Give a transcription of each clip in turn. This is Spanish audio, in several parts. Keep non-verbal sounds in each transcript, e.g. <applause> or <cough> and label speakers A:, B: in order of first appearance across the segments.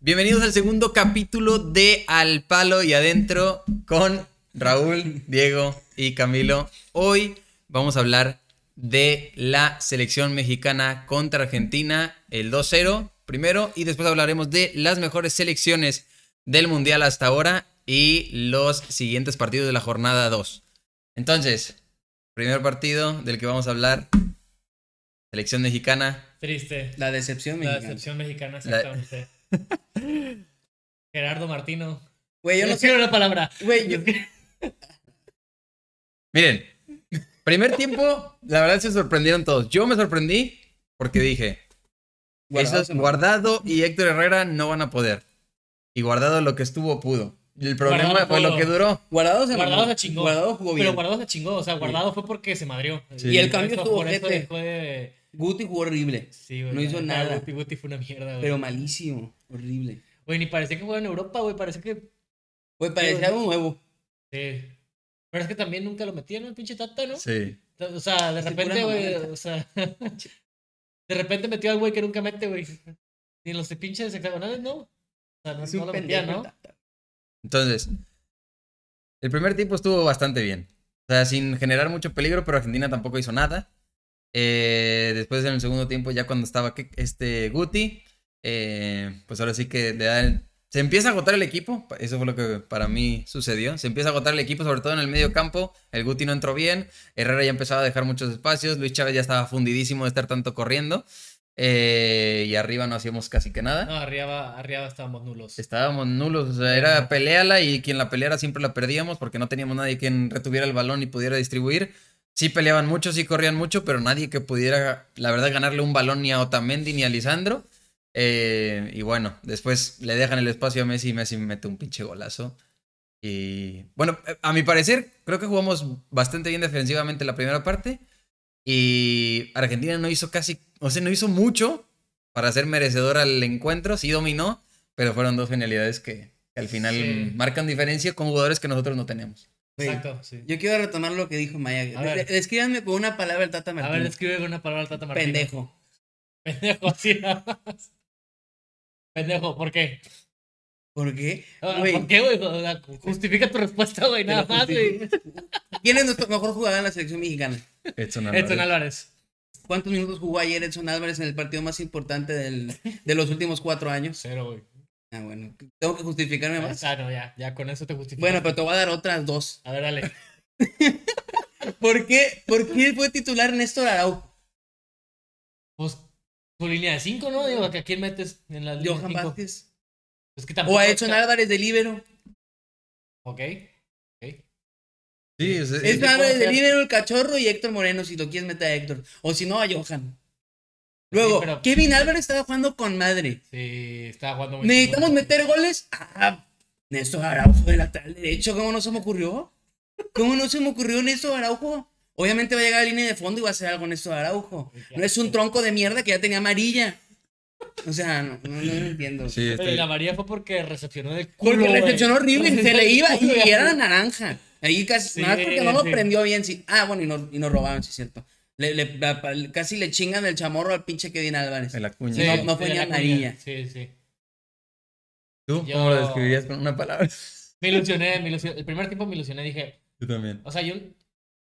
A: Bienvenidos al segundo capítulo de Al Palo y Adentro con Raúl, Diego y Camilo. Hoy vamos a hablar de la selección mexicana contra Argentina, el 2-0 primero, y después hablaremos de las mejores selecciones del Mundial hasta ahora y los siguientes partidos de la jornada 2. Entonces, primer partido del que vamos a hablar, selección mexicana,
B: Triste.
C: La decepción
B: La
C: mexicana.
B: decepción mexicana,
A: La-
B: exactamente.
C: <laughs>
B: Gerardo Martino.
C: Güey, yo no sé.
B: quiero una palabra. <laughs>
C: Güey, yo-
A: Miren, primer tiempo, la verdad se sorprendieron todos. Yo me sorprendí porque dije,
C: Guardado
A: esos
C: se-
A: Guardado y Héctor Herrera no van a poder. Y Guardado lo que estuvo pudo. El problema
B: Guardado
A: fue lo
B: pudo.
A: que duró.
C: Guardado se
B: Guardado
C: mamó.
B: se chingó.
C: Guardado jugó bien.
B: Pero Guardado se chingó. O sea, Guardado fue porque se madrió.
A: Sí. Y el
B: Por
C: cambio
B: eso-
C: estuvo
B: Por eso
C: ojete.
B: dejó de-
C: Guti jugó horrible.
B: Sí, güey.
C: No hizo
B: la neta,
C: nada.
B: Guti, Guti fue una mierda, güey.
C: Pero malísimo. Horrible.
B: Güey, ni parecía que jugaba en Europa, güey. Parece que.
C: Güey, parecía algo nuevo.
B: Sí. Pero es que también nunca lo metieron, el pinche Tata, ¿no?
A: Sí.
B: O sea, de
C: Hace
B: repente,
C: pura
B: güey.
C: mamada.
B: O sea. <laughs> de repente metió al güey que nunca mete, güey. Ni en los de pinches hexagonales, no. O sea, no,
C: Es
B: no
C: un
B: lo metía,
C: pendejo.
B: ¿no?
A: Entonces, el primer tiempo estuvo bastante bien. O sea, sin generar mucho peligro, pero Argentina tampoco hizo nada. Eh, después en el segundo tiempo, ya cuando estaba que- este Guti, eh, pues ahora sí que le da el- se empieza a agotar el equipo. pa- Eso fue lo que para mí sucedió. Se empieza a agotar el equipo, sobre todo en el medio campo. El Guti no entró bien. Herrera ya empezaba a dejar muchos espacios. Luis Chávez ya estaba fundidísimo de estar tanto corriendo. Eh, y arriba no hacíamos casi que nada.
B: No, arriba, arriba estábamos nulos.
A: Estábamos nulos, o sea, era peleala y quien la peleara siempre la perdíamos porque no teníamos nadie quien retuviera el balón y pudiera distribuir. Sí peleaban mucho, sí corrían mucho, pero nadie que pudiera, la verdad, ganarle un balón ni a Otamendi ni a Lisandro. Eh, y bueno, después le dejan el espacio a Messi y Messi mete un pinche golazo. Y bueno, eh, a mi parecer, creo que jugamos bastante bien defensivamente la primera parte. Y Argentina no hizo casi, o sea, no hizo mucho para ser merecedora al encuentro, sí dominó, pero fueron dos genialidades que al final
B: Sí.
A: marcan diferencia con jugadores que nosotros no tenemos.
C: Güey,
B: Exacto, sí.
C: Yo quiero retomar lo que dijo Maya.
B: A
C: De-
B: ver.
C: de- Descríbanme con una palabra el Tata
B: A ver,
C: Martínez.
B: describe con una palabra al Tata Martino.
C: Pendejo.
B: <laughs> Pendejo, así nada más. Pendejo, ¿por qué?
C: ¿Por qué?
B: Ah,
C: Güey,
B: ¿Por qué, güey? O sea, Justifica tu respuesta, güey,
C: te lo
B: nada más, güey.
C: justifico. ¿Quién es nuestro mejor jugador en la selección mexicana?
A: Edson
B: Edson Álvarez.
C: ¿Cuántos minutos jugó ayer Edson Álvarez en el partido más importante del- de los últimos cuatro años?
B: Cero, güey.
C: Ah, bueno. ¿Tengo que justificarme
B: <laughs>
C: más?
B: Ah, no, ya, ya con eso te justifico.
C: Bueno, pero te voy a dar otras dos.
B: A ver, dale.
C: ¿Por qué, ¿Por qué fue titular Néstor Araujo?
B: Pues tu línea de 5, ¿no? Digo, ¿a quién metes en la línea de
C: Johan
B: 5?
C: Vázquez.
B: Es que
C: O
B: tampoco.
C: a Edson Álvarez de Libero.
B: Ok. Ok.
A: Sí, o sea,
C: Edson
B: puedo
C: Álvarez de
B: hacer.
C: Libero, el cachorro y Héctor Moreno, si lo quieres meter a Héctor. O si no, a Johan.
B: Sí,
C: Luego,
B: pero-
C: Kevin Álvarez estaba jugando con madre.
B: Sí, está jugando muy
C: ¿Necesitamos
B: chingón.
C: meter goles? Ah, Néstor Araujo de lateral derecho, ¿cómo no se me ocurrió? ¿Cómo no se me ocurrió Néstor Araujo? Obviamente va a llegar a la línea de fondo y va a hacer algo Néstor Araujo. No es un tronco de mierda que ya tenía amarilla. O sea, no, no, no lo entiendo.
A: sí,
B: Pero
A: este-
B: la María fue porque recepcionó de culo.
C: Porque
B: güey.
C: recepcionó horrible, se le iba y
B: <laughs> Güey.
C: era naranja. Ahí casi,
B: Sí,
C: nada más porque no lo
B: sí.
C: prendió bien. Sí. Ah, bueno, y no, y no robaron, sí es cierto. Le, le- la- pa- casi le chingan el chamorro al pinche Kevin Álvarez.
A: el Acuña.
B: Sí,
C: No- no fue
B: de
C: ni
B: la
C: amarilla.
B: cuña. Sí, sí.
A: ¿Tú
B: Yo-
A: cómo lo describirías con una palabra? <laughs>
B: Me ilusioné, me ilusioné. El primer tiempo me ilusioné, dije,
A: Yo también.
B: o sea, yo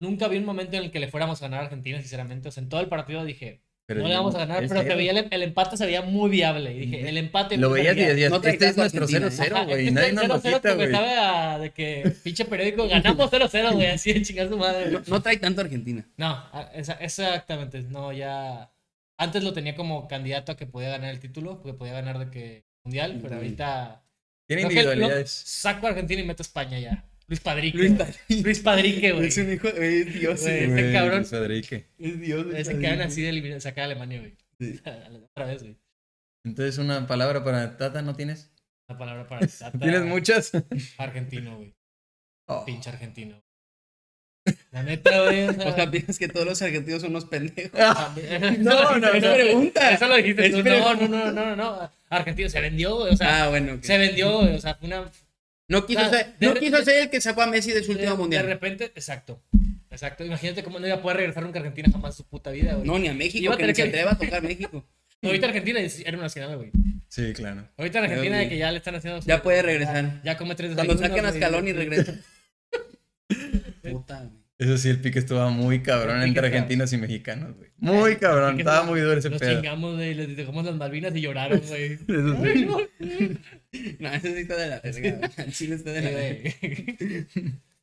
B: nunca vi un momento en el que le fuéramos a ganar a Argentina, sinceramente. O sea, en todo el partido dije, no le vamos a ganar, pero te veía el, el empate se veía muy viable. Y dije, el empate.
A: Lo
B: muy
A: veías y
B: viable.
A: decías,
C: No te
A: este es
C: alcanza
A: nuestro
C: Argentina,
A: 0-0,
B: Ajá,
A: güey.
B: <laughs> este
A: Nadie nos
B: 0-0
A: lo quita,
B: que me
A: güey.
B: sabe a- de que pinche periódico ganamos 0-0, güey, así de chingar su madre.
C: No,
B: güey.
C: no trae tanto a Argentina.
B: No, a- esa- exactamente, no, ya. Antes lo tenía como candidato a que podía ganar el título, porque podía ganar de que mundial, pero
C: Ujú.
B: ahorita.
A: Tiene
B: creo que lo-
A: individualidades.
B: Saco a Argentina y meto a España ya. Luis Padrique.
C: Luis
B: güey.
C: <laughs>
B: Luis Padrique, güey.
C: Es un hijo, es Dios.
B: Güey,
C: güey.
B: este
A: Güey,
B: cabrón.
A: Luis Federique.
C: Es Dios.
B: Eh, Se quedan así de eliminar, sacar a Alemania, güey. <laughs>
C: Sí.
B: Otra vez, güey.
A: Entonces, una palabra para Tata no tienes.
B: La palabra para el Tata
A: ¿Tienes muchas?
B: Argentino, güey.
A: <laughs> Oh.
B: Pinche argentino. La neta, güey. O
C: <laughs> O
B: sea,
C: sea, piensas que todos los argentinos son unos pendejos.
B: <laughs> no,
C: es pregunta.
B: Eso lo dijiste
C: Es
B: tú. No,
C: pregunta.
B: no, no, no, no, no. Argentino se vendió, güey. O sea,
C: ah, bueno. ok.
B: se vendió, güey. O sea, fue una.
C: No, quiso,
B: Ah,
C: ser,
B: de
C: no
B: re-
C: quiso ser el que sacó a Messi de su último
B: de,
C: mundial.
B: de repente, exacto. Exacto. Imagínate cómo no iba a poder regresar nunca a Argentina jamás en su puta vida, güey.
C: no, ni a
B: Iba
C: México,
B: a
C: que ni
B: tener
C: se
B: que-
C: atreva a tocar México.
B: Ahorita Argentina es- era una nacional, güey.
A: Sí, Sí, claro.
B: Ahorita en Argentina
C: Dios
B: de que ya le están haciendo... su-
C: Ya puede regresar.
B: Ya come tres
C: Cuando
B: desayunos,
C: saquen a
B: güey.
C: Scaloni
B: <laughs>
C: y regresen. Puta, güey.
A: Eso sí, el pique estaba muy cabrón
B: El pique
A: entre
B: estaba-
A: argentinos y mexicanos, güey. Muy cabrón,
B: pique
A: estaba
B: estaba-
A: muy duro ese
B: Nos
A: pedo.
B: chingamos, güey, les dejamos las Malvinas y lloraron, güey.
A: Eso sí.
B: Ay, no, güey.
C: No, eso sí está de la verga. güey. Chile está de la verga.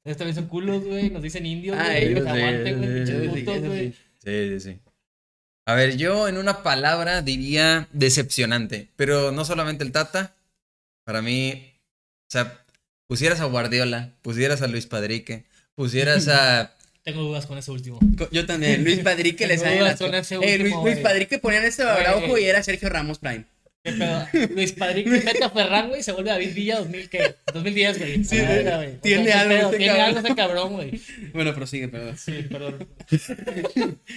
B: Ellos también son culos, güey. Nos dicen indios,
C: Ah,
B: güey.
C: ellos
B: que
A: sí,
B: aguanten, güey,
A: sí,
B: pinches
A: sí,
B: putos,
C: eso
B: güey.
C: sí.
A: Sí, sí, sí. A ver, yo en una palabra diría decepcionante, pero no solamente el Tata. Para mí, o sea, pusieras a Guardiola, pusieras a Luis Padrique, pusieras
B: <laughs>
A: a...
B: Tengo dudas con ese último.
C: Co- Yo también. Luis Padrique les
B: Tengo
C: sale
B: dudas
C: la
B: con ese
C: Eh, Luis,
B: último,
C: Luis
B: güey.
C: Padrique ponían este ojo
B: Güey.
C: y era Sergio Ramos Prime.
B: ¿Qué pedo? Luis Padrique mete a Ferran, güey, y se vuelve David Villa 2000, ¿qué? 2010, güey.
C: Sí,
B: A la
C: güey.
B: verga, güey. O sea,
C: Tiene
B: ¿qué
C: algo
B: pedo?
C: este
B: Tiene
C: cabrón.
B: algo ese cabrón, güey.
C: Bueno, prosigue, perdón.
B: Sí, perdón.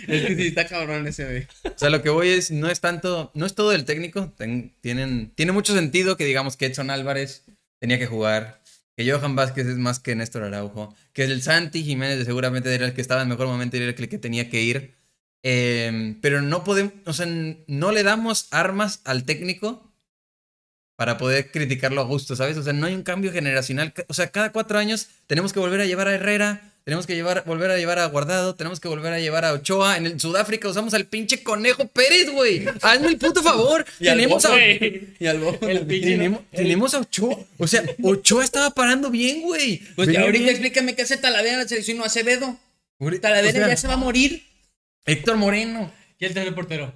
C: Es que sí está cabrón ese, güey.
A: O sea, lo que voy es, no es tanto, no es todo el técnico. ten- tienen, tiene mucho sentido que digamos que Edson Álvarez tenía que jugar, que Johan Vázquez es más que Néstor Araujo, que el Santi Jiménez seguramente era el que estaba en mejor momento y era el que que tenía que ir. Eh, pero no podemos, o sea, n- no le damos armas al técnico para poder criticarlo a gusto, ¿sabes? O sea, no hay un cambio generacional. Ca- O sea, cada cuatro años tenemos que volver a llevar a Herrera, tenemos que llevar, volver a llevar a Guardado, tenemos que volver a llevar a Ochoa. En el Sudáfrica usamos al pinche conejo Pérez, güey. Hazme el puto favor.
C: <laughs> Y al
A: tenemos, a,
B: Güey.
C: Y al bobo.
B: El pinche-
A: tenemos, tenemos a Ochoa. O sea, Ochoa estaba parando bien, güey.
C: Pues
A: Venía
C: ya ahorita
A: bien.
C: explícame qué hace Talavera en la selección y no Acevedo.
A: Ahorita,
C: Talavera
A: o sea,
C: ya se va a morir.
A: Héctor Moreno.
B: ¿Y el tercer portero?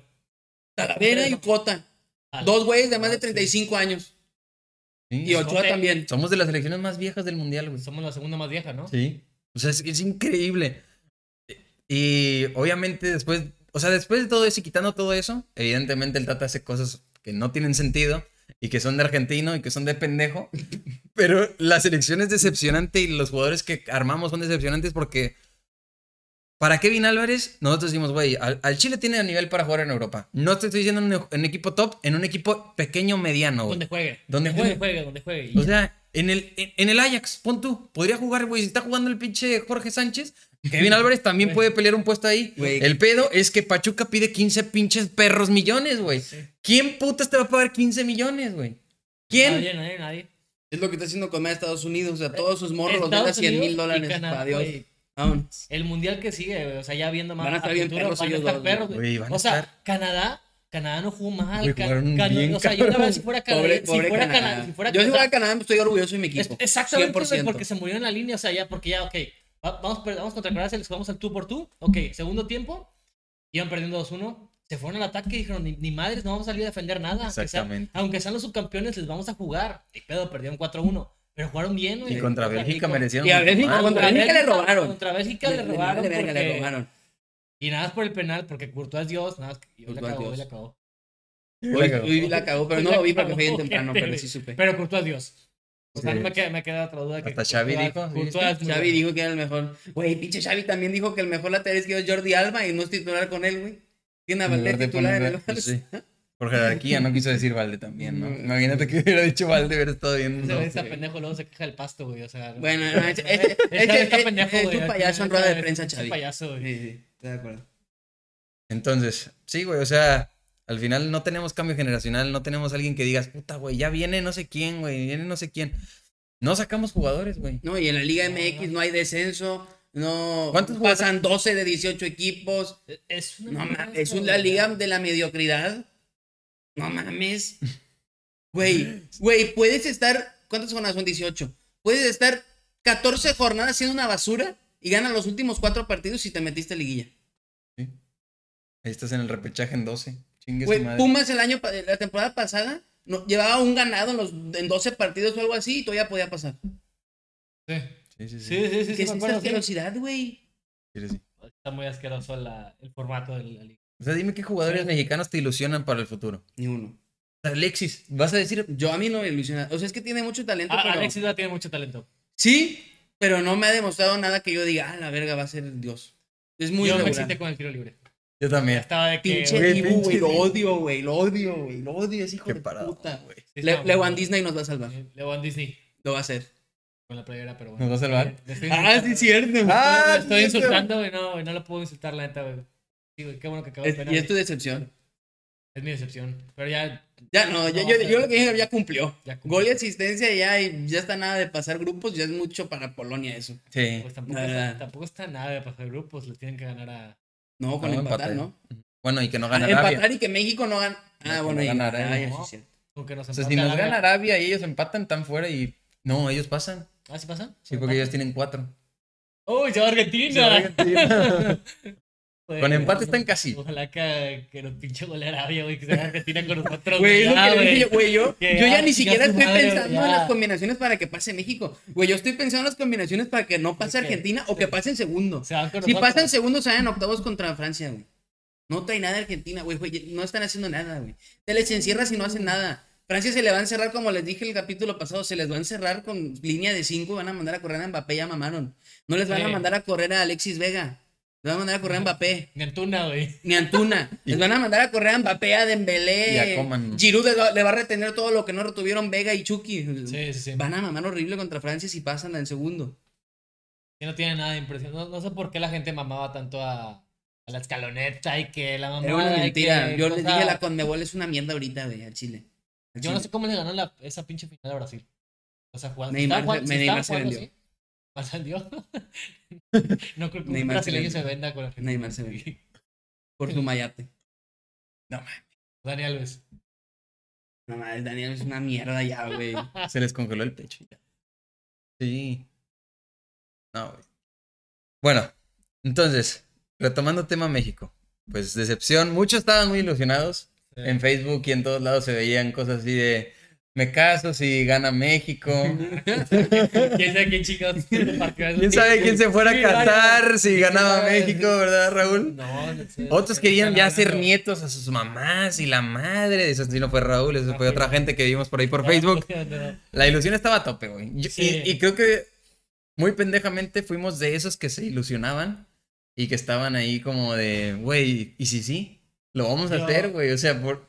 C: Talavera y Cota.
B: Ah,
C: Dos güeyes de más de 35 años.
A: Sí,
C: Y Ochoa
B: Cote.
C: también.
A: Somos de las selecciones más viejas del mundial, güey.
B: Somos la segunda más vieja, ¿no?
A: Sí. O sea, es, es increíble. Y obviamente después, o sea, después de todo eso y quitando todo eso, evidentemente el Tata hace cosas que no tienen sentido y que son de argentino y que son de pendejo. Pero la selección es decepcionante y los jugadores que armamos son decepcionantes porque para Kevin Álvarez, nosotros decimos, güey, al, al Chile tiene nivel para jugar en Europa. No te estoy diciendo en un, en equipo top, en un equipo pequeño mediano, güey.
B: Donde juegue.
A: Donde
B: Donde
A: juegue.
B: juegue, donde juegue. Y
A: O sea, en el, en, en el Ajax, pon tú, podría jugar, güey, si está jugando el pinche Jorge Sánchez,
C: <laughs>
A: Kevin Álvarez también puede pelear un puesto ahí.
C: Güey.
A: El pedo es que Pachuca pide 15 pinches perros millones, güey. ¿Quién putas te va a pagar 15 millones, güey?
C: Ah,
A: ¿Quién?
B: Nadie, nadie, nadie.
C: Es lo que está haciendo comer Estados Unidos. O sea, todos sus morros los dan a
B: Estados
C: 100 mil
B: Unidos y
C: dólares.
B: Canadá,
C: Para Dios.
B: güey.
C: Aún.
B: El mundial que sigue, güey. O sea, ya viendo más.
C: Van a estar
B: a
C: bien
B: futuro,
C: perros
B: van a
C: ellos
B: estar
C: dos,
B: perros,
A: güey.
B: güey.
A: Güey, van a
B: O sea,
A: estar-
B: Canadá. Canadá no jugó mal.
A: Güey,
B: Ca-
A: jugaron
B: Cana-
A: bien
B: o sea, yo la verdad,
A: cabrón.
B: si fuera Canadá.
C: Pobre,
B: si
C: pobre
B: fuera
C: Canadá.
B: Canadá- si fuera
C: Yo si
B: Canadá-
C: fuera Canadá pues, estoy orgulloso de mi
B: Es-
C: equipo.
B: Exactamente, güey,
C: 100%.
B: porque se murieron la línea, o sea, ya, porque ya, ok, va- vamos, per- vamos contra Croacia, les jugamos al tú por tú, ok, segundo tiempo, iban perdiendo 2-1, se fueron al ataque y dijeron, ni, ni madres, no vamos a salir a defender nada, aunque sean-
A: Exactamente.
B: aunque sean los subcampeones, les vamos a jugar, y pedo, perdieron 4-1, pero jugaron bien, güey.
A: Y contra
B: O sea,
A: Bélgica
B: y con-
A: merecieron.
C: y Ah, a Bélgica,
B: Ah,
A: mal,
C: contra Bélgica le robaron.
B: Contra Bélgica
C: De-
B: le
C: de
B: robaron,
C: madre verga,
B: porque-
C: le robaron.
B: y nada más por el penal, porque Courtois es Dios, nada más, y hoy la
C: Courtois es
B: cagó, hoy
C: Dios.
B: la cagó.
A: güey.
C: Hoy, hoy la cagó, pero no
B: La
C: lo vi porque fui bien
B: cagó,
C: temprano,
B: gente,
C: pero
B: güey.
C: sí supe.
B: Pero Courtois es Dios. O sea,
A: Sí.
B: no me queda, me queda otra duda. que
A: Hasta Xavi
B: Courtois-
A: dijo,
B: Courtois es muy
C: Xavi
B: bueno.
C: dijo que era el mejor. Güey, pinche Xavi también dijo que el mejor lateral izquierdo es Jordi Alba y no es titular con él, güey. Tiene a
A: En lugar
C: Valdés
A: de
C: titular en el
A: poner-
C: Barça.
A: pues
C: <laughs>
A: sí. Por jerarquía, no quiso decir Valde también, ¿no?
C: Mm.
A: Imagínate que hubiera dicho Valde, hubiera estado bien.
B: Ese
A: ¿no?
B: güey está pendejo, luego se queja del pasto, güey. O sea,
C: Bueno,
B: no, <laughs>
C: no, es- es- es-
B: Ese güey está
C: es-
B: pendejo,
C: es
B: güey,
C: un
B: al
C: payaso en
B: final,
C: rueda de
B: es-
C: prensa,
B: Es
C: Xavi.
B: un payaso, güey.
C: Sí, sí, estoy de acuerdo.
A: Entonces, sí, güey, o sea, al final no tenemos cambio generacional, no tenemos alguien que digas, puta, güey, ya viene no sé quién, güey, viene no sé quién. No sacamos jugadores, güey.
C: No, y en la Liga MX no hay descenso. No.
A: ¿Cuántos
C: pasan 12 de 18 equipos?
B: Es una
C: No
B: mierda,
C: mames, es
B: güey.
C: la liga de la mediocridad.
B: <laughs>
C: No mames. Güey, güey, puedes estar. ¿Cuántas jornadas son 18? Puedes estar 14 jornadas siendo una basura y ganas los últimos cuatro partidos y te metiste a liguilla.
A: Ahí estás en el repechaje en 12. Chingue su
C: Güey,
A: madre.
C: Pumas el año, pa- la temporada pasada, no, llevaba un ganado en, los, en 12 partidos o algo así y todavía podía pasar.
B: Sí,
A: Sí, sí, sí.
B: sí, sí. sí,
C: ¿Qué
B: sí,
C: es
B: me
C: esa
B: acuerdo, sí.
C: asquerosidad, güey?
A: Sí, sí.
B: Está muy asqueroso la- el formato de la liga.
A: O sea, dime qué jugadores mexicanos te ilusionan para el futuro.
C: Ni uno.
A: Alexis, vas a decir,
C: Yo a mí no me ilusiona. O sea, es que tiene mucho talento,
B: Ah,
C: pero.
B: Alexis Vega tiene mucho talento.
C: Sí, pero no me ha demostrado nada que yo diga, ah, la verga va a ser Dios. Es muy
B: Yo me
C: regular.
B: excité con el tiro libre.
A: yo también.
B: Estaba de que.
C: Pinche
A: Güey,
C: Dibu, güey,
A: pinche
C: lo
A: Dibu.
C: odio, güey, lo odio, güey, lo odio, es hijo
A: Qué
C: de
A: parado,
C: puta.
A: güey.
B: Sí,
C: Le-
B: estaba-
C: Lewan Disney nos va a salvar,
B: Eh, Lewan Disney
C: lo va a hacer.
B: con la playera, pero bueno.
A: ¿Nos va a salvar?
B: Le estoy
C: Ah,
B: insultando,
C: sí, es cierto.
A: Ah,
B: güey. Le estoy
A: sí, sí.
B: insultando, güey. No, güey, no lo puedo insultar, la neta, güey. Sí, güey, qué bueno que acabó el
C: Es- y
B: penal.
C: es tu decepción.
B: Es mi decepción. Pero ya.
C: Ya no, ya-
B: No,
C: yo,
B: pero-
C: yo lo que dije ya cumplió.
B: ya cumplí.
C: Gol y asistencia ya, y ya está nada de pasar grupos, ya es mucho para Polonia eso.
A: Sí.
B: Pues tampoco,
C: La
B: está,
C: verdad.
B: tampoco está nada de pasar grupos. Les tienen que ganar a.
C: No, con
A: No,
C: empatar,
A: empate.
C: ¿no?
A: Bueno, y que no
C: Ah,
A: gana Arabia.
C: empatar y que México no gane.
A: que
C: Ah,
A: no
C: bueno, y
A: gana
C: Arabia,
B: Arabia,
C: sí,
B: ¿no?
C: sí.
B: Con que nos
A: O sea, si
B: empata
A: Pues nos
B: Arabia.
A: gana Arabia y ellos empatan, tan fuera y. No, ellos pasan.
B: ¿Ah, sí pasa?
A: Sí, porque ellos tienen cuatro.
B: ¡Uy, se va Argentina! Güey,
A: Con empate están casi.
B: Ojalá que, que nos pinche gole Arabia, güey, que sea Argentina con nosotros.
C: Güey, es lo
B: ya,
C: que le
B: güey.
C: dije yo, güey, yo,
B: Que
C: yo
B: ya-
C: ya ni
B: ya
C: siquiera
B: su
C: estoy
B: madre,
C: pensando
B: ya.
C: en las combinaciones para que pase México. Güey, yo estoy pensando en las combinaciones para que no pase
B: Es que-
C: Argentina o que pase en segundo.
B: Se van con
C: Si
B: nosotros.
C: pasan segundos, salen octavos contra Francia, güey. No trae nada Argentina, güey, güey, No están haciendo nada, güey. Se les encierra si no hacen nada. Francia se le va a encerrar, como les dije el capítulo pasado, se les va a encerrar con línea de 5 van a mandar a correr a Mbappé, ya mamaron. No les van a
B: Sí.
C: mandar a correr a Alexis Vega. Les van a mandar a correr a Mbappé.
B: Ni Antuna, güey.
C: Ni
B: <laughs>
C: a Antuna. Les van a mandar a correr a Mbappé, a Dembélé.
A: Y a Coman.
C: Giroud le va, le va a retener todo lo que no retuvieron Vega y Chucky.
B: Sí, sí, sí.
C: Van a mamar horrible contra Francia si pasan en segundo.
B: Que no tiene nada de impresión. No, no sé por qué la gente mamaba tanto a, a la escaloneta y que la mamada.
C: Era una
B: y
C: mentira.
B: que
C: Yo les
B: cosa-
C: dije la Conmebol es una mierda ahorita, güey, al Chile. Al
B: Yo no sé
C: Chile.
B: cómo le ganó la- esa pinche final a Brasil. O sea, jugando.
C: Neymar
B: estaban jugando-
C: se- Neymar se
B: estaban
C: vendió.
B: jugando así, <laughs> más vendió. no creo que un
C: Neymar se
B: brasileño se,
C: vendió.
B: venda con Argentina.
C: Neymar se vendió. Por tu mayate.
B: Dani
A: <laughs>
B: Alves.
C: No mames, Daniel es una mierda ya, güey.
A: Se les congeló el pecho. y ya. Sí. No, güey. Bueno, entonces, retomando tema México. Pues decepción. Muchos estaban muy ilusionados. En Facebook y en todos lados se veían cosas así de. Me caso si gana
B: <laughs>
A: México.
B: ¿Quién sabe
A: <laughs>
B: quién chingados partió eso?
A: ¿Quién sabe quién se fuera a
B: Sí, vaya.
A: casar si
B: Sí,
A: ganaba
B: vaya.
A: México, verdad, Raúl?
B: No, no sé.
A: Otros querían ya
B: Están
A: ser
B: hablando-
A: nietos a sus mamás y la madre. Eso sí no fue Raúl, eso
B: Ah,
A: fue
B: sí.
A: otra gente que vimos por ahí por
B: Ah,
A: Facebook.
B: <laughs> no.
A: La ilusión estaba a tope, güey. Yo-
B: Sí.
A: Y, y creo que muy pendejamente fuimos de esos que se ilusionaban y que estaban ahí como de, güey, ¿y si sí? Lo vamos a
B: Yo-
A: hacer, güey. O sea, ¿por,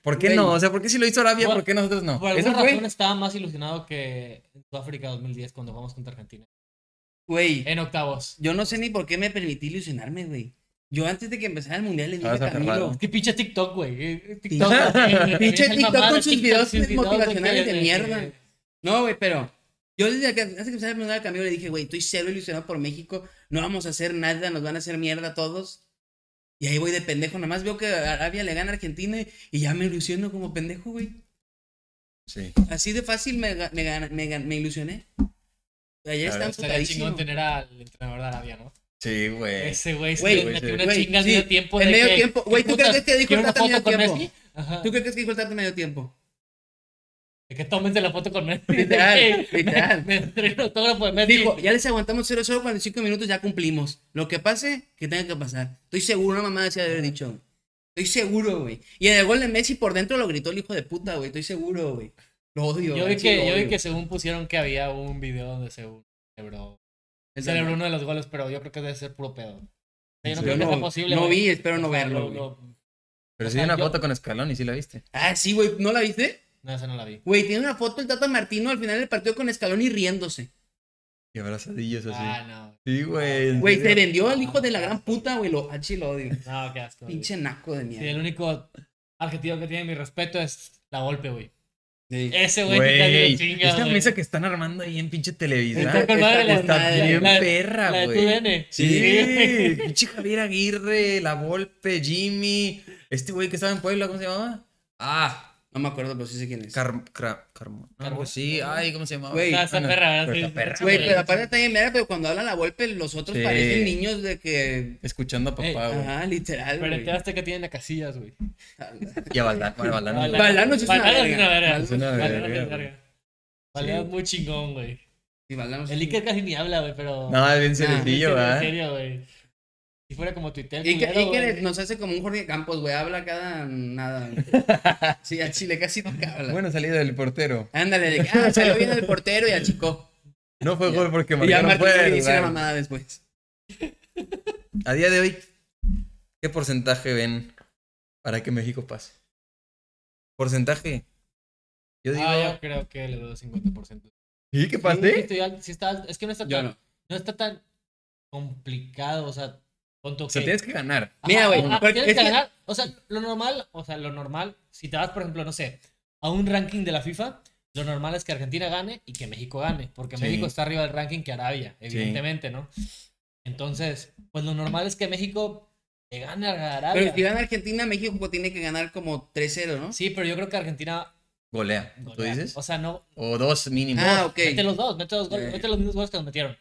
A: ¿por qué
C: Güey.
A: no? O sea, ¿por qué si lo hizo Arabia?
B: Por-
A: ¿Por qué nosotros no?
B: Por
A: Eso
B: alguna
A: fue.
B: razón estaba más ilusionado que en Sudáfrica 2010 cuando jugamos contra Argentina.
C: Güey,
B: En octavos.
C: yo no sé ni por qué me permití ilusionarme, güey. Yo antes de que empezara el mundial le dije
A: Ah,
C: a
A: está
C: Camilo.
A: raro.
B: Qué pinche TikTok, güey. Eh,
C: Pinche-
B: TikTok.
C: <laughs> pinche TikTok con sus videos motivacionales
B: motivacionales
C: de mierda. No, güey, pero yo desde que, antes de que empezara el mundial a Camilo le dije, güey, estoy cero ilusionado por México. No vamos a hacer nada, nos van a hacer mierda todos. Y ahí voy de pendejo. Nada más veo que Arabia le gana a Argentina y ya me ilusiono como pendejo, güey.
A: Sí.
C: Así de fácil me, ga- me, gana- me, gan- me ilusioné. Ayer
A: La
C: está
A: verdad,
B: Estaría
C: enfocadísimo.
B: chingón tener al entrenador de Arabia, ¿no?
A: Sí, güey.
B: Ese güey
C: Güey,
B: se metió una
C: güey,
B: chinga al
C: sí.
B: medio tiempo.
C: En
B: de
C: medio
B: que-
C: tiempo. Güey, ¿tú
B: puta,
C: crees que dijo
B: quiero
C: el
B: una
C: Tata en
B: foto con
C: medio tiempo?
B: Messi? Ajá.
C: ¿Tú crees que es que cortaste
B: <laughs>
C: medio tiempo?
B: De que tómense la foto con Messi. <laughs>
C: Literal,
B: De que-
C: literal.
B: Me entregué el autógrafo de Messi.
C: Dijo, ya les aguantamos 0-0, 45 minutos ya cumplimos. Lo que pase, que tenga que pasar. Estoy seguro, una mamá decía de haber dicho. güey. Estoy seguro, güey. Y en el gol de Messi por dentro lo gritó el hijo de puta, güey. Estoy seguro, güey. Lo odio,
B: Yo
C: güey,
B: vi
C: sí lo
B: que, yo vi
C: odio.
B: que según pusieron que había un video donde se celebró.
C: Es
B: Celebró
C: verdad.
B: uno de los goles, pero yo creo que debe ser puro pedo. O sea, yo no
A: Sí.
B: creo
C: Yo
B: que sea
C: no,
B: posible.
C: no
B: güey.
C: vi, espero no
B: O sea,
C: verlo,
B: lo-
C: güey.
B: lo-
A: Pero
B: o
A: sí
B: sea,
A: hay una
B: yo-
A: foto con Escalón y sí la viste.
C: Ah, sí, güey. ¿No la viste?
B: No, esa no la vi.
C: Güey, tiene una foto el Tata Martino al final del partido con Escalón y riéndose.
A: Y abrazadillos así.
B: Ah, no.
A: Sí, güey. en
C: Güey, se
A: serio.
C: vendió al hijo de la gran puta, güey. Lo, ah, sí, lo odio.
B: No, qué asco. güey.
C: Pinche naco de
B: Sí,
C: mierda.
B: el único adjetivo que tiene mi respeto es la golpe, güey.
C: Sí.
B: Ese güey nunca
A: Güey,
B: dio chinga.
A: esta
B: güey.
A: mesa que están armando ahí en pinche
B: Está
A: televisión.
B: con madre la,
A: Está
B: la-
A: bien
B: la-
A: perra,
B: la de
A: güey.
B: tu DN.
A: Sí, pinche Javier Aguirre, La Volpe, Jimmy, este güey que estaba en Puebla, ¿cómo se llamaba? Ah,
C: No me acuerdo, pero sí sé quién es.
A: Car Cra- Carmo- no, algo así, ay, ¿cómo se llamaba?
C: Güey.
B: Está- está
A: Bueno,
B: perra,
A: pero
B: sí,
A: Ah, está perra,
B: sí,
C: Güey,
B: sí.
C: pero aparte está bien mera, pero cuando habla la golpe, los otros
A: Sí.
C: parecen niños de que.
A: Escuchando a
B: Ey,
A: papá, güey.
C: Ajá, literal,
B: Pero
C: güey. Ah,
B: enteraste que tienen a Casillas, güey.
A: Y a Valdán, bueno, Valdán.
B: Valdán-
C: Valdano sí es una
B: Valdano
C: verga.
A: Es una
B: Valdano
A: verga,
B: es
A: güey.
B: verga. Valdano
A: Sí.
B: es muy chingón, güey.
C: Sí, Valdano sí.
B: El Iker casi ni habla, güey, pero...
A: No, es bien
C: Nah.
A: seriecillo,
B: En
A: ¿verdad?
B: serio, güey. Si fuera como Twitter,
C: Iker-
B: culero,
C: Iker
B: güey.
C: nos hace como un Jorge Campos, güey. Habla cada nada. güey. Sí, a Chile casi nunca habla.
A: Buena salida del portero.
C: Ándale, de que, ah, salió bien el portero y achicó.
A: No fue gol porque
C: Y ya
A: marcaron
C: Martín
A: fuera de
C: le hizo la
A: lugar.
C: mamada después.
A: A día de hoy, ¿qué porcentaje ven para que México pase? ¿Porcentaje? Yo digo,
B: Ah, yo creo que le doy 50%.
A: ¿sí que
B: Sí,
A: pasé?
B: estoy al- sí está al- es que no está
C: Yo
B: tan,
C: no.
B: no está tan complicado, o sea, Con tu
A: O sea,
B: ok.
A: tienes que ganar.
B: Ajá,
C: Mira, güey,
B: ajá,
C: porque
B: tienes
C: es
B: que
C: que-
B: ganar. O sea, lo normal, o sea, lo normal, si te vas, por ejemplo, no sé, a un ranking de la FIFA, lo normal es que Argentina gane y que México gane, porque
A: Sí.
B: México está arriba del ranking que Arabia, evidentemente, ¿no? Entonces, pues lo normal es que México le gane a Arabia.
C: Pero si gana Argentina, México pues, tiene que ganar como 3-0, ¿no?
B: Sí, pero yo creo que Argentina.
A: Golea. ¿Tú
B: golea.
A: dices?
B: O sea, no.
A: O dos mínimo.
C: Ah, ok.
B: Mete los dos, mete los, goles,
C: Eh.
B: mete los mismos goles que nos metieron.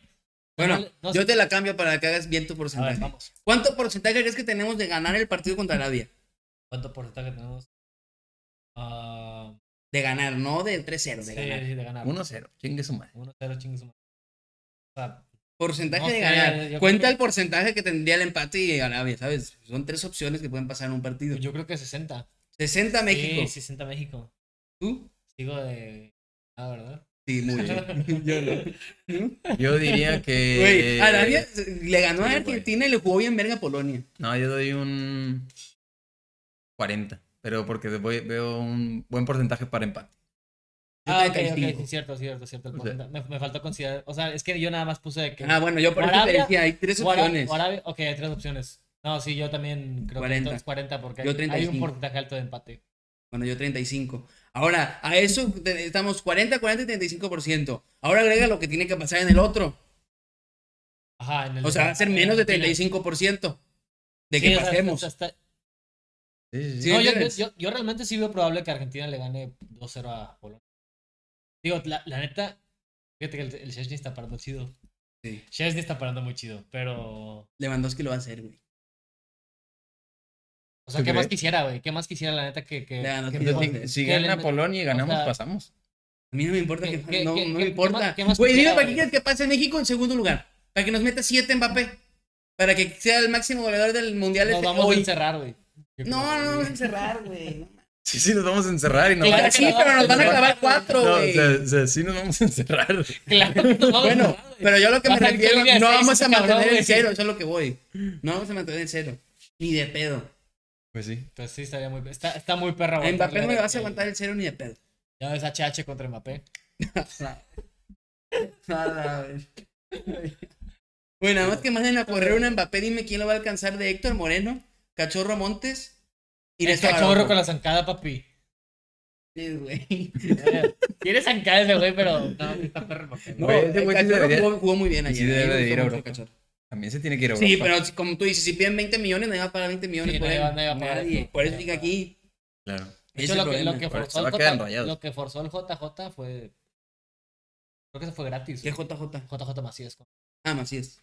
C: Bueno,
B: no- no sé.
C: yo te la cambio para que hagas bien tu
B: A ver,
C: porcentaje.
B: vamos.
C: ¿Cuánto porcentaje crees que tenemos de ganar el partido contra Arabia?
B: ¿Cuánto porcentaje tenemos? Ah,
C: De ganar, no de 3-0, de
B: sí,
C: ganar.
B: sí, de ganar.
A: 1-0. Chingue su madre.
B: 1-0, chingue su madre. O sea,
C: Porcentaje
B: No
C: de
B: sé,
C: ganar.
B: yo creo
C: Cuenta
B: que-
C: el porcentaje que tendría el empate y Arabia, ¿sabes? Son tres opciones que pueden pasar en un partido.
B: yo creo que 60.
C: 60 México.
B: Sí, 60 México.
C: ¿Tú?
B: Sigo de. Ah, ¿verdad?
C: Sí, muy
B: <laughs>
C: bien. <laughs> Yo no. ¿Mm?
A: Yo diría que.
C: Güey, Arabia le
A: sí,
C: ganó a
A: güey.
C: Argentina y le jugó bien verga a Polonia.
A: No, yo doy un 40. Pero porque voy- veo un buen porcentaje para empate.
C: Yo
B: Ah, ok, ok,
C: 35.
B: sí, cierto, cierto, cierto. el
A: O sea-
B: porcentaje. me, me faltó considerar. O sea, es que yo nada más puse de que.
C: Ah, bueno, yo por eso te
B: Arabia-
C: decía, hay tres
B: o Ara-
C: opciones.
B: o Arabia- ok, hay tres opciones. No, sí, yo también creo
C: 40.
B: que entonces 40 porque hay-
C: Yo
B: hay un
C: 35.
B: porcentaje alto de empate.
C: Bueno, yo 35. Ahora, a eso te- estamos 40, 40 y 35%. Ahora agrega lo que tiene que pasar en el otro.
B: Ajá, en el.
C: O sea, va a ser menos de 35% de que
B: Sí, o sea,
C: pasemos.
B: está- está-
A: Sí, sí, sí.
C: Sí,
B: No, yo, yo,
C: ¿entiendes?
B: yo- yo realmente sí veo probable que Argentina le gane 2-0 a Polonia. Digo, la, la neta, fíjate que el, el Szczęsny está parando chido.
C: Sí.
B: Szczęsny está parando muy chido, pero...
C: Lewandowski lo va a hacer, güey.
B: O sea,
A: ¿Tú
B: ¿qué más
A: crees?
B: quisiera, güey? ¿Qué más quisiera, la neta, que... que,
C: Ya, no
B: que-
C: tiene-
B: que-
A: Si, si
B: que le
A: gana
B: met-
A: Polonia y ganamos,
B: o sea,
A: pasamos.
C: A mí no me importa
B: ¿Qué-
C: que
B: qué-
C: no,
B: qué-
C: no
B: qué-
C: me
B: qué
C: importa.
B: más- qué más
C: Güey, dime
B: quisiera,
C: para qué
B: güey?
C: quieres que pase México en segundo lugar. Para que nos meta 7 Mbappé. Para que sea el máximo goleador del mundial
B: Nos
C: este
B: vamos a
C: hoy.
B: encerrar, güey. Yo
C: No,
B: creo,
C: no, no,
B: güey.
C: vamos a encerrar, güey.
A: Sí, sí, nos vamos a encerrar y nos
B: Claro
A: van a-
C: Sí, pero nos van a clavar cuatro,
A: No, o
C: güey.
A: sea, o sea, sí nos vamos a encerrar.
B: <laughs> Claro, nos vamos a
C: <laughs> Bueno,
B: encerrar, güey.
C: pero yo lo que me
B: Baja el
C: refiero,
B: Kevin a
C: no
B: seis,
C: vamos
B: este
C: a mantener
B: cabrón,
C: el
B: güey.
C: cero, eso es lo que voy. No vamos a mantener el cero. Ni de pedo.
A: Pues sí.
B: Pues sí, estaría muy... Está, está muy perra,
C: A Mbappé no
B: aguantarle
C: le vas a
B: el-
C: aguantar el cero ni de pedo.
B: Ya ves HH contra Mbappé.
C: Nada, güey. Bueno, nada más que manden a correr una Mbappé, dime quién lo va a alcanzar de Héctor Moreno, Cachorro Montes y
B: El
C: Neto
B: cachorro
C: Araujo.
B: con la zancada, papi. <laughs>
C: Sí, güey.
B: Tiene zancadas de güey, pero no, está perro. porque-
C: No,
A: Güey, ese
C: el
A: güey sí
C: Cachorro
A: debería-
C: jugó, jugó muy bien ayer.
A: sí
C: a mí me
A: debe de
C: gustó
A: ir a
C: mucho el
A: Europa.
C: Cachorro.
A: También se tiene que ir a
C: Sí,
A: Europa.
C: pero si- como tú dices, si piden 20 millones, nadie va a pagar 20 millones
B: Sí,
C: por
B: nadie
C: él.
B: va- nadie va a pagar
C: Nadie.
B: eso.
C: Por eso dije aquí.
A: Claro.
B: De
C: ese
B: hecho, lo que,
C: es el
B: lo
C: problema.
B: que
A: Ahora
B: forzó
A: se va
B: el
A: a quedar
B: J-
A: enrayado.
B: lo que forzó el JJ fue. Creo que eso fue gratis.
C: ¿Qué es
B: güey.
C: JJ?
B: JJ Macías.
C: Ah, Macías.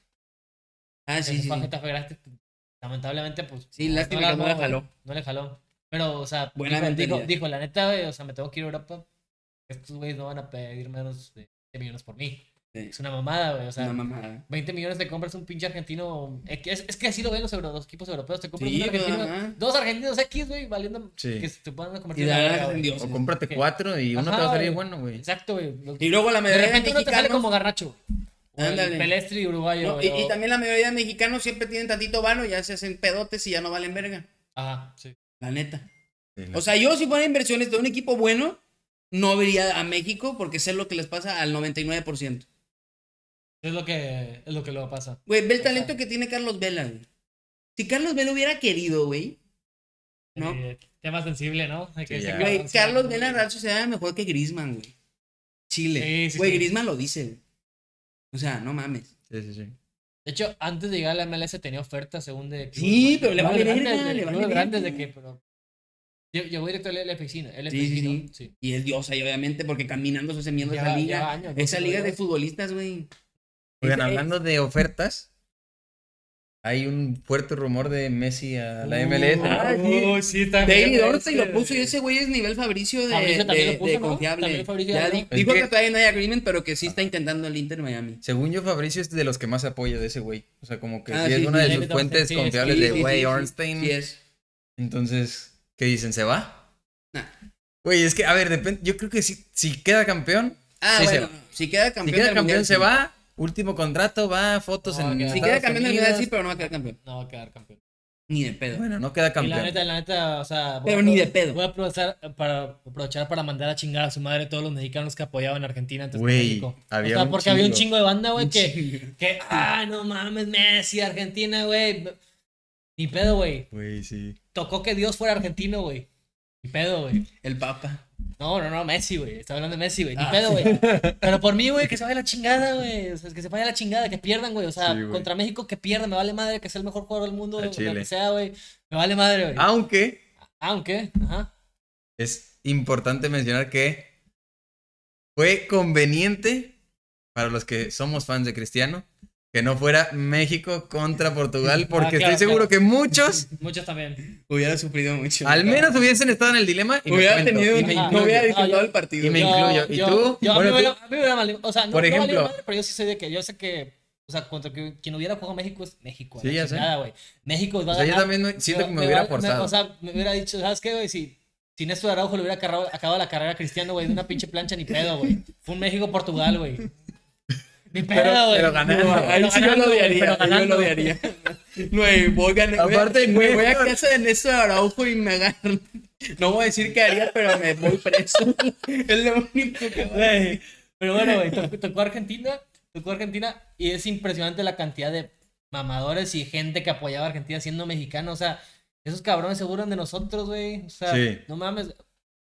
C: Ah, sí,
B: Ese
C: sí.
B: fue a
C: sí.
B: Getafe gratis. Lamentablemente, pues.
C: Sí,
B: no-
C: lástima que no
B: armó,
C: la jaló.
B: No le jaló. Pero, o sea,
C: Buena
B: dijo,
C: mentalidad.
B: dijo, dijo, la neta, güey, o sea, me tengo que ir a Europa. Estos güeyes no van a pedir menos de 20 millones por mí.
C: Sí.
B: Es una mamada, güey. O sea,
C: Una mamada. 20
B: 20 millones te compras un pinche argentino. Es, que- es que así lo ven los, euro- los equipos europeos. Te compras
C: Sí,
B: un argentino-
C: ajá.
B: Dos argentinos X, güey, valiendo
A: Sí.
B: que se te puedan
C: Y
B: convertir en
C: la
B: la
C: verdad
B: verga,
C: que
B: güey.
C: Dios.
A: O cómprate
B: Sí.
A: cuatro y uno
B: Ajá,
A: te va a salir
B: güey.
A: bueno, güey.
B: Exacto, güey. Lo-
C: Y luego la
B: De
C: mayoría de
B: repente uno te sale como
C: mexicanos.
B: garnacho. O el
C: Ándale.
B: Pelestri uruguayo.
C: no,
B: güey,
C: y, y
B: o-
C: también la mayoría de mexicanos siempre tienen tantito vano, ya se hacen pedotes y ya no valen verga.
B: Ajá, sí.
C: La neta.
A: Sí, la-
C: O sea, yo si fuera inversiones de un equipo bueno, no vería a México porque sé lo que les pasa al 99%.
B: Es lo que, es lo que luego pasa.
C: Güey, ve el
B: O
C: talento
B: sea.
C: que tiene Carlos Vela, güey. Si Carlos Vela hubiera querido, güey. No.
B: Eh, tema sensible, ¿no? Hay
A: Sí,
B: se
A: ya.
B: queda
C: Güey,
B: avanzando.
C: Carlos Vela en Real Sociedad es mejor que Grisman, güey. Chile.
B: Sí, sí,
C: Güey,
B: sí.
C: Grisman lo dice, güey. O sea, no mames.
A: Sí, sí, sí.
B: De hecho, antes de llegar a la MLS tenía ofertas según de.
C: Sí, pero le vale verga, le vale verga.
B: grandes de que, pero. Yo, yo voy directo al LFC, ¿no? LFC,
C: Sí, sí,
B: ¿no? sí.
C: Y es Dios ahí, obviamente, porque caminando se hace mierda
B: Ya-
C: esa
B: ya
C: liga.
B: años, ¿no?
C: esa
B: Pero
C: liga
B: ya-
C: es de futbolistas, güey.
A: Oigan,
C: Eh,
A: hablando de ofertas, hay un fuerte rumor de Messi a la MLS.
C: Ah, sí.
B: Oh, sí, también.
C: David
B: güey,
C: Ortiz lo puso y
B: este-
C: ese güey es nivel Fabricio de,
B: Fabricio también
C: de-
B: lo puso,
C: de
B: ¿no?
C: confiable.
B: También Fabricio
C: Ya
B: ya lo-
C: di-
A: Es
C: dijo
A: que-
C: que todavía no hay agreement, pero que sí está intentando el Inter Miami.
A: Según yo, Fabricio es de los que más apoya de ese güey. O sea, como que
C: Ah,
A: sí,
C: sí,
A: es una
C: sí,
A: de
B: sí,
A: sus
B: sí,
A: fuentes
B: sí,
A: confiables
B: sí,
A: de
B: sí,
A: güey,
C: sí, sí.
A: Ornstein.
C: Sí es.
A: Entonces, ¿qué dicen? ¿Se va?
C: Nah.
A: Güey, es que, a ver, depende. Yo creo que si, si queda campeón,
C: Ah,
A: sí se
C: bueno,
A: va.
C: si queda campeón,
A: Si queda
C: del
A: campeón,
C: mundial,
A: se
C: sí.
A: va. Último contrato, va, fotos
B: No,
A: en.
B: queda-
C: Si queda
A: Estados
C: campeón del
A: Unidos.
C: mundial, sí, pero no va a quedar campeón.
B: No va a quedar campeón.
C: Ni de pedo.
A: Bueno, no queda
B: Y la
A: campeón.
B: neta, la neta, o sea. voy
C: Pero
B: a
C: ni
B: apro-
C: de pedo.
B: Voy a aprovechar para, aprovechar para mandar a chingar a su madre todos los mexicanos que apoyaban a Argentina antes
A: Güey,
B: de México.
A: había
B: o sea,
A: un
B: porque había un
A: chingo.
B: chingo de banda, güey,
C: Un
B: que,
C: chingo.
B: que. Ah, no mames, Messi, Argentina, güey. Ni pedo, güey.
A: Güey, sí.
B: Tocó que Dios fuera argentino, güey. Ni pedo, güey.
C: El Papa.
B: No, no, no, Messi, güey. Estaba hablando de Messi, güey. Ni
C: Ah,
B: pedo, güey.
C: <laughs>
B: Pero por mí, güey, que se vaya la chingada, güey. O sea, que se vaya la chingada, que pierdan, güey. O sea,
A: Sí, güey.
B: contra México, que pierdan. Me vale madre que sea el mejor jugador del mundo,
A: Al
B: lo que
A: Chile. Ah.
B: sea, güey. Me vale madre, güey.
A: Aunque
B: Aunque, ajá.
A: es importante mencionar que fue conveniente para los que somos fans de Cristiano que no fuera México contra Portugal, porque
B: Ah, claro,
A: estoy seguro
B: claro.
A: que muchos
B: Muchos también.
C: <laughs> Hubiera sufrido mucho.
A: al menos hubiesen estado en el dilema y me
C: Hubiera
A: cuento,
C: tenido.
A: y me
C: no
A: incluyo.
C: hubiera disfrutado
B: Ah, yo-
C: el partido.
A: y me- incluyo. ¿Y tú?
B: Yo, a mí
A: Bueno,
B: me
A: tú-
B: vale- a mí me vale madre. O sea, no,
A: Por
B: no vale
A: ejemplo-
B: madre, pero yo sí soy de que yo sé que. O sea, contra que- quien hubiera jugado México es México. a la
A: Sí, ya sé.
B: chingada, güey. México
A: O
B: va a
A: sea, yo
B: ganar.
A: también me- siento que me
B: va-
A: hubiera forzado.
B: o sea, me hubiera dicho, ¿sabes qué, güey? Si, si Néstor Araujo le hubiera acarrado- acabado la carrera a Cristiano, güey, de una pinche plancha, ni pedo, güey. Fue un México-Portugal, güey. Ni pedo, güey.
A: pero ganando.
C: No, ahí
B: Pero
C: sí yo
B: ganando,
C: lo
B: güey,
C: odiaría.
B: pero
C: Yo lo
B: ganando.
C: odiaría. Güey, voy a ganar. voy a-
A: Aparte,
C: güey, voy a
A: Néstor-
C: casa de Néstor Araujo y me agarran. No voy a decir qué haría, pero me voy
B: <laughs>
C: preso. Es lo único que voy a decir.
B: Pero bueno, güey, tocó, tocó Argentina, tocó Argentina y es impresionante la cantidad de mamadores y gente que apoyaba a Argentina siendo mexicano. O sea, esos cabrones se burlan de nosotros, güey. O sea,
A: Sí.
B: no mames. Yo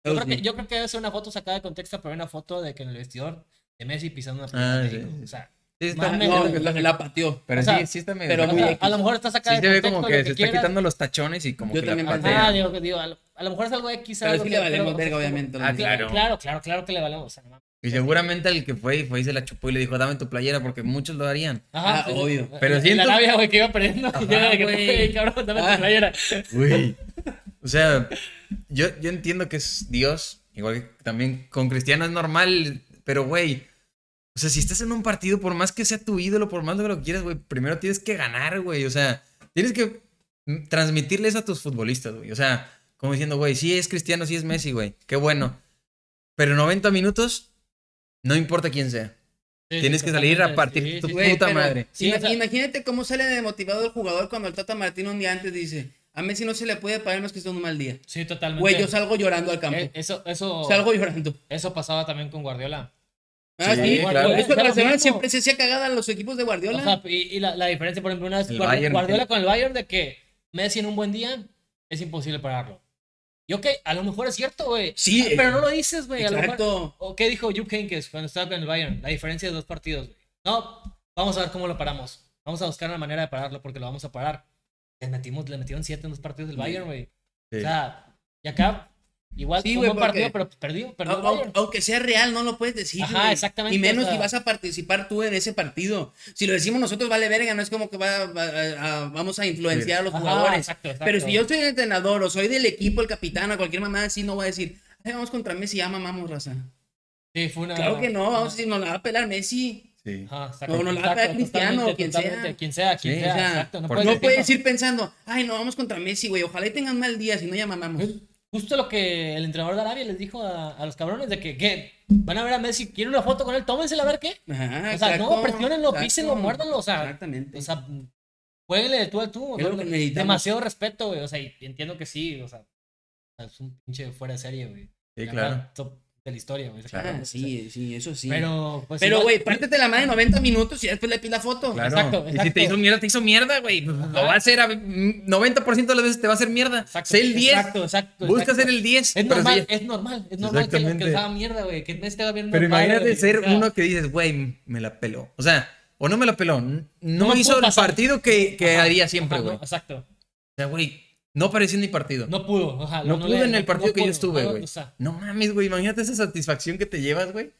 C: Dios
B: creo, que,
C: mío.
B: yo creo que debe ser una foto sacada de contexto, pero una foto de que en el vestidor de Messi pisando una
A: Ah,
B: pelota.
A: sí, sí.
B: O sea,
A: Sí, está-
B: Mames,
C: Ah, No, la, la pateó.
A: pero
B: o sea,
A: sí, sí está medio.
C: pero
B: o
A: está
C: muy
B: sea,
A: como-
B: a lo mejor está
A: sí
B: sacada
A: se ve
B: de
A: como que se
B: contexto. lo que
A: está
B: quitando
A: quitando los tachones y como
C: Yo
A: que la
C: también pensé.
A: patea.
B: Ah, digo, que- digo, a, lo, a lo mejor es algo X,
C: Pero
B: algo
C: sí
B: que-
C: le valemos
B: pero-
C: verga, obviamente.
A: Ah, claro.
B: Claro, claro, claro, claro que le valemos. o sea, no mames.
A: Y seguramente el que fue y fue y se la chupó y le dijo, dame tu playera porque muchos lo harían.
C: Ah, obvio.
A: Pero
B: en
A: siento-
B: La labia, güey, que iba perdiendo. <laughs> y yo era de que,
C: güey.
B: "Güey, cabrón, dame
C: Ah.
B: tu playera.
A: Güey. O sea, yo, yo entiendo que es Dios, igual que también con Cristiano es normal, pero güey. O sea, si estás en un partido, por más que sea tu ídolo, por más lo que lo quieras, güey, primero tienes que ganar, güey. O sea, tienes que mm, transmitirles a tus futbolistas, güey. O sea, como diciendo, güey, sí es Cristiano, sí es Messi, güey. Qué bueno. Pero 90 minutos, no importa quién sea. Tienes que salir a partir tu
B: sí,
C: Güey,
A: puta
C: pero
A: madre.
B: Sí,
C: ima-
B: o sea-
C: Imagínate cómo sale de motivado el jugador cuando el Tata Martín un día antes dice: A Messi no se le puede pagar más que sea un mal día.
B: Sí, totalmente.
C: Güey, yo salgo llorando al campo.
B: Eh, Eso, eso,
C: Salgo llorando.
B: eso pasaba también con Guardiola.
C: Ah,
A: Sí,
C: sí,
A: claro.
C: Por eso
B: Es lo
C: Barcelona
B: mismo.
C: siempre se hacía cagada a los equipos de Guardiola.
B: O sea, y, y la, la diferencia, por ejemplo, una vez
A: El
B: Guardi-
A: Bayern,
B: Guardiola
A: ¿qué?
B: con el Bayern de que Messi en un buen día es imposible pararlo. Y ok, a lo mejor es cierto, güey.
C: Sí, eh,
B: Ah, Pero no lo dices, güey. A lo mejor.
C: Exacto.
B: ¿O qué dijo Jupp Heynckes cuando estaba con el Bayern? La diferencia de dos partidos, güey. No, vamos a ver cómo lo paramos. Vamos a buscar una manera de pararlo porque lo vamos a parar. Le, metimos, le metieron siete en dos partidos del Bayern, güey.
A: Sí.
B: O sea, y acá, igual
C: Sí,
B: fue un
C: güey,
B: buen partido,
C: porque-
B: pero perdió, perdió el
C: Au- au-
B: Bayern.
C: Aunque sea real, no lo puedes decir.
B: Ajá,
C: güey.
B: exactamente,
C: Y menos
B: o sea.
C: si vas a participar tú en ese partido. Si lo decimos nosotros, vale verga, no es como que va- va- a- a- vamos a influenciar a los
B: Ajá,
C: jugadores.
B: exacto, exacto.
C: Pero si yo soy el entrenador o soy del equipo, el capitán, o cualquier mamada así, no voy a decir, "Ay, vamos contra Messi, ya mamamos, raza.
B: Sí, fue una-
C: claro que no, vamos a
B: una-
C: decir, nos la va a pelar Messi.
A: Sí.
B: Ajá, exacto,
C: No, no la va a
B: exacto,
C: pegar Cristiano,
B: totalmente,
C: quien
B: totalmente,
C: sea.
B: Quien sea, quien
A: Sí,
B: sea,
C: o sea,
B: exacto. Pues No
A: por-
B: puedes
C: No
A: Exacto.
C: puedes ir pensando, ay, no, vamos contra Messi, güey, ojalá y tengan mal día, si no ya mamamos.
B: Justo lo que el entrenador de Arabia les dijo a, a los cabrones de que, ¿qué? van a ver a Messi, quieren una foto con él, tómensela a ver qué.
C: Ajá,
B: Pues, O sea, no,
C: exacto,
B: presiónenlo,
C: exacto.
B: písenlo, muérdanlo, o sea,
C: Exactamente.
B: O sea, jueguenle de tú al tú. o
C: Es lo
B: sea,
C: que necesitamos.
B: demasiado respeto, güey. O sea, y entiendo que sí, o sea, es un pinche fuera de serie, güey.
A: Sí,
B: La
A: claro.
B: verdad, Top de la historia, güey.
A: Claro.
B: O sea,
C: Ah, sí, sí, eso sí.
B: Pero, pues,
C: Pero,
B: igual-
C: güey, pártete la madre 90 minutos y después le pides la foto.
A: Claro.
B: Exacto,
A: Y si
B: exacto.
A: te hizo mierda, te hizo mierda, güey. Lo va a hacer a 90% de las veces te va a hacer mierda.
B: exacto,
A: sé el 10.
B: Exacto, exacto.
A: Busca
B: exacto.
A: ser el 10.
B: Es
A: pero
B: normal,
A: sí-
B: es normal, es normal que, que
A: Exactamente.
B: les haga mierda, güey. Que Messi te haga bien.
A: Pero
B: normal,
A: imagínate
B: güey,
A: ser
B: o sea,
A: uno que dices, güey, me la peló. O sea, o no me la peló. n- No,
B: No me
A: hizo
B: pudo
A: el
B: pasar.
A: partido que, que
B: ajá,
A: haría
B: ajá,
A: siempre,
B: no,
A: güey. O
B: exacto.
A: sea, güey, no apareció en mi partido. No,
B: No pudo. Ajá,
A: pudo
B: le-
A: en el partido
B: no
A: que yo
B: pudo,
A: estuve,
B: no,
A: güey.
B: o sea,
A: No mames, güey. Imagínate esa satisfacción que te llevas, güey.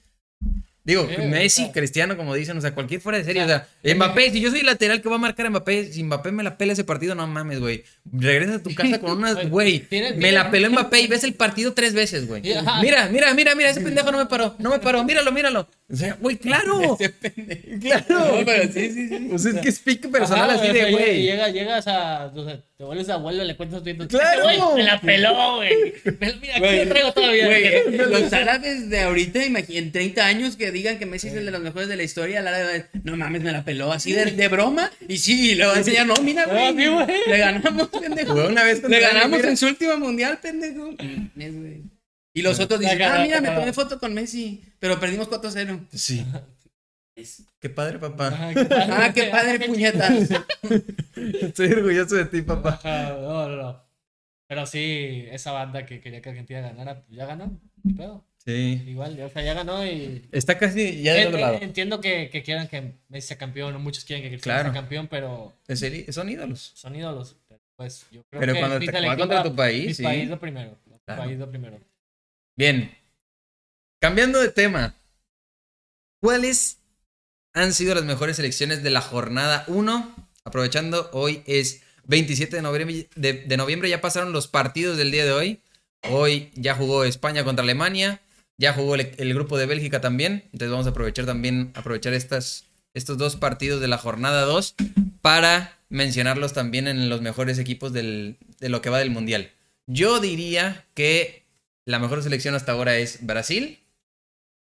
A: Digo,
B: Sí, güey,
A: Messi,
B: o sea.
A: Cristiano, como dicen, o sea, cualquier fuera de serie. O
B: Claro.
A: sea, Mbappé, si yo soy lateral que va a marcar a Mbappé, si Mbappé me la pela ese partido, no mames, güey. Regresa a tu casa
B: <laughs>
A: con unas,
B: Oye,
A: güey.
B: tiene-
A: Me la
B: tiene-
A: peló Mbappé y ves el partido tres veces, güey.
B: Sí, ajá.
A: Mira, mira, mira, mira, ese pendejo no me paró, no me paró, míralo, míralo. O sea, güey,
B: <laughs>
A: claro.
C: <laughs> No,
A: Claro.
C: pero sí, sí, sí.
A: O sea, es que es pique personal
B: Ajá,
A: así
B: o sea,
A: de,
B: llega-
A: güey.
B: Llega, llegas a. O sea, te vuelves abuelo, le cuentas tu Este
A: ¡Claro!
B: güey Me la peló, güey. Me- Mira, aquí
C: Güey,
B: lo traigo todavía.
C: Güey,
A: eh,
C: los árabes de ahorita, imagi- en 30 años, que digan que Messi es el de los mejores de la historia, la árabe, no mames, me la peló así de, de broma. Y sí, y le va a enseñar, no, mira,
B: <laughs> Ah, sí,
C: güey.
B: güey.
C: Le ganamos, pendejo.
A: Jugó una vez contra
C: Le ganamos
A: mira.
C: en su último mundial, pendejo. Mames, güey. Y los otros
B: Está
C: dicen, ah,
B: cagado,
C: mira,
B: está
C: me tomé
B: cagado. <laughs>
C: foto con Messi, pero perdimos 4-0.
A: Sí.
C: Es-
A: Qué padre, papá.
B: Ajá, qué padre.
C: Ah, qué padre, puñetas.
B: <laughs>
A: Estoy orgulloso de ti, papá.
B: Ajá, no, no, no. Pero sí, esa banda que quería que Argentina ganara, pues ya ganó. ¿Qué pedo?
A: Sí.
B: Igual, ya, o sea, ya ganó y.
A: Está casi ya del
B: Eh,
A: otro
B: eh,
A: lado.
B: Entiendo que, que quieran que Messi sea campeón, o muchos quieren que Cristiano
A: Claro.
B: sea campeón, pero
A: En serio, son ídolos.
B: son ídolos. Pero, Pues yo creo
A: Pero
B: que
A: cuando te
B: ahorita le
A: juegas
B: quito
A: contra
B: a
A: tu país,
B: mi
A: sí.
B: país lo primero. mi
A: Claro.
B: país lo primero.
A: Bien. Cambiando de tema. ¿Cuáles han sido las mejores selecciones de la jornada 1? Aprovechando, hoy es 27 de noviembre, de, de noviembre, ya pasaron los partidos del día de hoy. Hoy ya jugó España contra Alemania, ya jugó el, el grupo de Bélgica también. Entonces vamos a aprovechar también, aprovechar estas, estos dos partidos de la jornada 2 para mencionarlos también en los mejores equipos del- de lo que va del Mundial. Yo diría que la mejor selección hasta ahora es Brasil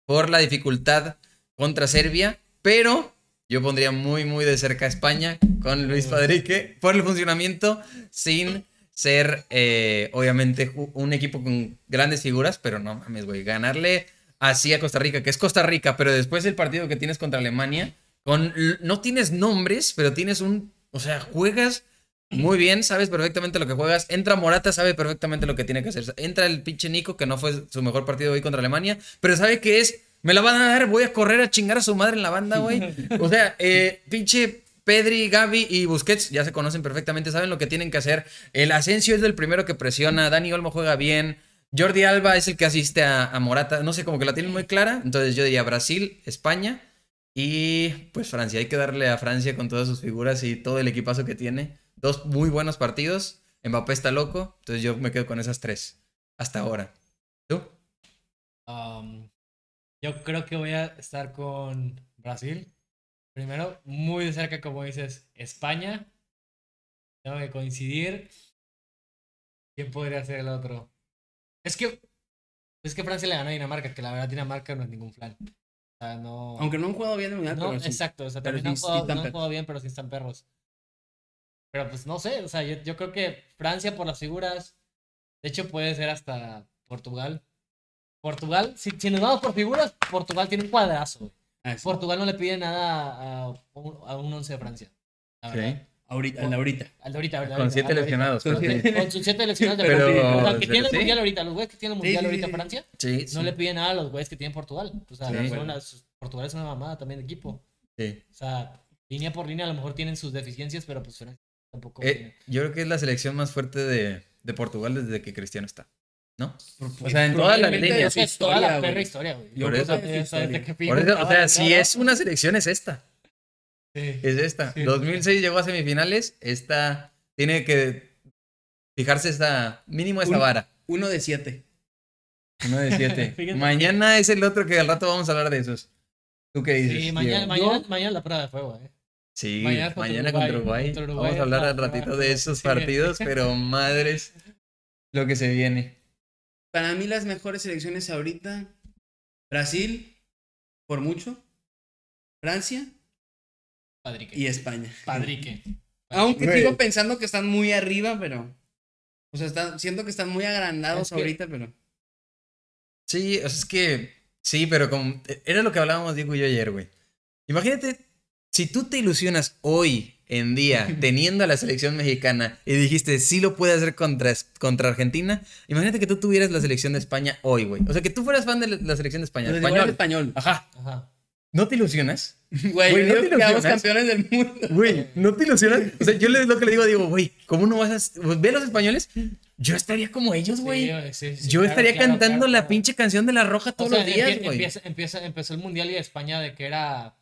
A: por la dificultad contra Serbia, pero yo pondría muy muy de cerca a España con Luis Padrique por el funcionamiento sin ser eh, obviamente u- un equipo con grandes figuras, pero no mames, güey, ganarle así a Costa Rica, que es Costa Rica, pero después del partido que tienes contra Alemania, con l- no tienes nombres, pero tienes un, o sea, juegas muy bien, sabes perfectamente lo que juegas. Entra Morata, sabe perfectamente lo que tiene que hacer. Entra el pinche Nico, que no fue su mejor partido hoy contra Alemania, pero sabe que es, me la van a dar, voy a correr a chingar a su madre en la banda, güey. O sea, eh, pinche Pedri, Gaby y Busquets ya se conocen perfectamente, saben lo que tienen que hacer. El Asensio es el primero que presiona, Dani Olmo juega bien. Jordi Alba es el que asiste a, a Morata, no sé, como que la tienen muy clara. Entonces yo diría Brasil, España y pues Francia. Hay que darle a Francia con todas sus figuras y todo el equipazo que tiene. Dos muy buenos partidos. Mbappé está loco. Entonces yo me quedo con esas tres. Hasta ahora. ¿Tú?
B: Um, yo creo que voy a estar con Brasil. Primero, muy de cerca, como dices, España. Tengo que coincidir. ¿Quién podría ser el otro? Es que, es que Francia le ganó a Dinamarca, que la verdad Dinamarca no es ningún flan. O sea, no.
C: Aunque no han jugado bien en
B: No,
C: pero sí.
B: exacto, o sea,
C: pero
B: también han
C: sí- sí
B: jugado,
C: están
B: no han
C: perros.
B: jugado bien, pero sí están perros. Pero pues no sé, o sea, yo, yo creo que Francia por las figuras, de hecho puede ser hasta Portugal. Portugal, si, si nos vamos por figuras, Portugal tiene un cuadrazo. güey.
C: Ah, sí.
B: Portugal no le pide nada a, un, a un once de Francia. La verdad.
C: Ahorita, la ahorita.
B: Al de ahorita, al de
A: Con
B: ahorita,
A: siete
B: al de ahorita.
A: lesionados.
C: Con
A: creo que-
C: siete.
B: Con sus
C: <laughs>
B: siete lesionados de
A: Pero-
B: Francia. O sea,
A: pero
B: que tienen el
A: sí.
B: mundial ahorita, los güeyes que tienen el
C: Sí,
B: mundial
C: sí,
B: ahorita
C: sí.
B: Francia,
A: Sí,
B: no
A: sí,
B: le piden nada a los güeyes que tienen Portugal. O sea,
A: Sí.
B: son unas- Portugal es una mamada también de equipo.
A: sí.
B: O sea, línea por línea a lo mejor tienen sus deficiencias, pero pues Francia tampoco.
A: Eh,
B: tiene.
A: yo creo que es la selección más fuerte de, de Portugal desde que Cristiano está. ¿no?
C: Porque
A: O sea, en todas las
C: probablemente
A: líneas.
C: de
B: Esa
C: su
B: es Pues, toda la
C: historia,
B: perra
C: güey.
B: historia, güey.
A: Por eso-
B: creo que
C: es su
B: esa es de
C: historia.
B: que
A: Por eso, o
B: Figo
A: sea,
B: estaba
A: si
B: ganando.
A: es una selección es esta.
B: Sí.
A: Es esta.
B: Sí.
A: 2006 llegó a semifinales. Esta tiene que fijarse esta mínimo esta
C: Un-
A: vara.
C: Uno de siete.
A: Uno de siete.
B: Fíjate.
A: mañana es el otro que al rato vamos a hablar de esos. ¿Tú qué dices?
B: Sí, mañana,
A: Diego?
B: mañana, mañana la prueba de fuego, eh.
A: Sí,
B: mañana
A: mañana,
B: contra
A: contra,
B: Uruguay.
A: Uruguay.
B: Contra Uruguay
A: Vamos a hablar
B: la-
A: al ratito
B: la-
A: de esos
B: sí.
A: partidos,
B: <laughs>
A: pero madres, lo que se viene.
C: Para mí las mejores selecciones ahorita, Brasil, por mucho, Francia
B: Padrique.
C: y España.
B: Padrique.
C: Aunque
A: Güey.
C: sigo pensando que están muy arriba, pero... O sea, están, siento que están muy agrandados
B: Es que-
C: ahorita, pero...
A: Sí, o sea, es que sí, pero como era lo que hablábamos Diego y yo ayer, güey. Imagínate si tú te ilusionas hoy en
B: <laughs>
A: día teniendo a la selección mexicana y dijiste, sí lo puede hacer contra, Es- contra Argentina, imagínate que tú tuvieras la selección de España hoy, güey. O sea, que tú fueras fan de la- la selección de España. español.
C: Español. español.
A: Ajá.
B: Ajá.
A: ¿No te ilusionas?
C: <laughs> Güey,
A: Güey,
C: yo
A: ¿no
C: digo
A: te
C: que quedamos
A: ilusionas?
C: campeones del mundo.
A: Güey, ¿no te ilusionas? O sea, yo le- lo que le digo, digo, güey, ¿cómo no vas a...? Ve a los españoles, yo estaría como ellos,
B: Sí,
A: Pues, güey.
B: sí, sí,
A: yo
B: claro,
A: estaría
B: claro,
A: cantando
B: claro,
A: la
B: claro.
A: pinche canción de La Roja
B: O
A: todos
B: sea,
A: los días,
B: empie-
A: güey.
B: empieza, empieza- empezó el mundial y España de que era.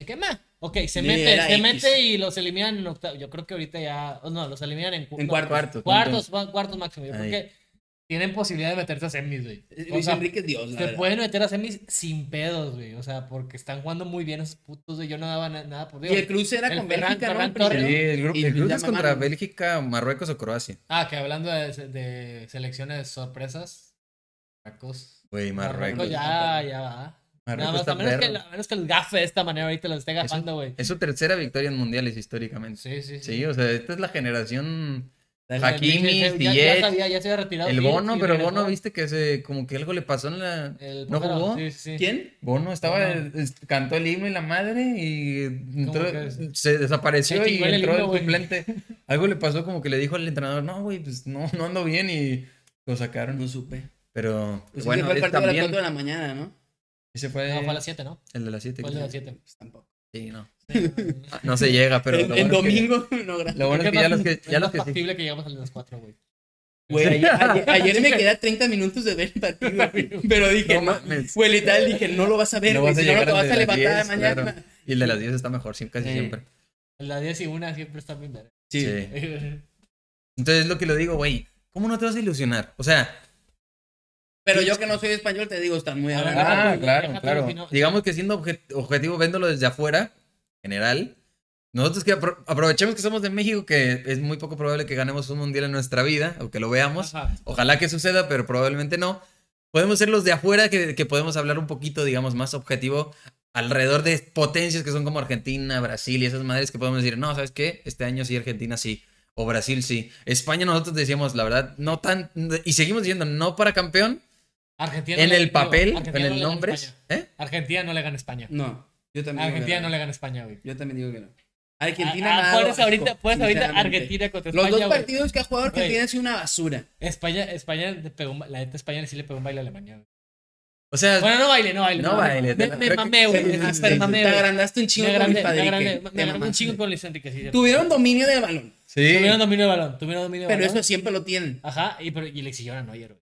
B: ¿De qué más? Ok, se
C: De
B: mete,
C: era
B: se
C: X.
B: mete y los eliminan en octavo. Yo creo que ahorita ya. oh, No, los eliminan en, cu-
C: En
B: no,
C: cuartos.
A: Cuartos.
B: Cuartos, cua- cuartos máximo. Yo
A: Ahí. Eh,
B: creo que tienen posibilidad de meterse a semis, güey. O
C: Luis
B: sea,
C: Enrique es Dios, la
B: se
C: verdad.
B: pueden meter a semis sin pedos, güey. O sea, porque están jugando muy bien esos putos, güey. Yo no daba na- nada por
C: Y el
B: Dios.
C: cruce era
B: El
C: con
B: Ferran-
C: Bélgica,
B: Ferran
C: ¿no? Pero-
A: Sí, el grupo,
C: Y
A: el grupo
C: ya
A: es contra
C: mamaron.
A: Bélgica, Marruecos o Croacia.
B: Ah, que hablando de, de selecciones sorpresas. Marruecos.
A: Güey, Marruecos.
B: Marruecos ya, ya va. Nada
A: Marruecos
B: más, a
A: está
B: menos que,
A: perro.
B: a menos que los gafe de esta manera ahorita los esté gafando, güey.
A: Es su tercera victoria en mundiales históricamente.
B: Sí, sí, sí.
A: Sí, o sea, esta es la generación
C: Dale,
A: Aquí- Hakimi,
B: Ya- ya-
A: Ziyech,
B: Ya sabía, ya se había retirado.
A: El
B: sí,
A: Bono,
B: sí,
A: pero
B: regresó.
A: Bono, viste que se, como que algo le pasó en la.
B: El
A: ¿No
B: portero,
A: jugó?
B: Sí, sí, sí.
C: ¿Quién?
A: Bono estaba, eh,
B: Bono.
A: es- cantó el himno y la madre y entró-
B: que es?
A: se desapareció
B: Se
A: y
B: chingó el
A: entró el
B: himno, güey.
A: suplente. Algo le pasó como que le dijo al entrenador, no, güey, pues no, no ando bien y lo sacaron.
C: No supe.
A: Pero
C: Pues
A: bueno,
C: bueno, fue el
A: es
C: partido a las 4
A: también
C: de la mañana, ¿no?
A: ese fue,
B: No, fue a las 7, ¿no?
A: el de las 7.
B: Fue el de
A: <laughs>
B: las 7.
C: Pues tampoco.
A: Sí, no. Ah,
B: Sí,
A: No se llega, pero
C: en
A: lo
C: en
A: bueno es que-
C: domingo, <laughs> no, gracias.
A: lo bueno es que ya los que, ya los
B: es más
A: que sí-
B: factible que llegamos al de las 4, güey.
C: Güey,
A: <laughs>
C: ayer, ayer- ayer me quedé a 30 minutos de ver el partido, güey. pero dije,
A: No
C: no,
A: mames.
C: fue letal, dije, no lo vas a ver,
A: no
C: güey,
A: vas a
C: si no, no
A: llegar al
C: te vas
A: de
C: a
A: las
C: levantar
A: 10,
C: mañana.
A: claro. Y el de las 10 está mejor, sí, casi
C: Sí.
A: siempre.
B: La 10 y 1 siempre están bien verdes.
C: Sí.
A: Sí. Entonces es lo que lo digo, güey, ¿cómo no te vas a ilusionar? O sea,
C: Pero yo que no soy español, te digo, están muy
B: Ah,
C: adelante.
A: Ah,
B: pues,
A: claro,
B: déjate
A: claro.
B: si no-
A: Digamos que siendo obje- objetivo, viéndolo desde afuera, general, nosotros que apro- aprovechemos que somos de México, que es muy poco probable que ganemos un mundial en nuestra vida, o que lo veamos.
B: Ajá.
A: Ojalá que suceda, pero probablemente no. Podemos ser los de afuera que, que podemos hablar un poquito, digamos, más objetivo alrededor de potencias que son como Argentina, Brasil y esas madres que podemos decir, no, ¿sabes qué? Este año sí, Argentina sí. O Brasil sí. España nosotros decíamos, la verdad, no tan... Y seguimos diciendo, no para campeón,
B: Argentina no
A: en
B: le-
A: el
B: digo,
A: papel, en
B: Argentina no
A: el
B: le gana a
A: nombre.
B: España.
A: ¿Eh?
B: Argentina no le gana a España.
C: No, yo también. digo
B: Argentina
C: que
B: no le gana a España, güey.
C: Yo también digo que no. Argentina
B: Ah, ah,
C: me ha dado
B: pones ahorita,
C: asco,
B: pones ahorita
C: sinceramente.
B: Argentina contra
C: Los
B: España.
C: dos
B: güey.
C: partidos que ha jugado Argentina han sido una basura.
B: España, España le pegó, un ba- la neta España sí le pegó un baile a Alemania. güey.
A: O sea,
B: Bueno, no baile, no baile.
A: No baile, te
B: Me,
A: la-
B: me
A: creo que-
B: mamé, güey.
A: sí, sí, sí,
B: Hasta
A: sí.
B: me mamé,
C: Te
B: güey.
C: agrandaste un
B: Me
C: chingo con
B: agrandé,
C: Luis
B: me
C: Padrique.
B: agrandé,
C: Te
B: me agrandé un
C: mamaste.
B: chingo con Luis Enrique. sí, cierto.
C: Tuvieron dominio del balón,
A: sí.
B: Tuvieron dominio de balón, tuvieron dominio de
C: pero
B: balón.
C: eso siempre lo tienen.
B: Ajá, y, pero, y le exigieron a Neuer, güey.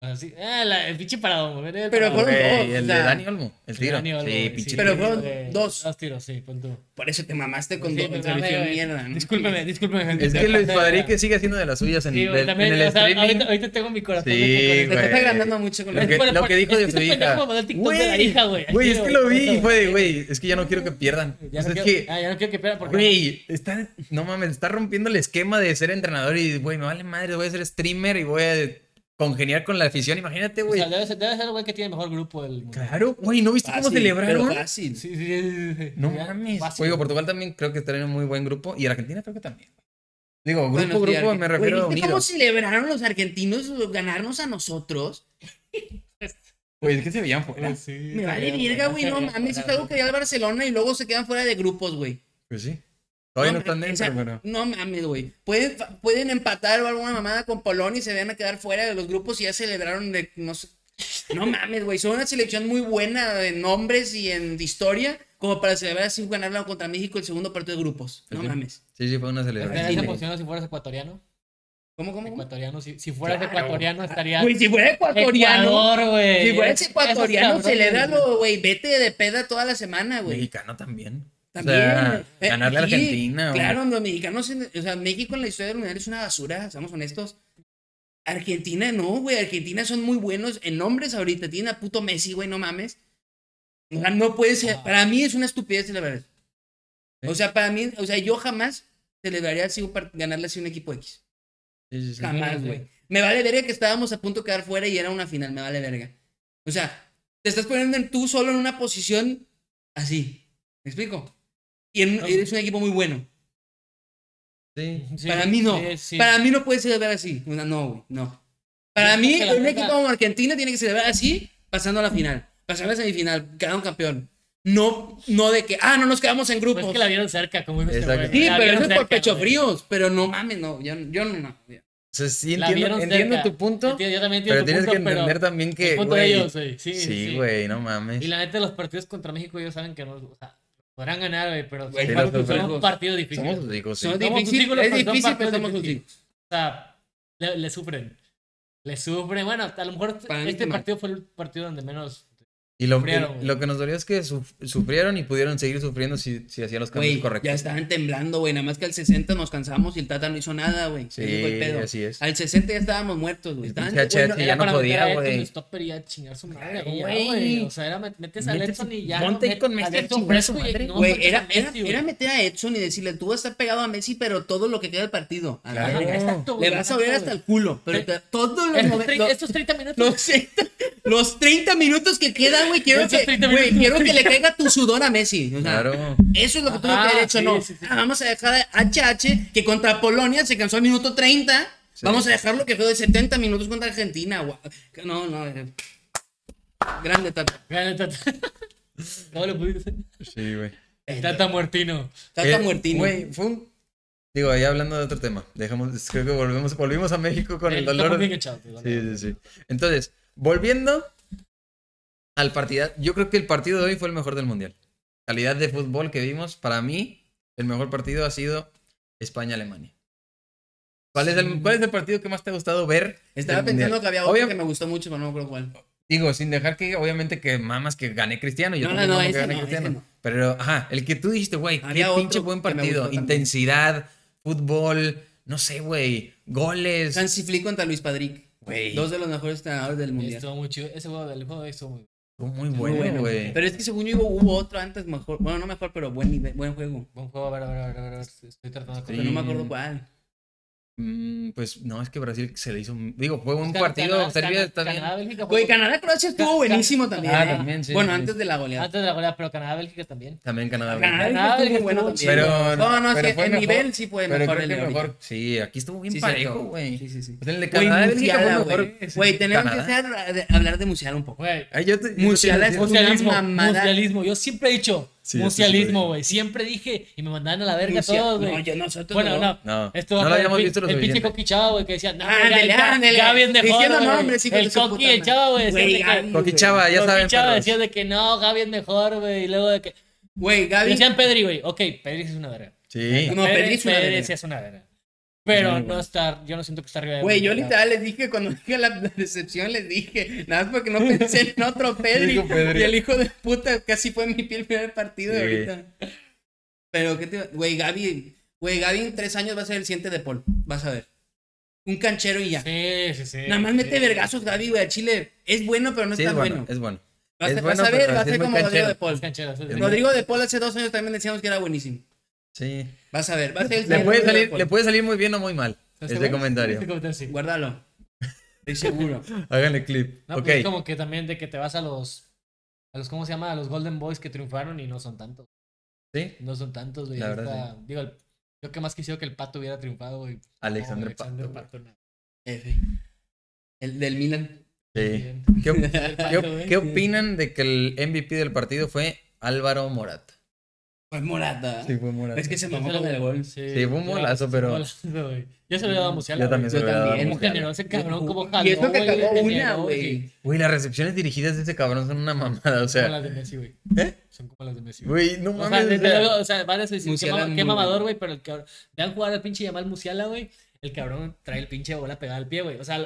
B: O sea, sí, ah, la- el pinche eh, parado, güey. el
C: Pero
B: parado.
C: fueron-
A: Güey,
C: dos,
A: el de
C: o sea,
A: Dani Olmo, el tiro.
B: Dani o algo,
A: sí,
B: güey,
A: pinche.
B: sí,
C: Pero
B: sí,
C: fueron
B: güey,
C: dos.
B: Dos tiros, sí, pon tú.
C: Por eso te mamaste con
B: Sí,
C: dos
B: me
C: selección
B: mamé, güey.
C: mierda, ¿no?
B: Discúlpeme, discúlpeme, gente.
A: Es que Luis
B: Sí,
A: Padrique sigue haciendo de las suyas en,
B: Sí, güey,
A: del-
B: también,
A: en el
B: o sea,
A: streaming.
B: ahorita, ahorita tengo mi
A: Sí,
B: corazón. en
C: Te
B: esta
A: güey.
C: estás agrandando mucho con
A: Lo
C: los
A: que,
B: Bueno,
A: lo
B: por-
A: que dijo
B: es que
A: de su
B: este pendejo mandó
A: hija.
B: el TikTok de la hija, güey.
A: Güey, es que lo vi y
B: Puta,
A: fue de, güey, es que ya no quiero que pierdan.
B: corazón.
A: O
B: Ya
A: sea,
B: no
A: Pues es
B: quiero-
A: que,
B: ah, ya no quiero que pierda porque.
A: güey, está, no mames, está rompiendo el esquema de ser entrenador y, güey, me vale madre, voy a ser streamer y voy a congeniar con la afición. Imagínate,
B: O
A: güey.
B: sea, Ah, debe ser, debe ser el güey que tiene el mejor grupo del mundo.
A: Claro, güey, ¿no viste cómo
C: Fácil,
A: celebraron?
C: pero fácil.
B: Sí, sí, sí, sí.
A: No
B: Ya,
A: mames.
B: fácil.
A: Oigo, Portugal también creo que está en un muy buen grupo. Y Argentina creo que también. Digo, grupo,
C: Bueno, sí,
A: grupo,
C: Argen-
A: me refiero a
C: Güey, ¿viste ¿Cómo
A: unidos.
C: celebraron los argentinos ganarnos a nosotros?
A: Güey, es que se veían fuera.
B: Eh, sí,
C: Me vale
B: también,
C: verga, güey, no
B: también,
C: mames, es
B: también.
C: algo que dio al Barcelona y luego se quedan fuera de grupos, güey.
A: Pues sí. Todavía no, están
C: mames,
A: dentro,
C: o
A: pero.
C: sea, No mames, güey. Pueden, fa- pueden empatar o alguna mamada con Polonia y se van a quedar fuera de los grupos y ya celebraron de, no sé. No mames, güey. Son una selección muy buena en nombres y en historia como para celebrar así ganarla contra México el segundo partido de grupos. No
A: Sí.
C: mames.
A: Sí, sí, fue una
B: ¿Estarías
A: celebración.
B: emocionado si fueras ecuatoriano?
C: ¿Cómo, cómo, cómo?
B: Ecuatoriano, si, si fueras
C: Claro.
B: ecuatoriano estaría.
C: Güey, si fuera ecuatoriano.
B: Ecuador, güey.
C: Si fueras
B: Esos
C: ecuatoriano,
B: cabrones, güey.
C: celébralo, güey. Vete de peda toda la semana, güey.
A: Mexicano también.
C: También.
A: O sea,
C: Eh,
A: ganarle a
C: sí,
A: Argentina. güey.
C: Claro, los mexicanos, en- o sea, México en la historia del mundial es una basura, seamos honestos. Argentina no, güey. Argentina son muy buenos en nombres ahorita. Tiene a puto Messi, güey, no mames. O sea, no puede ser.
B: Ah.
C: Para mí es una estupidez celebrar.
A: Sí.
C: O sea, para mí, o sea, yo jamás celebraría así un par- ganarle así un equipo X.
A: Sí, sí, sí.
C: Jamás,
B: sí.
C: güey. Me vale verga que estábamos a punto de quedar fuera y era una final, me vale verga. O sea, te estás poniendo en tú solo en una posición así. ¿Me explico? Y en-
B: No.
C: eres un equipo muy bueno.
A: Sí.
B: Sí,
C: para mí no.
B: sí, sí.
C: Para mí no puede celebrar así. O sea, No, güey, no. Para
B: Yo
C: mí,
B: creo que la
C: un
B: neta-
C: equipo como Argentina tiene que celebrar así, pasando a la final, pasando a la semifinal, quedando campeón. No, no de que, ah, no nos quedamos en grupos.
B: Pues es que la vieron cerca, como digo este
A: Exacto.
B: güey.
C: sí,
B: La
C: pero
B: vieron
C: eso es por
B: cerca,
C: pecho
B: güey.
C: fríos. Pero no mames, no, yo, yo no. no.
A: O sea, sí,
B: La
A: entiendo,
B: vieron
A: entiendo
B: cerca.
A: tu punto.
B: Entiendo, yo también entiendo
A: pero
B: tu
A: tienes
B: punto,
A: que
B: pero
A: entender también
B: el
A: que.
B: punto de
A: güey,
B: ellos, güey. Sí,
A: Sí, güey, no mames.
B: Y la neta, los partidos contra México, ellos saben que no. O sea, podrán ganar, güey, pero
C: Güey,
B: son,
A: los
B: partidos- son
C: sufrimos.
B: partidos difíciles.
A: Somos ricos, sí.
C: Son
B: Somos sus
C: difícil-
B: hijos,
C: es
B: pero son
C: difícil, pero
B: partidos
C: somos sus
B: difíciles.
C: hijos.
B: O sea, le, le sufren. Le sufren. Bueno, a lo mejor
C: Para mí
B: este
C: que no.
B: partido fue el partido donde menos.
A: Y lo,
B: Sufrieron,
A: y
B: güey.
A: lo que nos dolió es que suf- sufrieron y pudieron seguir sufriendo si, si hacían los cambios
C: Güey,
A: correctos.
C: ya estaban temblando, güey. Nada más que al 60 nos cansamos y el Tata no hizo nada, güey.
A: Sí,
C: Ese fue el pedo.
A: así es.
C: Al 60 ya estábamos muertos, güey.
A: El
C: Estaban-
A: pinche
C: güey, no-
A: H- Sí, ya no podía,
B: meter a Edson
A: güey.
B: y Stopper y a chingar su madre.
A: Claro,
B: y ya,
A: güey.
B: güey. O sea, era met- metes a
A: Metes-
B: Edson y ya.
A: ponte ahí
B: met-
A: con Messi
B: a
A: a
B: Edson
A: chingar a su
B: fresco y-
A: madre.
B: no,
C: Güey,
B: metes a
C: era, era,
B: Messi, güey.
C: era meter a Edson y decirle, tú vas a estar pegado a Messi, pero todo lo que queda del partido. A la
A: Claro.
C: verga.
B: Exacto, güey,
C: Le vas a
B: exacto,
C: oler hasta
B: güey.
C: el culo, pero
B: Sí.
C: te- todos los,
B: Estos,
C: momen-
B: tre-
C: los,
B: estos 30 minutos.
C: los 60 los 30 minutos que quedan, güey, quiero,
B: Eso es
C: que,
B: 30
C: güey,
B: minutos.
C: quiero que le caiga tu sudor a Messi. O sea,
A: Claro.
C: Eso es lo que tuvo
B: Ajá,
C: que haber hecho,
B: sí,
C: no.
B: sí, sí.
C: Ah, vamos a dejar a HH, que contra Polonia se cansó al minuto 30.
A: Sí.
C: Vamos a dejarlo que juegue 70 minutos contra Argentina. guau. No, no. eh. Grande, Tata.
B: Gana
A: <laughs>
B: el Tata. ¿Cómo lo pudiste?
A: Sí, güey.
B: El Tata Muertino.
C: Tata
A: Eh,
C: Muertini.
A: Güey, fue un... Digo, ahí hablando de otro tema. Dejamos, creo que volvemos, volvimos a México con el dolor.
B: Bien echado, el dolor.
A: Sí, sí, sí. Entonces, volviendo al partido, yo creo que el partido de hoy fue el mejor del mundial. Calidad de fútbol que vimos, para mí, el mejor partido ha sido España-Alemania. ¿Cuál, es el, ¿Cuál es el partido que más te ha gustado ver?
C: Estaba
A: del
C: pensando
A: Mundial?
C: que había otro
A: Obvia-
C: que me gustó mucho, pero no me acuerdo cuál.
A: Digo, sin dejar que, obviamente, que mamas que gané Cristiano. Yo
C: No, no,
A: también
C: no,
A: mamo que
C: ese
A: gané
C: no, ese
A: Cristiano.
C: no.
A: Pero, ajá, el que tú dijiste, güey, qué
C: Había otro
A: pinche buen
C: que me
A: partido.
C: gustó también.
A: Intensidad, fútbol, no sé, güey, goles.
C: Hansi Flick contra Luis Padrick.
A: Güey.
C: Dos de los mejores entrenadores del mundial.
B: Estuvo muy chido. Ese juego del juego de hoy estuvo muy
A: Estuvo muy
C: Muy
A: bueno, güey.
C: Pero es que según yo hubo, hubo otro antes mejor. Bueno, no mejor, pero buen nivel, buen juego.
B: buen juego. A ver, a ver, a ver, a ver, a ver. Estoy tratando
A: Sí.
B: de
C: Pero no me acuerdo cuál.
A: Mm, pues no, es que Brasil se le hizo. un- Digo, fue un
B: Can-
A: partido.
B: Canadá-
A: Serbia
B: Cana-
A: está bien.
B: Canadá, Bélgica.
C: Güey,
B: fue-
C: Canadá-Croacia estuvo buenísimo también.
B: Ah,
C: ¿eh?
A: también, sí,
C: bueno,
A: sí.
C: antes de la goleada.
B: Antes de la goleada, pero Canadá, Bélgica también.
A: También Canadá. güey.
C: Canadá
B: Canadá
C: estuvo muy
B: estuvo
C: bueno
B: chido.
C: también.
A: Ah, Pero,
C: no, no,
A: pero
C: sí,
A: fue
C: el
A: mejor.
C: nivel sí fue
A: Pero
C: mejor
A: creo
C: el
A: que
C: de ahorita.
A: mejor. Sí, aquí estuvo bien
C: Sí,
A: parejo,
C: cierto.
A: güey.
C: Sí, sí, sí.
A: El de
C: Güey,
A: Canadá. de Bélgica
C: Musiala,
A: fue mejor.
C: güey. Güey, tenemos que
A: Canadá.
C: empezar a de- hablar de Musiala un poco. eh.
B: Güey.
A: Ay, yo te- yo te
C: Musiala
A: iba a
C: es-
A: decir-
B: Mundialismo,
C: una mamada.
B: mundialismo. Yo siempre he dicho
A: Sí, eso sí lo
B: mundialismo,
A: digo.
B: güey. Siempre dije y me mandaban a la verga
C: Musiala-
B: todos, güey.
C: no, yo nosotros
B: Bueno,
C: no.
B: no.
A: No,
B: Esto
A: no
B: va
A: lo
B: a ser
A: habíamos
B: el, pin-
A: visto lo
B: el pinche
A: suficiente.
B: Coqui Chava, güey, que decía, no, ya-
C: Ándale,
B: ya-
C: ándale.
B: Gaby es mejor.
C: Diciendo
B: güey.
C: nombres, hijo de
B: El
C: su
B: Coqui y
C: puta
B: el Chava, güey. decían
C: Güey,
B: de
C: Gaby,
B: que-
A: Coqui
C: güey.
A: Chava, ya
B: Coqui
A: saben.
B: Chava
A: perros.
B: decía de que no, Gaby es mejor, güey. Y luego de que.
C: Güey, Gaby.
B: Decían Pedri, güey. Ok, Pedri sí es una verga.
A: Sí.
C: No, Pedri es una
B: Pedri
C: verga.
B: sí es una verga. Pero
A: Sí, güey.
B: no está, yo no siento que está arriba de
C: Güey, yo
B: Gaby.
C: literal les dije, cuando <laughs> dije la la decepción, les dije, nada más porque no pensé
A: <laughs>
C: en otro Pedri.
A: Dijo Pedri.
C: Y el hijo de puta casi fue mi piel primer partido
A: Sí.
C: ahorita. Pero, ¿qué te Güey, Gaby, güey, Gaby en tres años va a ser el siguiente de Paul, vas a ver. Un canchero y ya.
B: Sí, sí, sí.
C: nada más
B: sí.
C: mete vergazos, Gaby, güey, a Chile. Es bueno, pero no
A: Sí,
C: es
A: es
C: tan bueno.
A: bueno. Es bueno.
C: Vas,
A: es
C: a- vas
A: bueno,
C: a ver,
A: pero
C: va a
A: es
C: ser
A: muy
C: como Rodrigo
A: canchero.
C: de Paul.
B: Es canchero, sí, sí.
A: Es muy-
C: Rodrigo de Paul hace dos años también decíamos que era buenísimo.
A: Sí.
C: Vas a ver, va a ser el
A: Le
C: siguiente
A: puede
C: Rodrigo de
A: salir,
C: Paul.
A: le puede salir muy bien o muy mal.
B: Este
A: Este
B: güey,
A: comentario.
B: este comentario, sí.
C: Guárdalo.
A: <laughs>
C: Estoy seguro.
A: Háganle clip.
B: No,
A: ok.
B: pues es como que también de que te vas a los, a los, ¿cómo se llama? A los Golden Boys que triunfaron y no son tantos.
A: Sí.
B: No son tantos, güey.
A: La verdad,
B: Está- Digo, el- yo que más quisiera que el Pato hubiera triunfado, güey.
A: Alexander
B: No,
A: Pato. güey.
B: no.
C: F. El del Milan.
B: <laughs>
A: Sí.
B: Bien.
A: ¿Qué,
B: El
A: qué-
B: Pato, güey.
A: qué opinan de que el MVP del partido fue Álvaro Morata?
C: Pues Morata.
A: fue Morata.
C: es que se
B: Yo
C: mamó
B: se lo-
C: con el gol.
B: Sí,
A: Sí, fue un
B: yo-
A: golazo, pero-
B: golazo, güey. Yo se lo he dado a Musiala.
A: Yo también se
C: yo
A: lo voy a dar.
C: también.
B: Como generó ese cabrón, como jaló,
C: Y eso que
B: güey,
C: cagó
B: generó,
C: una,
B: que-
C: güey.
A: Güey, las recepciones dirigidas de ese cabrón son una mamada, o
B: Como
A: sea.
B: las de Messi, güey.
A: ¿Eh?
B: Son como las de Messi, güey.
A: Güey, no
B: O sea,
A: mames.
B: desde
A: o sea,
B: luego, o sea, van a decir, qué,
C: Musiala
B: mama-
C: muy
B: qué mamador,
C: bueno.
B: güey, pero el cabrón... Vean jugar al pinche Yamal Musiala, güey. El cabrón trae el pinche bola pegada al pie, güey. O sea,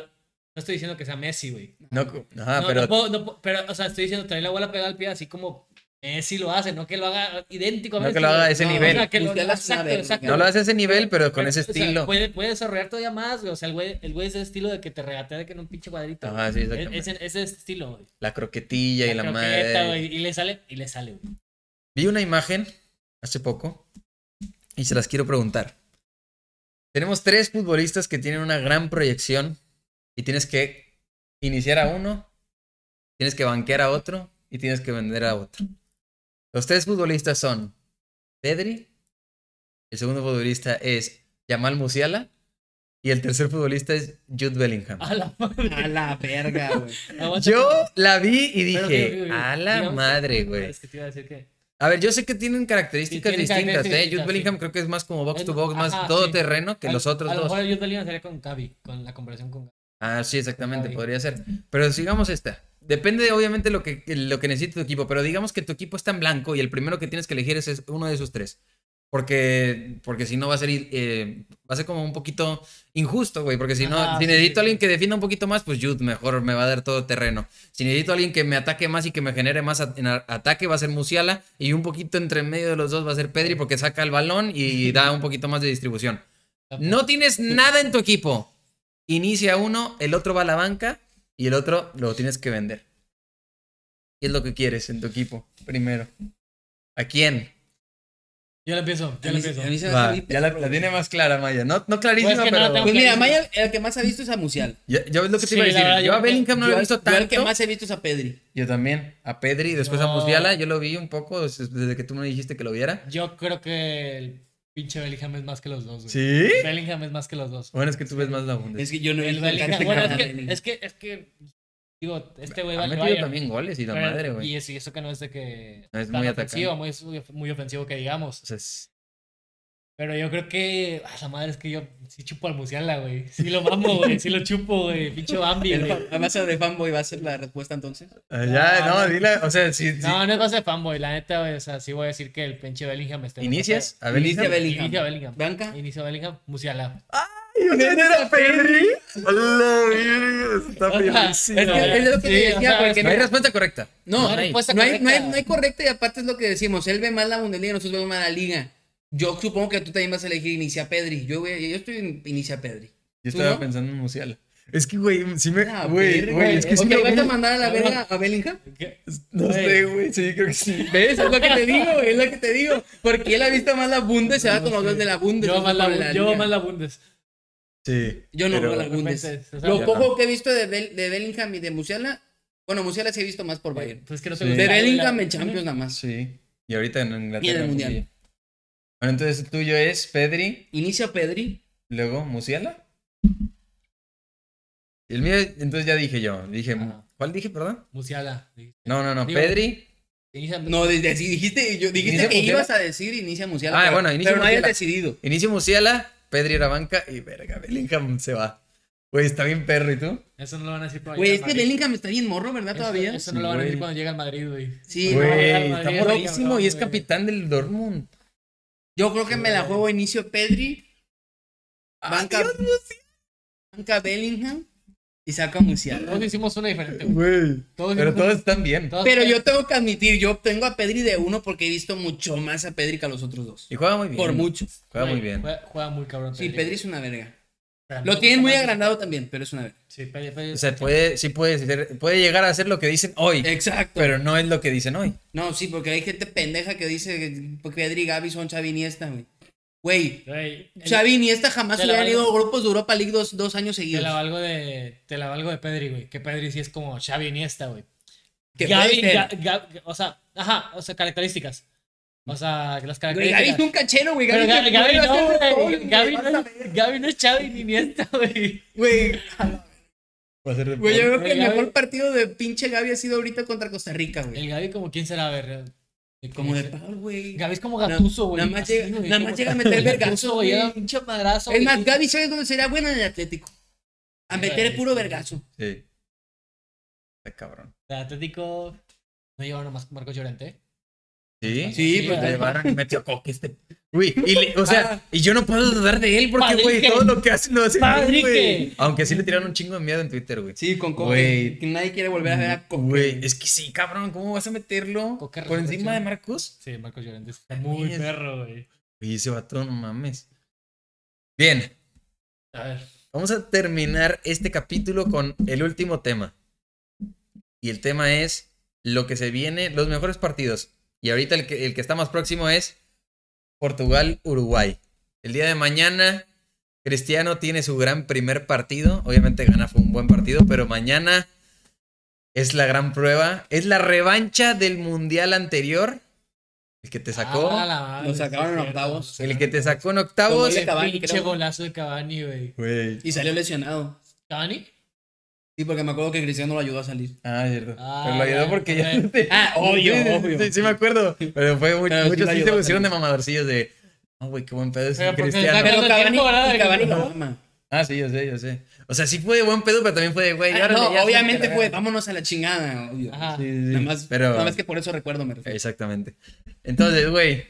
B: no estoy diciendo que sea Messi, güey.
A: no, co- ajá,
B: no,
A: Ah, pero
B: no puedo- no puedo- pero, o sea, estoy diciendo, trae la bola pegada al pie así como Messi lo hace, no que lo haga idéntico a
A: No
B: Messi.
A: que lo haga
B: güey.
A: a ese
B: No,
A: nivel.
B: O sea, que lo,
C: Musiala es una
B: exacto,
C: verga.
B: exacto.
A: no lo hace a ese nivel, pero con ese
B: O sea,
A: estilo.
B: puede, puede desarrollar todavía más, güey. O sea, el güey, el güey es de estilo de que te regatea de que en un pinche cuadrito.
A: Ajá,
B: güey.
A: sí,
B: Es-
A: exactamente.
B: ese, ese es estilo, güey.
A: La croquetilla y la,
B: croqueta,
A: madre.
B: güey, Y le sale, y le sale, güey.
A: Vi una imagen hace poco y se las quiero preguntar. Tenemos tres futbolistas que tienen una gran proyección y tienes que iniciar a uno, tienes que banquear a otro y tienes que vender a otro. Los tres futbolistas son Pedri, el segundo futbolista es Yamal Musiala y el tercer futbolista es Jude Bellingham.
B: A la madre.
C: A la
B: <laughs>
C: verga, güey.
B: Aguanta.
A: Yo la vi y
B: Pero, güey, güey,
A: dije, a la
B: digamos-
A: madre, güey.
B: Es que te iba a decir que.
A: A ver, yo sé que tienen características
B: Sí, tienen
A: distintas, ¿eh?
B: características,
A: Jude Bellingham
B: sí.
A: creo que es más como box
B: Es-
A: to box, más
B: ajá,
A: todo
B: sí.
A: terreno que
B: a-
A: los otros
B: a lo
A: dos.
B: mejor yo Bellingham sería con Gaby, con la comparación con Gaby.
A: Ah, sí, exactamente,
B: Gaby.
A: podría ser. Pero sigamos esta. Depende, obviamente, lo que, lo que necesite tu equipo, pero digamos que tu equipo está en blanco y el primero que tienes que elegir es- es uno de esos tres. Porque, porque si no va a ser eh, va a ser como un poquito injusto, güey. Porque si no,
B: Ajá,
A: si
B: sí,
A: necesito
B: sí,
A: a alguien
B: sí.
A: que defienda un poquito más, pues Jude mejor me va a dar todo terreno. Si necesito a alguien que me ataque más y que me genere más at- en a- ataque, va a ser Musiala. Y un poquito entre medio de los dos va a ser Pedri porque saca el balón y da un poquito más de distribución. No tienes nada en tu equipo. Inicia uno, el otro va a la banca y el otro lo tienes que vender. ¿Qué es lo que quieres en tu equipo primero? ¿A quién?
B: Yo la empiezo, yo la
C: A mí se-
B: empiezo.
C: a mí se me
A: Va,
C: hace bien
A: ya la,
C: perro,
A: la
C: güey.
A: tiene más clara, Maya. No, no clarísima,
B: Pues que no
A: pero.
B: la tengo
A: Pues,
C: Pues mira,
B: clarísima.
C: Maya, el que más ha visto es a Musial.
A: ya, ya ves lo que te iba a
B: Sí, la
A: decir.
B: verdad,
A: yo
B: yo
A: a
B: creo que-
A: Bellingham no lo
C: yo,
A: he visto
C: yo
A: tanto.
C: el que más he visto es a Pedri.
A: Yo también. A Pedri, después a
B: No.
A: Musiala. Yo lo vi un poco des- desde que tú me dijiste que lo viera.
B: Yo creo que el pinche Bellingham es más que los dos, güey.
A: ¿Sí?
B: Bellingham es más que los dos.
A: Bueno, es que tú ves más la Bundesliga.
C: Es que yo no he
B: El
C: visto tanta
B: Bellingham, bueno, es
C: cara de
B: que,
C: Bellingham.
B: es que, es que, digo, este güey va
A: Ha
B: al
A: metido
B: Bayern,
A: también goles y la
B: pero-
A: madre, güey.
B: Y eso, y eso que no es de que...
A: No, es
B: tan
A: muy
B: ofensivo, muy, muy ofensivo que digamos.
A: O sea, es-
B: Pero yo creo que... A la madre es que yo sí chupo al Musiala, güey. Sí lo mamo, güey. Sí lo chupo, güey. Pinche Bambi,
C: El
B: güey.
C: fan- ¿Vas a de fanboy va a ser la respuesta entonces?
A: Ah, ya, no,
B: no.
A: dile. O sea, si, si
B: No, no es cosa de fanboy. La neta, güey. O sea, sí voy a decir que el pinche Bellingham está... en otro
A: inicias a Bellingham.
C: Inicia Bellingham. Ah,
B: Inicia Bellingham.
C: Banca.
B: pedo. Inicio Bellingham, Musiala.
A: Ay, ¿un era Pedri? Hola, mira, está
B: O sea,
A: perrísimo.
C: Es que es lo que
B: Sí,
C: te
B: o
C: decía,
B: sea,
C: güey,
B: es
C: que
A: No hay
C: no-
A: respuesta correcta.
C: No,
B: No hay respuesta
C: no hay, no,
B: correcta.
C: hay, no hay correcta y aparte es lo que decimos. Él ve más la Bundesliga y nosotros vemos más la Liga. Yo supongo que tú también vas a elegir Inicia Pedri. Yo, voy a- yo estoy en Inicia Pedri.
A: Yo
C: ¿Tú
A: estaba
C: no?
A: pensando en Musiala. Es que, güey, sí me.
C: Ah,
A: Güey,
C: verga,
A: güey, es que sí
C: Ok,
A: me.
C: ¿vas a mandar a la verga a Bellingham?
B: ¿Qué?
A: No
B: Güey.
A: sé, güey, sí, creo que sí.
C: <laughs> ¿Ves? Es lo que te digo, güey, es lo que te digo. Porque él ha visto más la Bundes, se va con los dos de la Bundes.
B: Yo
C: no
B: más
C: con
B: la, yo
C: Liga.
B: más la Bundes.
A: Sí.
C: Yo no
A: pero-
C: veo la Bundes.
B: repente, o sea,
C: Lo
B: yo
C: poco
A: no.
C: que he visto de, Bel- de Bellingham y de Musiala, bueno, Musiala sí he visto más por Bayern.
B: Pues que no te
A: Sí.
B: gusta.
C: De
B: la-
C: Bellingham en Champions nada más.
A: Ah, Sí. Y ahorita en Inglaterra. pues,
C: Y en el Mundial.
A: sí. Bueno, entonces el tuyo es Pedri,
C: Inicia Pedri.
A: luego Musiala. Y el mío, entonces ya dije yo. Dije,
B: Ajá.
A: ¿cuál dije, perdón?
B: Musiala.
A: No, no, no,
B: Digo-
A: Pedri.
B: Inicia-
C: No, desde así dijiste, yo, dijiste
A: ¿Inicia
C: que
A: Musiala?
C: ibas a decir inicia Musiala.
A: Ah,
C: pero-
A: bueno, inicia
C: Pero no hayas
A: Musiala.
C: decidido.
A: Inicio Musiala, Pedri era banca y verga, Bellingham se va. Güey, está bien perro, ¿y tú?
B: Eso no lo van a decir cuando
C: Güey,
B: llegue
C: es
B: al
C: que
B: Madrid.
C: Bellingham está bien morro, ¿verdad?
B: Eso-
C: Todavía.
B: Eso no lo van
A: Sí,
B: a
A: güey.
B: decir cuando llegue al Madrid, güey.
C: Sí,
A: Güey,
C: no.
B: Madrid,
A: está
B: Madrid,
A: morrísimo y es
B: cabrón, güey.
A: capitán del Dortmund.
C: Yo creo que me la juego inicio Pedri. Banca, banca Bellingham y saca Musiala.
B: Todos hicimos una diferente, güey.
A: Güey.
B: Todos
A: Pero
B: hicimos
A: todos están bien.
B: todos-
C: Pero yo tengo que admitir, yo tengo a Pedri de uno porque he visto mucho más a Pedri que a los otros dos.
A: Y juega muy bien.
C: Por mucho.
A: Juega muy
B: güey,
A: bien.
B: Juega, juega muy cabrón.
C: Sí, Pedri es una verga.
B: Para mí
C: Lo
B: me
C: tienen
B: gusta
C: muy
B: más-
C: agrandado también, pero es una verga.
B: Sí, Pedri, Pedri-
A: O sea, puede, sí puede, ser- puede llegar a ser lo que dicen hoy,
C: Exacto.
A: pero no es lo que dicen hoy.
C: No, sí, porque hay gente pendeja que dice que Pedri y Gaby son Xavi y Iniesta, güey. Güey,
B: Güey, el-
C: Xavi y Iniesta jamás
B: Te la
C: hubieran ido
B: valgo.
C: a grupos de Europa League dos, dos años
B: Te la
C: seguidos.
B: valgo de, te la valgo de Pedri, güey. Que Pedri sí es como Xavi Iniesta, güey.
C: Que
B: Gavi,
C: puede ser.
B: Ga- Ga- o sea, ajá, o sea, características. O sea, las
C: Güey, Gaby es
B: características.
C: un cachero, güey.
B: Pero Gaby,
C: Gaby, te vuelve a
B: no,
C: hacer
B: güey,
C: gol, güey,
B: Gaby
C: vas
B: no,
C: a
B: es-
C: ver.
B: Gaby no es Xavi ni Iniesta, <laughs> güey.
C: Güey, güey, yo creo que el
B: Gaby-
C: mejor partido de pinche Gaby ha sido ahorita contra Costa Rica, güey.
B: El Gaby como quién será, a ver. eh,
C: Como de
B: ese-
C: pal, güey.
B: Gaby es como gatuso, güey.
C: nada más
B: así,
C: llega-
B: güey,
C: nada más
B: como-
C: llega a meter
B: Gatuso,
C: vergazo,
B: güey. Llega
C: güey.
B: un pinche madrazo.
C: Es
B: güey,
C: más,
B: y-
C: Gaby, ¿sabes dónde sería bueno? En el Atlético. A meter puro vergazo.
A: Sí. Está cabrón.
B: de Atlético no lleva nomás Marco Llorente.
A: Sí.
B: Sí,
A: Lo
B: pues,
C: güey.
A: llevaron y metió a coque este. Güey, y le- o sea, y yo no puedo dudar de él porque, güey,
B: Padrique.
A: todo lo que hace lo hace bien, güey.
B: Padrique.
A: Aunque sí le tiraron un chingo de miedo en Twitter, güey.
C: Sí, con
A: Coque.
C: Coque. Que Nadie quiere volver a ver a Coque.
A: Mm, Güey, es que sí, cabrón, ¿cómo vas a meterlo
B: Coque
A: por encima
B: resurrección.
A: de Marcos?
B: Sí, Marco Llorente está muy
A: Mames.
B: perro, güey.
A: Güey, ese vato, no mames. Bien,
B: A ver.
A: Vamos a terminar este capítulo con el último tema. Y el tema es lo que se viene, los mejores partidos. Y ahorita el que, el que está más próximo es Portugal-Uruguay. El día de mañana, Cristiano tiene su gran primer partido. Obviamente gana fue un buen partido, pero mañana es la gran prueba. Es la revancha del mundial anterior. El que te sacó.
B: Ah, la madre,
C: Nos sacaron
B: sí,
C: en
B: cierto,
C: octavos.
B: nos
A: el que te
B: sacaron
A: sacó en
C: Como
A: octavos.
C: el
B: en
C: de Cavani,
B: octavos. Pinche
C: creo.
B: golazo de Cavani, güey.
C: Y salió lesionado.
B: ¿Cavani?
C: Sí, porque me acuerdo que Cristiano lo ayudó a salir.
A: Ah, cierto.
B: Ah,
A: pero lo ayudó
B: ya,
A: porque
B: ya.
A: ya.
C: Ah, obvio,
A: Sí, sí,
C: obvio.
A: Sí, sí me acuerdo. Pero fue muy-
C: Pero sí
A: muchos
C: lo
A: sí, se
C: ayudó,
A: pusieron de
C: sí.
A: mamadorcillos de. No, güey, qué buen pedo es
B: Pero
A: un
B: porque
A: cristiano.
B: está- no
C: Pero Cavani,
B: tiene cobrada,
C: y Cavani
B: ¿no?
C: lo ama.
A: Ah, sí, yo sé, yo sé. O sea, sí fue de buen pedo, pero también fue de, güey.
C: Ah,
A: órale, ya
C: no,
A: se
C: obviamente
A: encargaron.
C: fue, vámonos a la chingada, obvio.
B: Ajá.
A: Sí, sí, sí.
C: Nada más,
A: pero...
C: nada más que por eso recuerdo, me refiero.
A: Exactamente. Entonces, güey.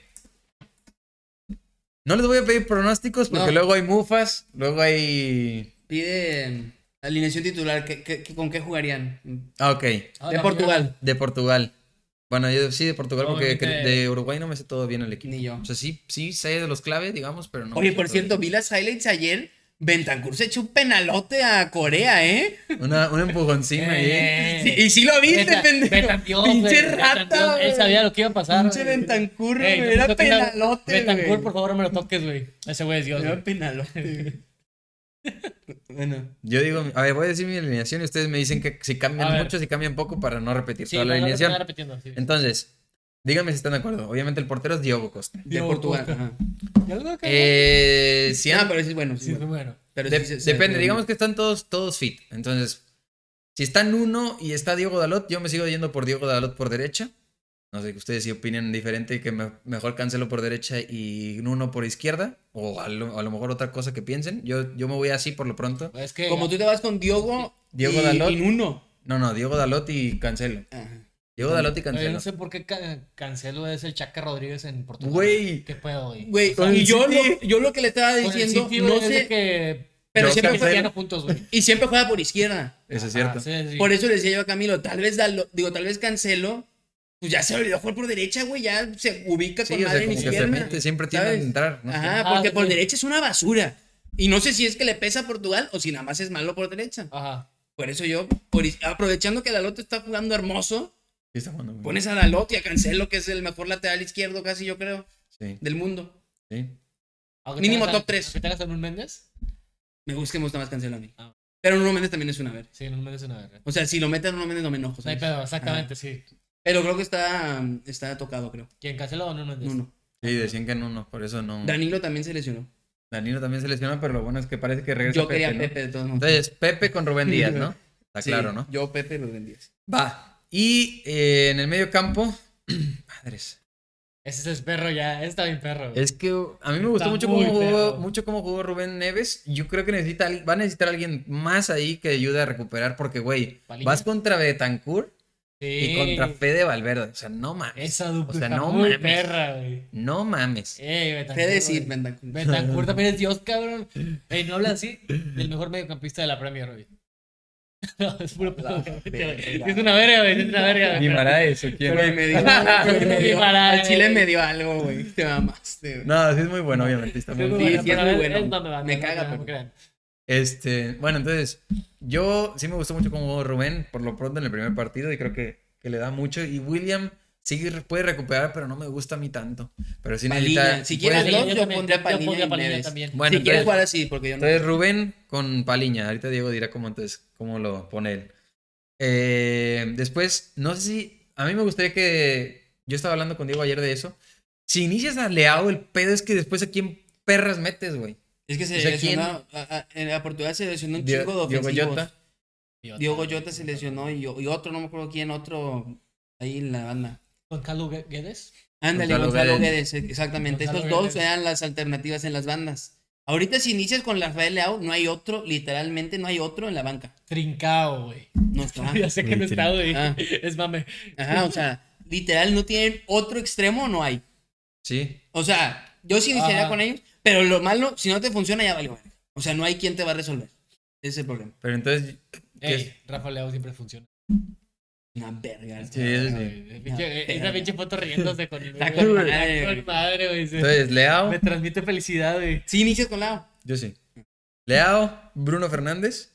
A: No les voy a pedir pronósticos porque
C: No.
A: luego hay mufas, luego hay.
C: Pide em, alineación titular, ¿qué, qué- qué- con qué jugarían?
A: Ah, ok.
B: Ah,
C: de
B: la
C: Portugal.
A: De Portugal. Bueno, yo sí de Portugal porque
B: Obviamente-
A: cre- de Uruguay no me sé todo bien el equipo.
C: Ni yo.
A: O sea, sí, sí sé de los claves, digamos, pero no. me
C: Oye,
A: sé
C: por
A: todo
C: cierto, vi las highlights ayer Bentancur se echó un penalote a Corea, ¿eh?
A: Una, un empujoncín ahí.
B: Eh,
C: Sí, y sí lo viste,
B: Benta-
C: pendejo.
B: Betancourt,
C: Pinche
B: güey,
C: rata,
B: Betancourt. Él
C: güey.
B: sabía lo que iba a pasar.
C: Pinche
B: güey.
C: Bentancur,
B: Ey,
C: güey. Era
B: no toques a-
C: penalote, güey.
B: Betancourt, por favor, no me lo toques, güey. Ese güey es Dios.
C: Era
B: güey.
C: penalote, güey. Bueno.
A: Yo digo, a ver, voy a decir mi alineación y ustedes me dicen que si
B: A
A: cambian
B: ver.
A: mucho, si cambian poco para no repetir
B: Sí,
A: toda la
B: no, no, no,
A: alineación.
B: no, repitiendo, sí.
A: Entonces, díganme si están de acuerdo. Obviamente el portero es Diogo Costa.
C: De
B: Yo,
C: Portugal.
B: Costa.
C: ajá.
B: Yo lo que-
A: Eh, si
C: Ah,
A: han-
C: pero sí, bueno. sí,
B: Sí,
C: bueno.
B: bueno.
C: Pero
A: de-
C: sí se- se-
A: depende, digamos que están todos, todos fit. Entonces, si están uno y está Diego Dalot, yo me sigo yendo por Diego Dalot por derecha. No sé que ustedes si opinen diferente, que me- mejor cancelo por derecha y uno por izquierda. O a lo, a lo mejor otra cosa que piensen. Yo, yo me voy así por lo pronto.
B: Es que.
C: Como tú te vas con Diogo,
A: Diogo
C: y,
A: Dalot.
C: y Nuno.
A: No, no, Diego Dalot y cancelo.
C: Ajá.
A: Diego Dalot y
B: Oye,
A: cancelo.
B: no sé por qué ca- Cancelo es el Chaca Rodríguez en Portugal.
A: Güey.
B: ¿Qué pedo, güey?
C: Güey,
A: Con
C: y
A: el
C: yo
A: City.
C: lo, yo lo que le estaba
B: Con el
C: diciendo,
B: City, güey,
C: no
B: es de
C: sé,
B: que.
C: pero
A: Yo cancelo.
C: siempre fue,
B: Cristiano juntos, güey.
C: y siempre juega por izquierda.
A: Eso es cierto.
B: Ah, sí, sí.
C: Por eso le decía yo a Camilo, tal vez Dalo- digo, tal vez Cancelo, pues ya se olvidó jugar por derecha, güey, ya se ubica
A: Sí,
C: con
A: o
C: madre
A: sea,
C: en
A: como que se
C: izquierda.
A: mete, siempre tiende a
C: ¿sabes?
A: entrar. no sé.
C: Ajá,
B: Ah,
C: porque por
B: sí.
C: derecha es una basura. Y no sé si es que le pesa a Portugal o si nada más es malo por derecha.
B: Ajá.
C: Por eso yo, por iz- aprovechando que Dalot está jugando hermoso,
A: Sí, está jugando muy bien.
C: pones a Dalot y a Cancelo, que es el mejor lateral izquierdo casi, yo creo,
A: Sí,
C: del mundo.
A: sí.
B: Aunque
C: Mínimo
B: tengas a-
C: top tres.
B: aunque tengas a Nuno Méndez?
C: Me gusta que me gusta más Cancelo a mí.
B: Ah.
C: Pero Nuno Méndez también es una verga.
B: Sí, Nuno Méndez es una verga.
C: O sea, si lo meten a Nuno Méndez no me enojo.
B: No hay
C: ¿sabes?
B: pedo, exactamente, sí.
C: Pero creo que está, está tocado, creo.
B: ¿Quién canceló o Nuno Méndez?
C: Nuno.
A: Sí, decían que en uno, por eso
B: mm.
A: no.
C: Danilo también se lesionó.
A: Danilo también se lesionó, pero lo bueno es que parece que regresa
C: Yo quería
A: Pepe, ¿no?
C: Pepe de todos modos.
A: Entonces, Pepe con Rubén Díaz, ¿no? Está
C: Sí,
A: claro, ¿no?
C: Yo Pepe lo vendías.
A: Va. Y eh, en el medio campo. <clears throat> Madres.
B: Ese es perro ya, ese está bien perro. güey.
A: Es que a mí me gustó
B: Está
A: mucho
B: muy
A: cómo, jugó,
B: perro.
A: mucho cómo jugó Rubén Neves. Yo creo que necesita, al- va a necesitar alguien más ahí que ayude a recuperar, porque, güey,
B: Palillo.
A: vas contra Betancourt
B: Sí.
A: y contra Fede Valverde. O sea, no mames.
B: Esa dupla
A: O sea,
B: está
A: no
B: muy
A: mames.
B: perra, güey.
A: No mames.
B: Ey, Betancourt.
C: Fede decir,
B: güey.
A: <laughs>
C: Bentancur.
B: Betancourt también es Dios, cabrón. Ey, no habla así del mejor mediocampista de la Premier, güey. <laughs> No, es puro pedo, güey.
C: verga.
B: Es una verga, güey. Es una verga, güey.
A: Guimaraes, ¿o quién?
B: <laughs>
C: Pero me dio, pero me dio-
B: Guimaraes.
C: al chile me dio algo, güey. Te mamaste, güey.
A: No, sí es muy bueno, obviamente. Está muy
B: Pero-
A: bueno.
C: Sí, sí, es
B: pero
C: muy
B: es-
C: bueno.
B: es mame, mame,
C: Me
B: no
C: caga,
B: crean,
C: pero-
B: no crean.
A: Este, bueno, entonces, yo sí me gustó mucho cómo jugó Rubén, por lo pronto en el primer partido, y creo que, que le da mucho. Y William sí re- puede recuperar, pero no me gusta a mí tanto. Pero sí
C: Palhinha,
A: necesita.
C: si
A: puede-
C: quieres
B: Sí,
C: dos, yo
B: también-
C: pondría Palhinha y
B: Palhinha
C: Neves.
B: también.
A: Bueno,
C: si quieres
A: entonces,
C: jugar así, porque yo no.
A: entonces Rubén con Paliña. Ahorita Diego dirá cómo, entonces, cómo lo pone él. Eh, después, no sé si. A mí me gustaría que. Yo estaba hablando con Diego ayer de eso. Si inicias a Leao, el pedo es que después a quién perras metes, güey.
C: Es que se
A: o sea,
C: lesionó. A, a- en la Portugal se lesionó un
A: Di-
C: chingo de
A: Diogo
C: ofensivos.
A: Jota.
C: Diogo Jota se lesionó y, y otro, no me acuerdo quién, otro ahí en la banda.
B: Gonzalo Gu- Guedes.
C: Ándale,
A: Gonzalo
C: Gonzalo
A: Guedes.
C: Guedes, exactamente.
B: Gonzalo
C: Estos dos
B: Guedes.
C: eran las alternativas en las bandas. Ahorita si inicias con Rafael Leao, no hay otro, literalmente no hay otro en la banca.
B: Trincao, güey.
C: No está.
B: <laughs> Ya sé que no
A: Sí,
B: está, güey.
C: Ah.
B: Es mame.
C: Ajá, o sea, literal no tienen otro extremo, no hay.
A: Sí.
C: O sea, yo sí iniciaría
B: Ajá.
C: con ellos, pero lo malo, si no te funciona ya valió. verga. O sea, no hay quien te va a resolver. Ese es el problema.
A: Pero entonces. ¿qué es?
B: Ey, Rafa Leao siempre funciona.
C: Una verga.
A: Sí, eso sí.
B: Güey, el pinche-
C: Ah,
B: eh,
C: pero-
B: Esa pinche foto riéndose con el
C: Está
B: güey,
C: con
B: güey.
C: madre,
B: Está
C: güey.
B: con madre, güey. Se-
A: Entonces, Leao.
B: Me transmite felicidad, güey.
C: Si inicias con Leao,
A: Yo sí. Leao, Bruno Fernández.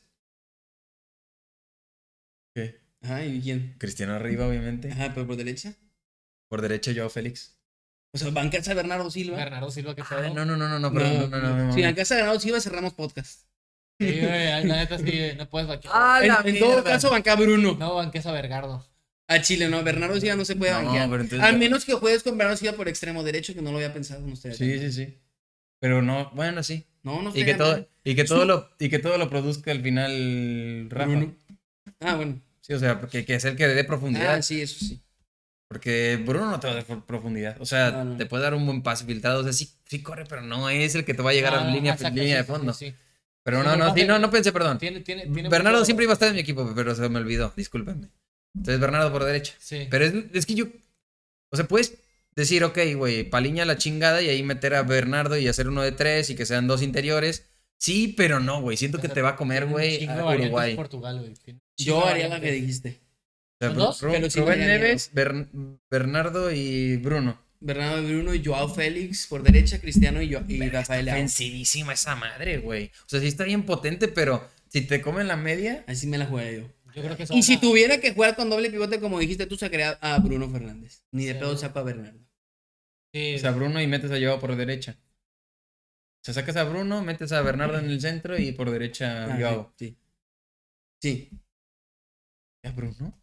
A: ¿Qué?
C: ajá, ¿y quién?
A: Cristiano arriba, obviamente.
C: Ajá, pero por derecha.
A: Por derecha, Joao Félix.
C: O sea, bancarse a Bernardo Silva.
B: Bernardo Silva, que
A: Ah,
B: fue.
A: no, no, no, no, no, perdón, no, no, no. no,
C: Si
A: no.
C: bancarse a Bernardo Silva, cerramos podcast.
B: Sí, güey, la neta sí, güey, no puedes banquear.
A: Ah.
C: En, en todo
A: mierda.
C: caso, banca a Bruno.
B: No banques a Vergardo.
C: A Chile, no. Bernardo Silva no se puede
A: No,
C: banquear.
A: pero entonces-
C: A menos que juegues con Bernardo Silva por extremo derecho, que no lo había pensado con ustedes.
A: Sí, sí, sí. Pero no, bueno, sí.
C: No, no
A: Y
C: sé,
A: que
C: nada.
A: todo, y que todo lo, y que todo lo produzca al final Rafa.
C: Bruno. Ah, bueno.
A: Sí, o sea, que, que es el que le dé profundidad.
C: Ah, sí, eso sí.
A: Porque Bruno no te va a dar pro- profundidad. O sea,
C: No, no.
A: te puede dar un buen pase filtrado. O sea, sí, sí corre, pero no es el que te va a llegar a
B: Ah,
A: la línea,
B: exacto,
A: línea
B: sí,
A: de
B: sí,
A: fondo.
B: sí, sí.
A: Pero
B: Sí,
A: no,
B: me
A: no,
B: pasa
A: sí, no,
B: que-
A: no pensé, perdón.
B: Tiene, tiene, tiene
A: Bernardo
B: mucho-
A: siempre iba a estar en mi equipo, pero se me olvidó. Discúlpenme. Entonces, Bernardo por derecha.
B: Sí.
A: Pero es, es que yo. O sea, puedes decir, ok, güey, paliña la chingada y ahí meter a Bernardo y hacer uno de tres y que sean dos interiores. Sí, pero no, güey. Siento
B: O
A: que
B: sea,
A: te va a comer,
B: Tiene un
A: güey,
B: chingo
A: a
B: de variantes
A: Uruguay.
B: Portugal, güey. Tiene un chingo
C: Yo
B: de
C: haría la que
B: variantes.
C: dijiste.
A: O sea,
B: Los dos,
A: Ru-
C: pero sí me
A: Rubén
C: daría
A: Neves, Bern- Bernardo y Bruno.
C: Bernardo Bruno y Joao Félix por derecha, Cristiano y, yo- y Rafael Leao.
A: Ofensivísima esa madre, güey. O sea, sí está bien potente, pero si te comen la media.
C: Así me la jugué yo.
B: Yo creo que son
C: Y si
B: una-
C: tuviera que jugar con doble pivote, como dijiste tú, sacaría a Bruno Fernández. Ni de
B: Sí.
C: pedo saco a Bernardo.
B: Sí,
A: O sea, Bruno y metes pues, a Joao por derecha. O sea, sacas a Bruno, metes a Bernardo en el centro y por derecha a
C: Ah,
A: Joao.
C: sí. Sí.
A: ¿A Bruno?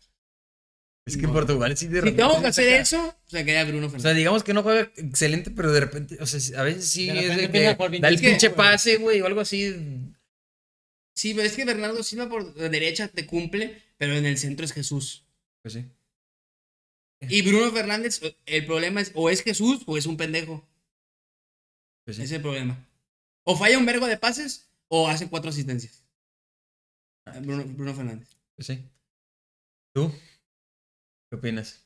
A: Es que
C: No.
A: Portugal sí de
C: Si
A: repente
C: tengo
A: sí
C: que hacer
A: saca-
C: eso, sacaría a Bruno
A: O sea,
C: Fernández.
A: digamos que no juega excelente, pero de repente, o sea, sí- a veces sí
B: De
A: es
B: repente
A: de
B: empieza
A: que
B: a jugar bien
A: da el
B: chido,
A: pinche
B: güey.
A: pase, güey, o algo así.
C: Sí, pero es que Bernardo Silva por derecha te cumple, pero en el centro es Jesús.
A: Pues sí.
C: Y Bruno Fernández, el problema es o es Jesús o es un pendejo.
A: Pues sí.
C: Ese es el problema. O falla un vergo de pases o hace cuatro asistencias. Bruno, Bruno Fernández.
A: Pues sí. ¿Tú? ¿Qué opinas?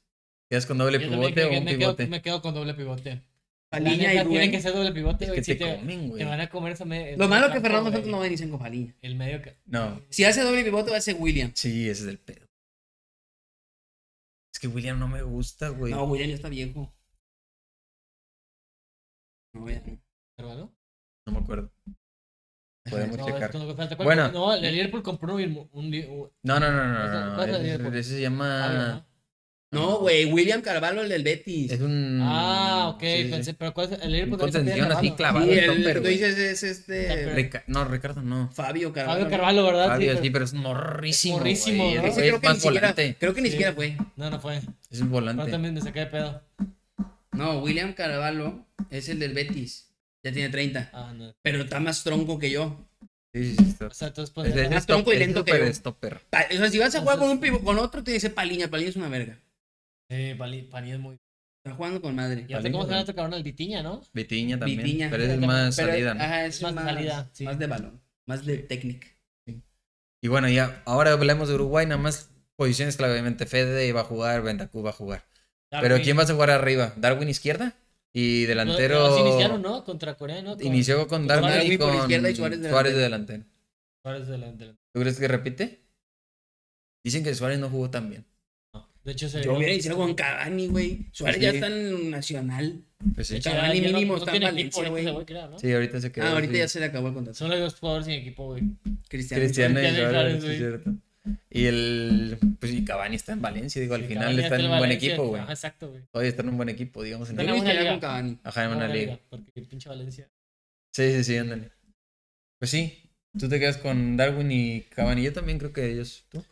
A: ¿Quedas con doble
B: yo también
A: pivote
B: creo
A: o
B: que
A: un
B: me quedo,
A: pivote?
B: me quedo con doble pivote. La
C: Paliña y
B: neta, tiene
C: Rubén.
B: que ser doble pivote.
A: Es
B: güey,
A: que
B: si
A: te comen, güey.
B: Te van a comer esa me-
C: Lo
B: ese
C: malo que
B: campo,
C: Fernando
B: güey.
C: Santos no va a iniciar con Paliña.
B: El medio. ca-
A: No,
C: Si hace doble pivote va a ser William.
A: sí, ese es el pedo. Es que William no me gusta, güey.
C: No, William ya está viejo. No, ya no.
B: pero bueno.
A: No me acuerdo. Podemos
B: No,
A: checar.
B: es que no me falta- ¿cuál-
A: Bueno.
B: No, el Liverpool compró un. un, un-
A: No, no, no, no,
B: Eso-
A: no, no.
B: cosa
A: Ese,
B: de-
A: ese se
B: algo,
A: llama.
C: No, güey, William Carvalho, el del Betis.
A: Es un.
B: ¿no? Ah, ok.
A: mm, sí, sí, sí.
B: pensé, pero ¿cuál es el Liverpool?
A: Un
B: también se tiene
A: contención así
B: Carvalho.
A: clavado
C: Sí,
A: en
C: el
A: topper,
C: que tú
A: güey.
C: dices es este.
A: Rica- No, Ricardo no.
C: Fabio Carvalho.
B: Fabio Carvalho, ¿verdad? Sí,
A: Fabio,
B: pero-
A: sí, pero es morrísimo.
B: Ah, Es morrísimo,
A: güey.
B: ¿no?
A: Ese
C: Ese
A: güey
C: creo
A: Es
C: que ni
A: más
C: siquiera,
A: volante.
C: creo que ni
B: Sí.
C: siquiera fue.
B: No, no fue.
A: Es un
B: Pero
A: volante.
B: también me saqué de pedo.
C: No, William Carvalho es el del Betis. Ya tiene 30.
B: Ah, no.
C: Pero está más tronco que yo.
A: Sí, sí, sí. está.
B: O sea, entonces
A: Es, es,
B: pues.
C: más tronco y
A: es
C: lento que
A: súper
C: yo.
A: stopper.
C: Pa- O sea, si vas a jugar con un
B: Entonces-
C: pivo, con otro, te dice Paliña. Paliña es una verga.
B: Sí, Pani eh, Pani es muy.
C: Está jugando con madre.
B: Y ahorita,
A: Palín,
B: ¿cómo se llama
A: güey.
B: este cabrón? El Vitiña, ¿no?
A: Vitiña también.
C: Vitiña.
A: Pero es más
C: Pero-
A: salida, ¿no?
C: Ajá, es
B: Es más
C: más,
B: de salida, sí.
C: más de balón. Más de técnica.
A: Y bueno, ya ahora hablamos de Uruguay, nada más posiciones claramente. Fede va a jugar, Bentacú va a jugar. Pero
B: Darwin.
A: ¿quién vas a jugar arriba? ¿Darwin izquierda? Y
B: Pero-
A: delantero.
B: pero así iniciaron, ¿no? Contra Corea, ¿no? Con
A: Inició con Darwin
B: Darwin
A: y
C: por
A: con
C: izquierda y Suárez delantero.
A: Suárez de delantero.
B: Suárez de la- de la-
A: ¿Tú crees que repite? Dicen que Suárez no jugó tan bien.
B: no. De hecho, se
C: Yo hubiera iniciado con Cavani, güey. Suárez
A: Sí.
C: ya está en Nacional.
A: Pues sí.
C: hecho, Cavani mínimo está en Valencia, güey.
A: Sí, ahorita se quedó.
C: ah, ahorita
A: sí.
C: ya se le acabó el contrato.
B: Solo hay dos jugadores sin equipo, güey.
C: Cristiano.
A: Cristiano y
B: Cristiano y
A: Suárez,
B: Suárez,
A: sí,
B: güey.
A: cierto. Y el. Pues y Cavani está en Valencia, digo, Pues al
B: Sí,
A: final
B: Cavani
A: está
B: el
A: en un buen
B: Valencia,
A: equipo, güey.
B: ajá, Exacto, güey.
A: Todavía está en un buen equipo, digamos. En
B: Está
C: Yo
A: el...
C: me
B: en una
C: iniciaría
B: liga.
C: con Cavani.
A: Ajá, en
B: No,
A: una
B: la
A: liga.
B: Porque el pinche Valencia.
A: Sí, sí, sí, ándale. Pues sí, tú te quedas con Darwin y Cavani. Yo también creo que ellos. ¿Tú?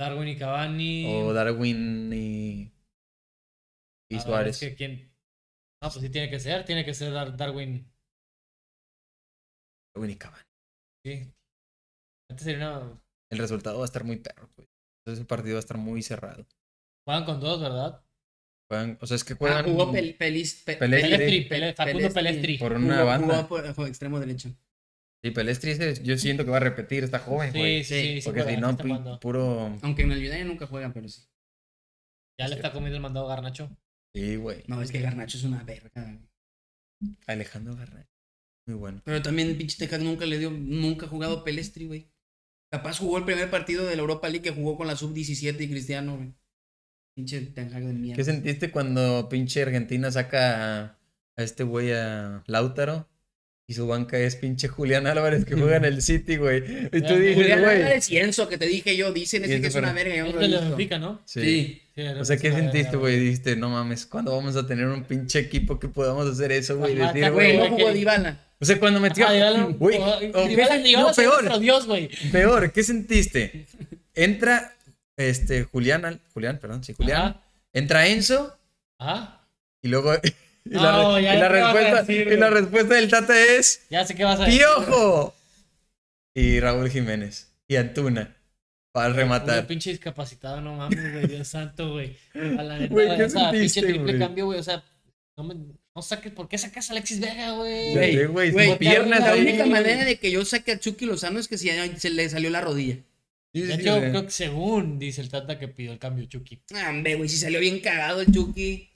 B: Darwin y Cavani.
A: O Darwin y. Y
B: Ah,
A: Suárez.
B: Es que quién. Ah, pues sí tiene que ser. Tiene que ser Dar- Darwin.
A: Darwin y Cavani.
B: Sí. Antes sería una.
A: El resultado va a estar muy perro, güey. Entonces el partido va a estar muy cerrado.
B: Juegan con dos, ¿verdad?
A: Juegan- o sea, es que
C: Ah,
A: juegan
C: jugó Pel- Pelis- Pe-
A: Pelestri.
B: Pelestri, Pele- Facundo Pelestri.
A: por una
C: Jugó-
A: banda.
C: Jugó por, por extremo derecho.
A: Y Pelestri, ese yo siento que va a repetir, está joven, güey.
B: Sí, sí,
C: sí,
B: sí. sí,
A: Porque
B: juegan,
A: si
B: sí
A: no,
B: está
A: pu-
B: jugando.
A: puro.
C: Aunque en el United nunca juegan, pero sí.
B: Ya le está comiendo el mandado Garnacho.
A: Sí, güey.
C: No, es que Garnacho es una verga. güey.
A: Alejandro Garnacho. Muy bueno.
C: Pero también el pinche Texas nunca le dio, nunca ha jugado Pelestri, güey. Capaz jugó el primer partido de la Europa League que jugó con la sub-17 y Cristiano, güey. Pinche Ten Hag de mierda.
A: ¿Qué sentiste cuando pinche Argentina saca a a este güey a Lautaro? Y su banca es pinche Julián Álvarez que juega en el City, güey. Y tú
B: Julián
A: dices,
C: Julián
A: güey.
C: Álvarez y Enzo, que te dije yo, dicen ese
A: Enzo
C: que es una
A: Fernández.
C: verga. Yo
B: Es
C: no lo
B: de
C: he
B: la
C: visto.
B: Benfica, Este ¿no?
A: Sí.
C: Sí.
B: Sí, de
A: O sea, ¿qué
B: Benfica,
A: sentiste,
B: de-
A: güey? <laughs> Dijiste, no mames, ¿cuándo vamos a tener un pinche equipo que podamos hacer eso, güey?
B: Ajá,
A: Decir,
B: está
C: Güey,
A: güey.
C: no
B: Güey,
C: jugó
B: que-
C: Dybala.
A: O sea, cuando metió.
B: Ah, Dybala,
A: Güey,
B: o-
A: o-
B: Dybala, Dybala
A: no,
B: es nuestro
A: peor.
B: Dios, güey.
A: Peor, ¿qué sentiste? Entra este Julián, Al- Julián, perdón, sí, Julián.
B: Ajá.
A: Entra Enzo
B: Ajá.
A: y luego <laughs> y la,
B: No,
A: re-
B: ya
A: y la
B: sé qué vas a
A: respuesta
B: decir,
A: y la
B: güey.
A: respuesta del Tata es
B: Ya sé qué vas a decir.
A: ¡Piojo! Y Raúl Jiménez y Antuna para
B: Un
A: rematar.
B: pinche discapacitado, no mames, güey. Dios santo, güey. A la neta,
A: Güey,
B: güey,
A: ¿qué
B: o sea,
A: sentiste,
B: pinche triple
A: güey?
B: cambio, güey. O sea, no me. No saques. ¿Por qué sacas a Alexis Vega, güey?
A: Ya sé, güey,
C: güey,
A: sin piernas
C: La
A: ahí.
C: única manera de que yo saque a Chucky Lozano es que si ya se le salió la rodilla.
A: Sí,
B: De
A: sí,
B: hecho,
A: güey.
B: creo que según dice el Tata que pidió el cambio Chucky.
C: Ah, Hombre, güey, si salió bien cagado el Chucky.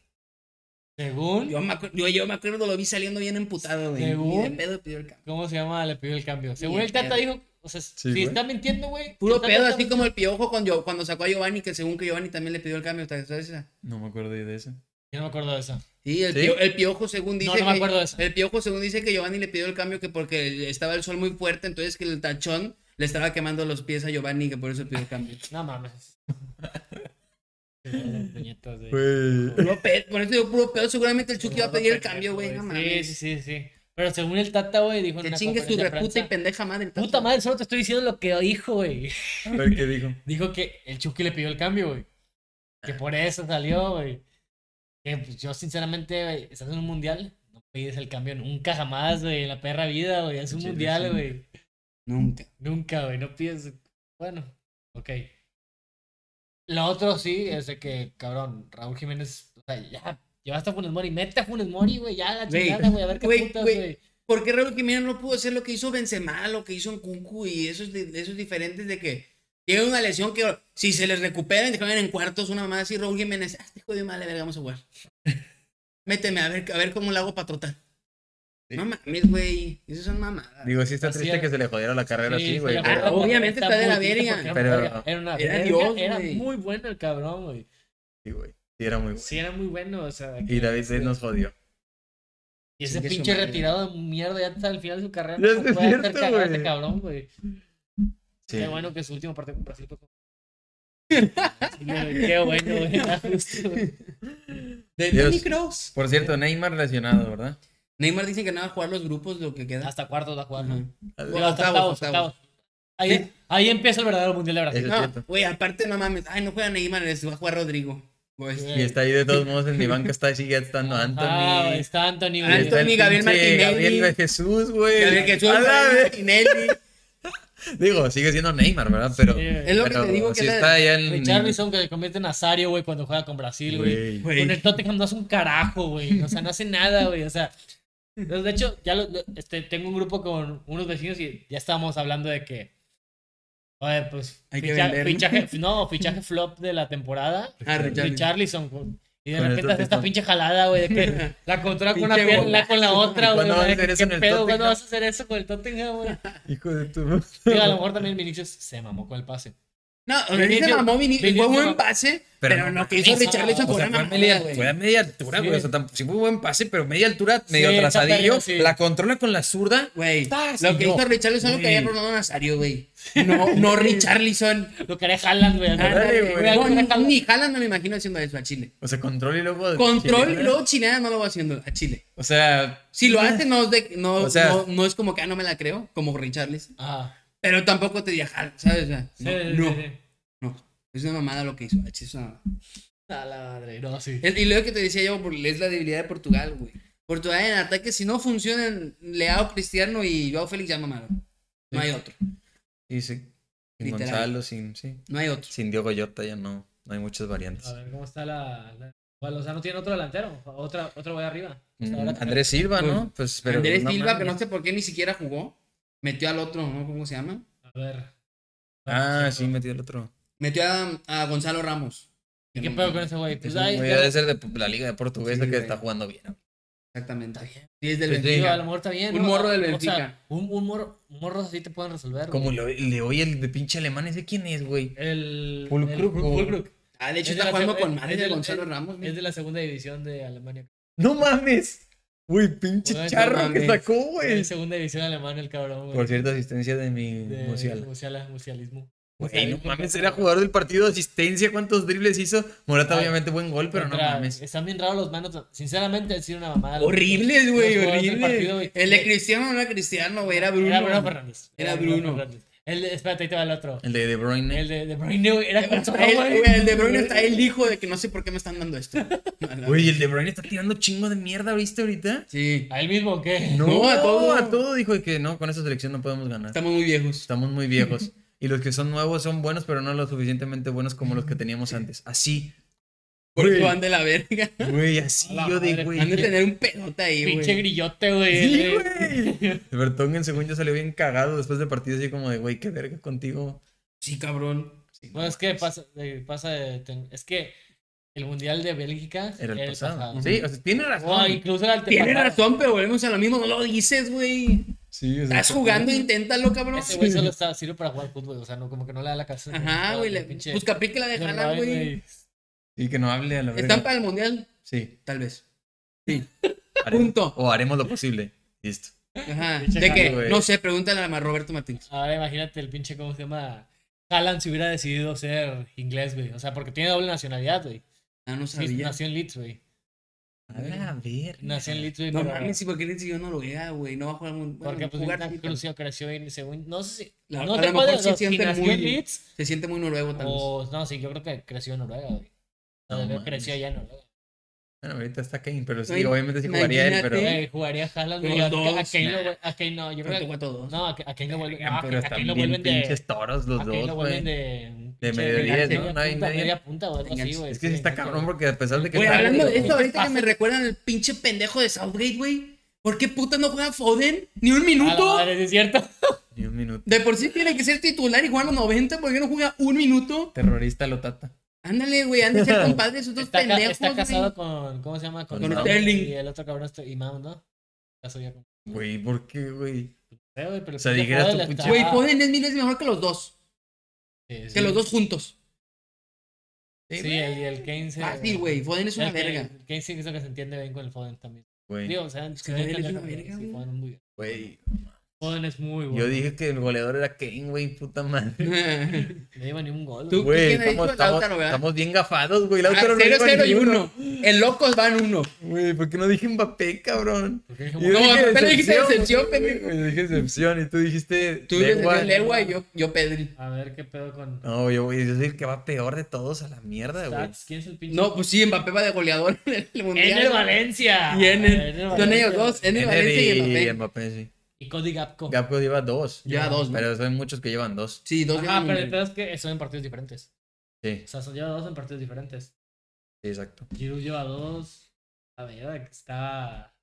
B: Según.
C: Yo me, acu- yo, yo me acuerdo, lo vi saliendo bien emputado, güey. Ni de
B: Según-
C: pedo pidió el cambio.
B: ¿Cómo se llama? Le pidió el cambio. Según
C: Ni
B: el Tata
C: pedo.
B: dijo. O sea, si
A: güey.
B: está mintiendo, güey.
C: Puro
B: el Tata
C: pedo,
B: está
C: así como el piojo cuando, cuando sacó a Giovanni, que según que Giovanni también le pidió el cambio. ¿te acuerdas de esa?
A: No me acuerdo de eso.
B: Yo no me acuerdo de eso.
C: Sí, el,
A: ¿Sí?
C: Pio- el piojo según dice
B: no me
C: que-
B: acuerdo de eso.
C: El piojo según dice que Giovanni le pidió el cambio que porque estaba el sol muy fuerte, entonces que el tachón le estaba quemando los pies a Giovanni que por eso pidió el cambio.
B: No mames. Sí, las puñetas de-
C: <laughs>
A: Pues,
C: Puro pedo, por eso digo puro pedo, seguramente el Chucky va a pedir el cambio, güey, no
B: Sí,
C: mames.
B: sí, sí, sí. Pero según el Tata, güey, dijo en
C: Que
B: una
C: chingues tu
B: conferencia de
C: reputa y
B: prensa-
C: pendeja madre. Tata.
B: Puta madre, solo te estoy diciendo lo que dijo, güey.
A: A ver qué dijo.
B: Dijo que el Chucky le pidió el cambio, güey. Que por eso salió, güey. Que pues, yo, sinceramente, güey, estás en un mundial, no pides el cambio nunca jamás, güey, en la perra vida, güey. Es un
A: Sí,
B: mundial,
A: sí.
B: güey.
C: Nunca.
B: Nunca, güey, no pides. Bueno, ok. Lo otro sí es de que, cabrón, Raúl Jiménez, o sea, ya, llevaste a Funes Mori, mete a Funes Mori, güey, ya la
C: Güey,
B: chingada, güey, a ver qué
C: güey,
B: putas,
C: güey.
B: güey.
C: ¿Por qué Raúl Jiménez no pudo hacer lo que hizo Benzema, lo que hizo en Kunku y esos, di- esos diferentes de que tienen una lesión que si se les recupera y te juegan en cuartos una mamá así, Raúl Jiménez, ah, este hijo de madre, verga, vamos
A: <laughs>
C: a jugar. Méteme a ver, a ver cómo lo hago para trotar.
A: Sí.
C: No mames, güey, esas son mamadas.
A: Digo, sí está
B: Así
A: triste
B: es.
A: que se le jodiera la carrera
B: Sí, ah,
A: así,
B: se
A: güey.
B: la
A: pero-
B: agarra
C: obviamente
B: porque
C: está de la
B: puto,
C: verga.
B: porque
A: Pero-
B: Era, era una
C: Era
B: verga,
C: Dios,
B: era
C: güey.
B: muy bueno el cabrón, güey.
A: Sí, güey. Sí, era muy bueno.
B: Sí, era muy bueno, o sea.
A: Y
B: que-
A: David Seid nos jodió.
B: y ese
C: Chingue su
B: pinche
C: madre.
B: retirado de mierda ya hasta el final de su carrera.
A: Ya
B: No
A: es
B: puede hacer
A: cierto,
B: cagar a este
A: güey.
B: cabrón, güey.
A: Sí.
B: Qué bueno que su último partido con Brasil fue con- <laughs> Sí, güey, Qué bueno, güey. era justo, güey.
C: De
A: Dios.
C: Toni Kroos.
A: Por cierto, Neymar lesionado, ¿verdad?
C: Neymar dice que no va a jugar los grupos, lo que queda.
B: Hasta cuartos va a jugar, ¿no?
C: Ajá.
B: Digo, hasta
C: Octavos,
B: octavos,
C: octavos.
B: octavos. Ahí, ahí empieza el verdadero mundial de Brasil.
A: Es
C: No,
A: cierto.
C: güey, aparte no mames, ay, no juega Neymar, les va a jugar Rodrigo. Pues,
B: Sí.
A: Y está ahí de todos modos en mi banca, está sigue estando Anthony.
B: Ah, güey, está Anthony,
A: Ahí
B: güey.
A: está el
C: Anthony, Gabriel
A: pinche
C: Martinelli.
A: Gabriel Jesús, güey.
C: Gabriel Jesús,
A: A la
C: Gabriel
A: vez.
C: Martinelli.
A: Digo, sigue siendo Neymar, ¿verdad? Pero,
B: Sí, güey.
C: Es lo que
A: pero
C: te digo que
A: si
C: la-
A: está allá en...
B: Richarlison que se convierte en Asario, güey, cuando juega con Brasil, güey.
A: Güey.
C: Güey.
B: Con el Tottenham no hace un carajo, güey. O sea, no hace nada, güey. O sea, entonces, de hecho, ya lo- lo- este, tengo un grupo con unos vecinos y ya estábamos hablando de que. Oye, pues.
C: Hay que
B: ficha-
C: vender, ¿no?
B: fichaje, no, fichaje flop de la temporada.
C: Ah, Richarlison.
B: Richarlison. güey. Y de
A: Con el
B: repente hace esta
A: Tottenham.
B: pinche jalada, güey, de que
A: <laughs>
B: la controla con una
C: Pinche
B: pierna, la con la otra, güey.
A: ¿Cuándo vas a
B: de
A: hacer
B: que,
A: eso
B: ¿Qué
A: en el
B: pedo? ¿Cuándo
A: Tottenham?
B: vas a hacer eso con el Tottenham, güey?
A: Hijo de tu...
B: Digo, a lo mejor también Vinicius se mamó con el pase.
C: No,
B: Vinicius-
C: Vinicius se mamó, Vini-
B: Vinicius
C: fue
B: se
C: buen
B: mamó.
C: pase,
A: Pero
C: pero,
A: no
C: lo que hizo
B: mames,
C: Richarlison
B: no,
A: O
C: fue
A: sea,
C: una
A: fue a
C: mamada,
A: media,
C: güey.
A: fue a media altura,
B: Sí.
A: güey. O sea, tampoco- sí fue buen pase, pero media altura, medio
B: está
A: atrasadillo.
B: perdido, sí.
A: La controla con la zurda.
C: Güey,
A: Estás,
C: lo que
A: yo.
C: hizo Richarlison lo que
A: Güey.
C: había Ronaldo Nazario, güey. No, no Richarlison.
B: Lo que era Haaland, güey.
A: Ándale,
B: Lo que
A: güey.
B: era- lo que era
C: No,
B: Haaland.
C: ni Jalan no me imagino haciendo eso a Chile.
A: O sea, control y luego... de
C: Control
A: chilena.
C: y luego chileada no lo va haciendo a Chile.
A: O sea...
C: Si lo hace, no, es de- no,
A: O sea-
C: no, no es como que ah, no me la creo, como Richarlison.
B: Ah,
C: Pero tampoco te diría Jalan, ¿sabes? O sea,
B: sí,
C: no,
B: sí,
C: no,
B: sí.
C: no. Es una mamada lo que hizo. H, es una mamada.
B: A la madre, no, sí.
C: Es- <laughs> Y luego que te decía yo, por- es la debilidad de Portugal, güey. Portugal en ataque, si no funcionan Leao Cristiano y Joao Félix, ya mamaron. No hay otro,
A: Y sí. Sin
C: Literal.
A: Gonzalo, sin... Sí.
C: no hay otro.
A: Sin Diogo Jota ya no. No hay muchas variantes.
B: A ver cómo está la. la... Bueno, o sea, no tiene otro delantero. Otra, otro voy arriba. O sea,
A: Mm,
B: ahora-
A: Andrés Silva, ¿no? Pues, pero
C: pues Andrés
A: no
C: Silva, que
A: mames.
C: no sé por qué ni siquiera jugó, metió al otro, ¿no? ¿Cómo se llama?
B: A ver.
A: Ah, sí, metió el otro.
C: Metió a, a Gonzalo Ramos.
B: ¿Y qué pedo con ese güey? Pues
A: Es
B: ay,
A: un güey,
B: pero-
A: debe ser de la liga de portuguesa
C: Sí,
A: que
C: güey.
A: está jugando bien.
C: Exactamente.
B: Está bien.
C: Sí, es del
A: Pues sí,
B: digo, a
C: Benfica.
B: lo mejor está bien.
C: Un
B: ¿no?
C: morro del
B: O sea,
C: Benfica.
B: un, un morro, morros así te pueden resolver.
A: Como
B: güey.
A: le, le oye el de pinche alemán, ¿ese quién es, güey?
B: El.
A: Pulkrug,
B: el-
A: güey.
B: Pulkrug.
C: Ah, de hecho
B: Es de
C: está
B: la
C: jugando
B: seg-
C: con
B: es
C: madre de
B: del-
C: Gonzalo Ramos. güey.
B: Es de la segunda división de Alemania.
A: ¡No mames! Uy, pinche
B: Güey, no
A: charro que
C: mames.
A: sacó,
B: Es
A: güey.
B: de segunda división alemana, el cabrón. güey.
A: Pues. Por cierto, asistencia de mi
B: De-
A: Musiala.
B: Musiala, Musialismo.
A: Güey, no mames, era jugador del partido, asistencia, cuántos dribles hizo. Morata,
B: Ay,
A: obviamente, buen gol, pero no
B: Ah, Contra-
A: mames.
B: Están bien raros los manos. Sinceramente, han sido una mamada. los-
C: Horribles, güey,
B: los jugadores del partido, güey.
C: horribles. El de Cristiano no era Cristiano, güey, era Bruno.
B: Era Ah, Bruno
C: <laughs>
B: Fernández.
C: Era Bruno.
B: Fernández. El de, espérate, ahí te va el otro.
A: El de De Bruyne.
B: El de, de Bruyne, güey, era con todo,
C: Está el-
B: Ah, güey.
C: güey, el de Bruno está el hijo de que no sé por qué me están
B: <laughs>
C: dando esto.
A: Güey, el De Bruyne está tirando chingo de mierda, ¿viste ahorita?
C: Sí.
B: ¿A él mismo o qué?
A: No, a todo,
C: no.
A: a todo. Dijo de que no, con esa selección no podemos ganar.
C: Estamos muy viejos.
A: Estamos muy
B: <laughs>
A: viejos. Y los que son nuevos son buenos, pero no lo suficientemente buenos como los que teníamos antes. Así.
C: Porque
A: Güey,
C: van de la verga.
A: güey, así
B: A la
A: yo de
B: madre.
A: güey.
C: Han de tener un pedote ahí, güey.
B: Pinche grillote, güey.
A: Sí,
B: El-
A: <laughs> güey. Bertongen, según yo, salió bien cagado después del partido, así como de, güey, qué verga contigo.
C: Sí, cabrón.
A: Sí,
B: Bueno, es que pasa, eh, pasa de, ten- es que el Mundial de Bélgica
A: Era el pasado.
B: ¿no?
A: Sí, o sea, tiene razón.
B: No, incluso era el
C: Tienes
B: antepasado.
C: razón, pero volvemos a lo mismo. No lo dices, güey.
A: Sí, o sea,
C: Estás jugando, inténtalo, cabrón.
B: Ese güey
C: <laughs>
B: solo está, sirve para jugar fútbol, o sea, no, como que no le da la casa.
C: Ajá, güey. le- Pues Capri que la
B: de
C: dejara, güey.
A: Y que no hable a la verga.
C: Están para el mundial.
A: Sí.
C: Tal vez.
A: haremos-
C: Punto.
A: O haremos lo posible. Listo.
C: Ajá.
B: Pinche
C: De que,
A: cambio, güey.
C: no sé, pregúntale a Roberto Martínez.
B: Ahora imagínate el pinche, ¿cómo se llama? Haaland si hubiera decidido ser inglés, güey. O sea, porque tiene doble nacionalidad, güey.
C: Ah, no
B: Sí,
C: sabía.
B: Nació en Leeds, güey.
A: A ver.
B: Nació en Leeds, güey.
C: No
B: pero-
C: mames, ¿y por qué le yo no lo vea, güey? No va a jugar mundo.
B: porque pues
C: jugar,
B: ahorita
C: sí, pero
B: creció, creció en según. No sé si.
C: La-
B: no
C: a
B: sé
C: lo
B: cuál
C: mejor
B: de
C: se
B: los- si
C: siente
B: nació
C: muy-
B: en Leeds.
C: Se siente muy noruego tal vez.
B: O no, sí, yo creo que creció en Noruega, güey.
A: No
B: No, yo
A: mames.
B: creció allá en Noruega.
A: Bueno, ahorita está Kane, pero sí,
C: Güey,
A: obviamente sí jugaría él, pero.
C: imagínate.
B: Güey, Eh, jugaría Haaland,
C: Pero
B: güey. A,
C: dos,
B: a Kane lo
C: nah.
B: vuel- a Kane no, yo creo
C: Pero
B: que.
C: tengo a todos.
B: No, a, a Kane lo vuelven.
A: Ah,
B: no,
A: pero
B: a Kane
A: están
B: lo
A: bien
B: vuelven de.
A: pinches toros los
B: a Kane
A: dos,
B: lo vuelven
A: güey.
B: de.
A: De
B: pinche
A: medio diez,
B: media
A: ¿no? No hay
B: punta,
A: nadie.
B: media punta o algo así, güey.
A: Es que sí está
B: no,
A: cabrón, porque a pesar de que.
C: Güey,
A: está-
C: hablando de
B: güey.
C: esto, ahorita que me recuerdan el pinche pendejo de Southgate, güey. ¿Por qué puta no juega Foden? ¿Ni un
B: A la
C: minuto?
B: madre, sí es cierto.
A: Ni un minuto.
C: De por sí tiene que ser titular y jugar los 90, ¿por qué no juega un minuto?
A: Terrorista lo tata.
C: Ándale, güey, han de ser compadres esos dos
B: Está, ca-
C: pendejos,
B: está
C: güey.
B: casado con. ¿Cómo se llama?
A: Con
B: Mount,
C: Sterling.
B: Y el otro cabrón está. Y Mount, ¿no? Casó ya con.
A: Güey, ¿por qué, güey?
B: Eh, güey, pero
A: O sea,
B: el
A: dijeras
B: juego
A: tú,
B: de la-
A: pucha.
C: Güey,
B: Ah,
C: Foden es mil veces mejor que los dos.
B: sí,
C: Que
B: sí.
C: los dos juntos.
A: Sí,
B: Sí, el, y el Kane se.
C: Fácil, güey. Foden es una
B: el Kane-
C: <laughs> verga.
B: el Kane sí que es lo que se entiende bien con el Foden también.
A: Güey,
B: Digo, o sea,
C: que
B: se
C: él es
B: entiende
C: una
B: también,
C: verga,
B: sí,
C: güey.
B: Foden es muy-
A: güey.
B: Foden es muy bueno.
A: Yo dije que el goleador era Kane, güey, puta madre.
B: No iba ni un gol.
C: Tú-
B: güey.
A: Güey,
C: quién le dijo?
A: estamos, estamos-
C: Lautaro, ¿verdad?
A: estamos bien gafados, güey. Lautaro no iba
C: 0-0 Ah, y
A: ni uno.
C: 1. El locos va en 1.
A: Güey, ¿por qué no dije Mbappé, cabrón?
B: Porque dije,
A: Yo
B: bueno,
C: No, Mbappé le dijiste decepción,
A: güey.
C: pendejo.
A: Yo dije decepción y tú dijiste
C: Tú le
A: Legua.
C: decías Legua y yo, yo Pedri.
B: A ver qué pedo con.
A: No, yo voy a decir que va peor de todos a la mierda, güey.
B: Stats. ¿Quién es el pinche?
C: No, pues sí, Mbappé va de goleador <laughs> en el
B: En
C: mundial.
B: el Valencia.
C: Y en
B: En
C: el. Son
B: Valencia.
C: ellos dos, eh. en el
A: Ener
C: Valencia y
A: y
C: Mbappé.
A: Mbappé, sí.
B: Y Cody Gapco.
A: Gapco lleva dos.
C: Ya dos, ¿no?
A: Pero son muchos que llevan dos.
C: Sí, dos
B: Ah,
C: llevan
B: pero el
C: mundial.
B: pedo es que son en partidos diferentes.
A: Sí,
B: O sea, son lleva dos en partidos diferentes.
A: sí, exacto.
B: Giroud lleva dos. A ver, que está.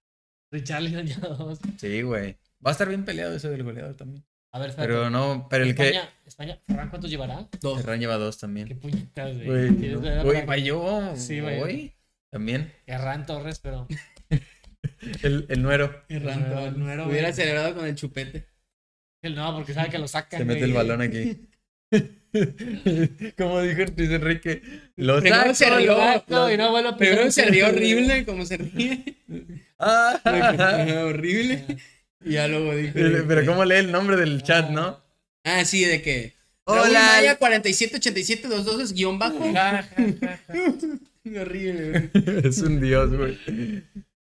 B: Richarlison <laughs> lleva dos.
A: Sí, güey. Va a estar bien peleado eso del goleador también.
B: A ver, espérate.
A: Pero no, pero el que...
B: España, España, Ferran, ¿cuántos llevará?
C: Dos.
A: Ferran lleva dos también.
B: Qué puñetas,
A: Güey,
B: güey. ¿Quieres ver a
A: güey,
B: Ferran?
A: falló.
B: Sí, güey.
A: güey. También.
B: Ferran Torres,
C: <laughs>
B: pero.
A: El, el nuero.
C: Errando.
B: Nuero, nuero,
C: Hubiera
B: güey.
C: acelerado con el <laughs> chupete.
B: Él No, porque sabe que lo sacan.
A: Se mete
B: güey.
A: el balón aquí. Como dijo Luis Enrique, lo
C: Primero
A: saco,
C: se rió.
A: lo-
B: Exacto, y no vuelve a pisar
C: Primero
B: el
C: se
B: suelo,
C: rió
B: güey.
C: <laughs> horrible, como se ríe. <laughs>
A: Ah,
C: Ajá, horrible. Y ya luego dijo.
A: pero pero cómo lee el nombre del chat, ¿no?
C: Ah, sí, de que.
A: Hola.
C: Hola. 478722 guión bajo. <laughs> horrible,
A: <laughs>
C: güey.
A: es un dios, güey.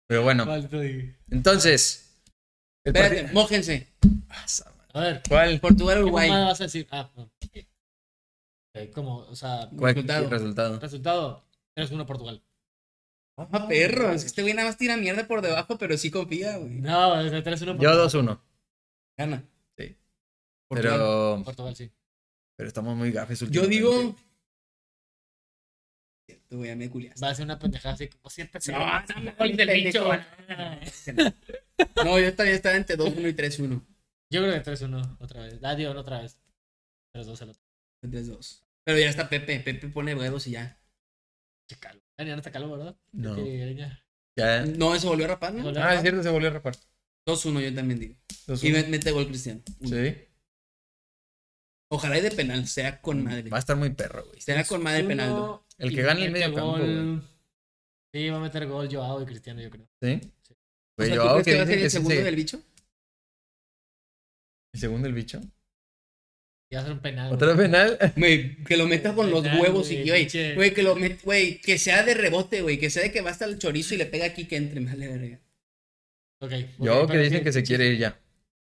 A: Pero bueno,
B: Falto y-
A: entonces. el
C: Espérate,
A: partido-
C: mójense.
A: Ah, esa madre.
B: A ver,
A: ¿Cuál?
C: Portugal,
B: ¿qué
C: Uruguay.
B: mamada vas a decir? Ah, no. Eh, ¿Cómo? O sea,
A: ¿Cuál
C: Resultado.
A: resultado? resultado?
B: resultado: 3-1 Portugal.
C: Ah, perro. Es que este güey nada más tira mierda por debajo, pero sí confía, güey.
B: No, o sea, 3-1
A: Yo
B: Portugal.
A: 2-1.
C: Gana.
A: Sí.
C: Portugal.
A: Pero,
B: Portugal, sí.
A: pero estamos muy gafes.
C: Yo
A: últimamente.
C: digo. Cierto, güey, ya me culiaste.
B: Va a ser una pendejada así como 7-0.
C: No, no, no,
B: Gol del
C: pendejo.
B: bicho.
C: No, yo todavía estaba entre 2-1 y 3-1.
B: Yo creo que 3-1 otra vez. Ah, digo, no otra vez. 3-2 el otro.
C: Entre 2. Pero ya está Pepe. Pepe pone huevos y ya.
B: Che, calvo. Ya no está calvo, ¿verdad?
A: No.
B: Sí, ya.
A: Ya.
C: No, eso volvió a rapar, ¿no?
B: Volvió.
A: Ah, es cierto, se volvió a rapar.
C: 2-1, yo también digo.
A: 2-1.
C: Y me- mete gol Cristiano. Uno.
A: Sí.
C: Ojalá y de penal. Será con madre.
A: Va a estar muy perro, güey.
C: Será con madre penal.
B: Uno,
A: El
B: y
A: que gane el
B: mete
A: medio campo,
B: gol. Sí, va a meter gol Joao y Cristiano, yo creo.
A: Sí.
B: Sí.
C: O sea,
A: Güey,
C: ¿tú
A: yo
C: crees
A: que
C: que va a
A: dicen
C: ser
A: que
C: el
A: es
C: segundo
A: ese-
C: del bicho?
A: el segundo del bicho.
B: Y va a ser un
C: Ah,
B: penal.
A: Otra
B: güey.
A: penal.
C: Güey, que lo metas con los
B: Penal,
C: huevos
B: güey,
C: y güey,
B: pinche.
C: güey, que lo met- güey, que sea de rebote, güey, que sea de que va hasta el chorizo y le pega aquí que entre, me vale verga.
B: Ok, ok,
A: Yo que
B: pero
A: dicen
B: sí,
A: que se quiere ir ya.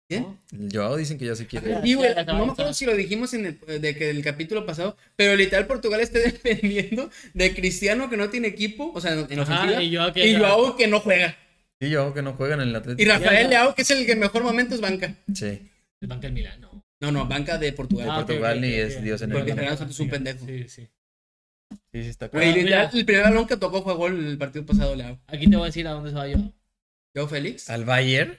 C: ¿Qué?
B: ¿no?
A: El Joao dicen que ya se quiere ir.
C: Y güey,
B: ya, ya, ya,
C: no me
B: ya.
C: acuerdo si lo dijimos en el, de que el capítulo pasado, pero literal Portugal está <laughs> dependiendo de Cristiano que no tiene equipo, o sea, en ofensiva,
B: Ajá, Ah, y
C: y,
B: Joao que
C: Joao que no juega.
A: Sí, Joao que no juega en el
C: Y
A: Atlético.
C: Rafael
B: ya.
C: Leao que es el que en mejor momento es banca.
A: Sí.
B: El banca del Milán, no.
C: No, no, banca de Portugal.
A: Ah,
B: ok,
A: Portugal
B: ok,
A: ni
B: ok,
A: es
B: ok.
A: Dios en
C: el Porque mundo. Fernando Santos es un pendejo.
B: Sí, sí.
A: Sí, sí está
C: Güey,
B: Ah,
C: literal,
B: mira.
C: el primer balón que tocó fue gol el partido pasado Leao.
B: Aquí te voy a decir a dónde se va Joao.
C: Joao Félix.
B: Ah,
A: ¿Al Bayern?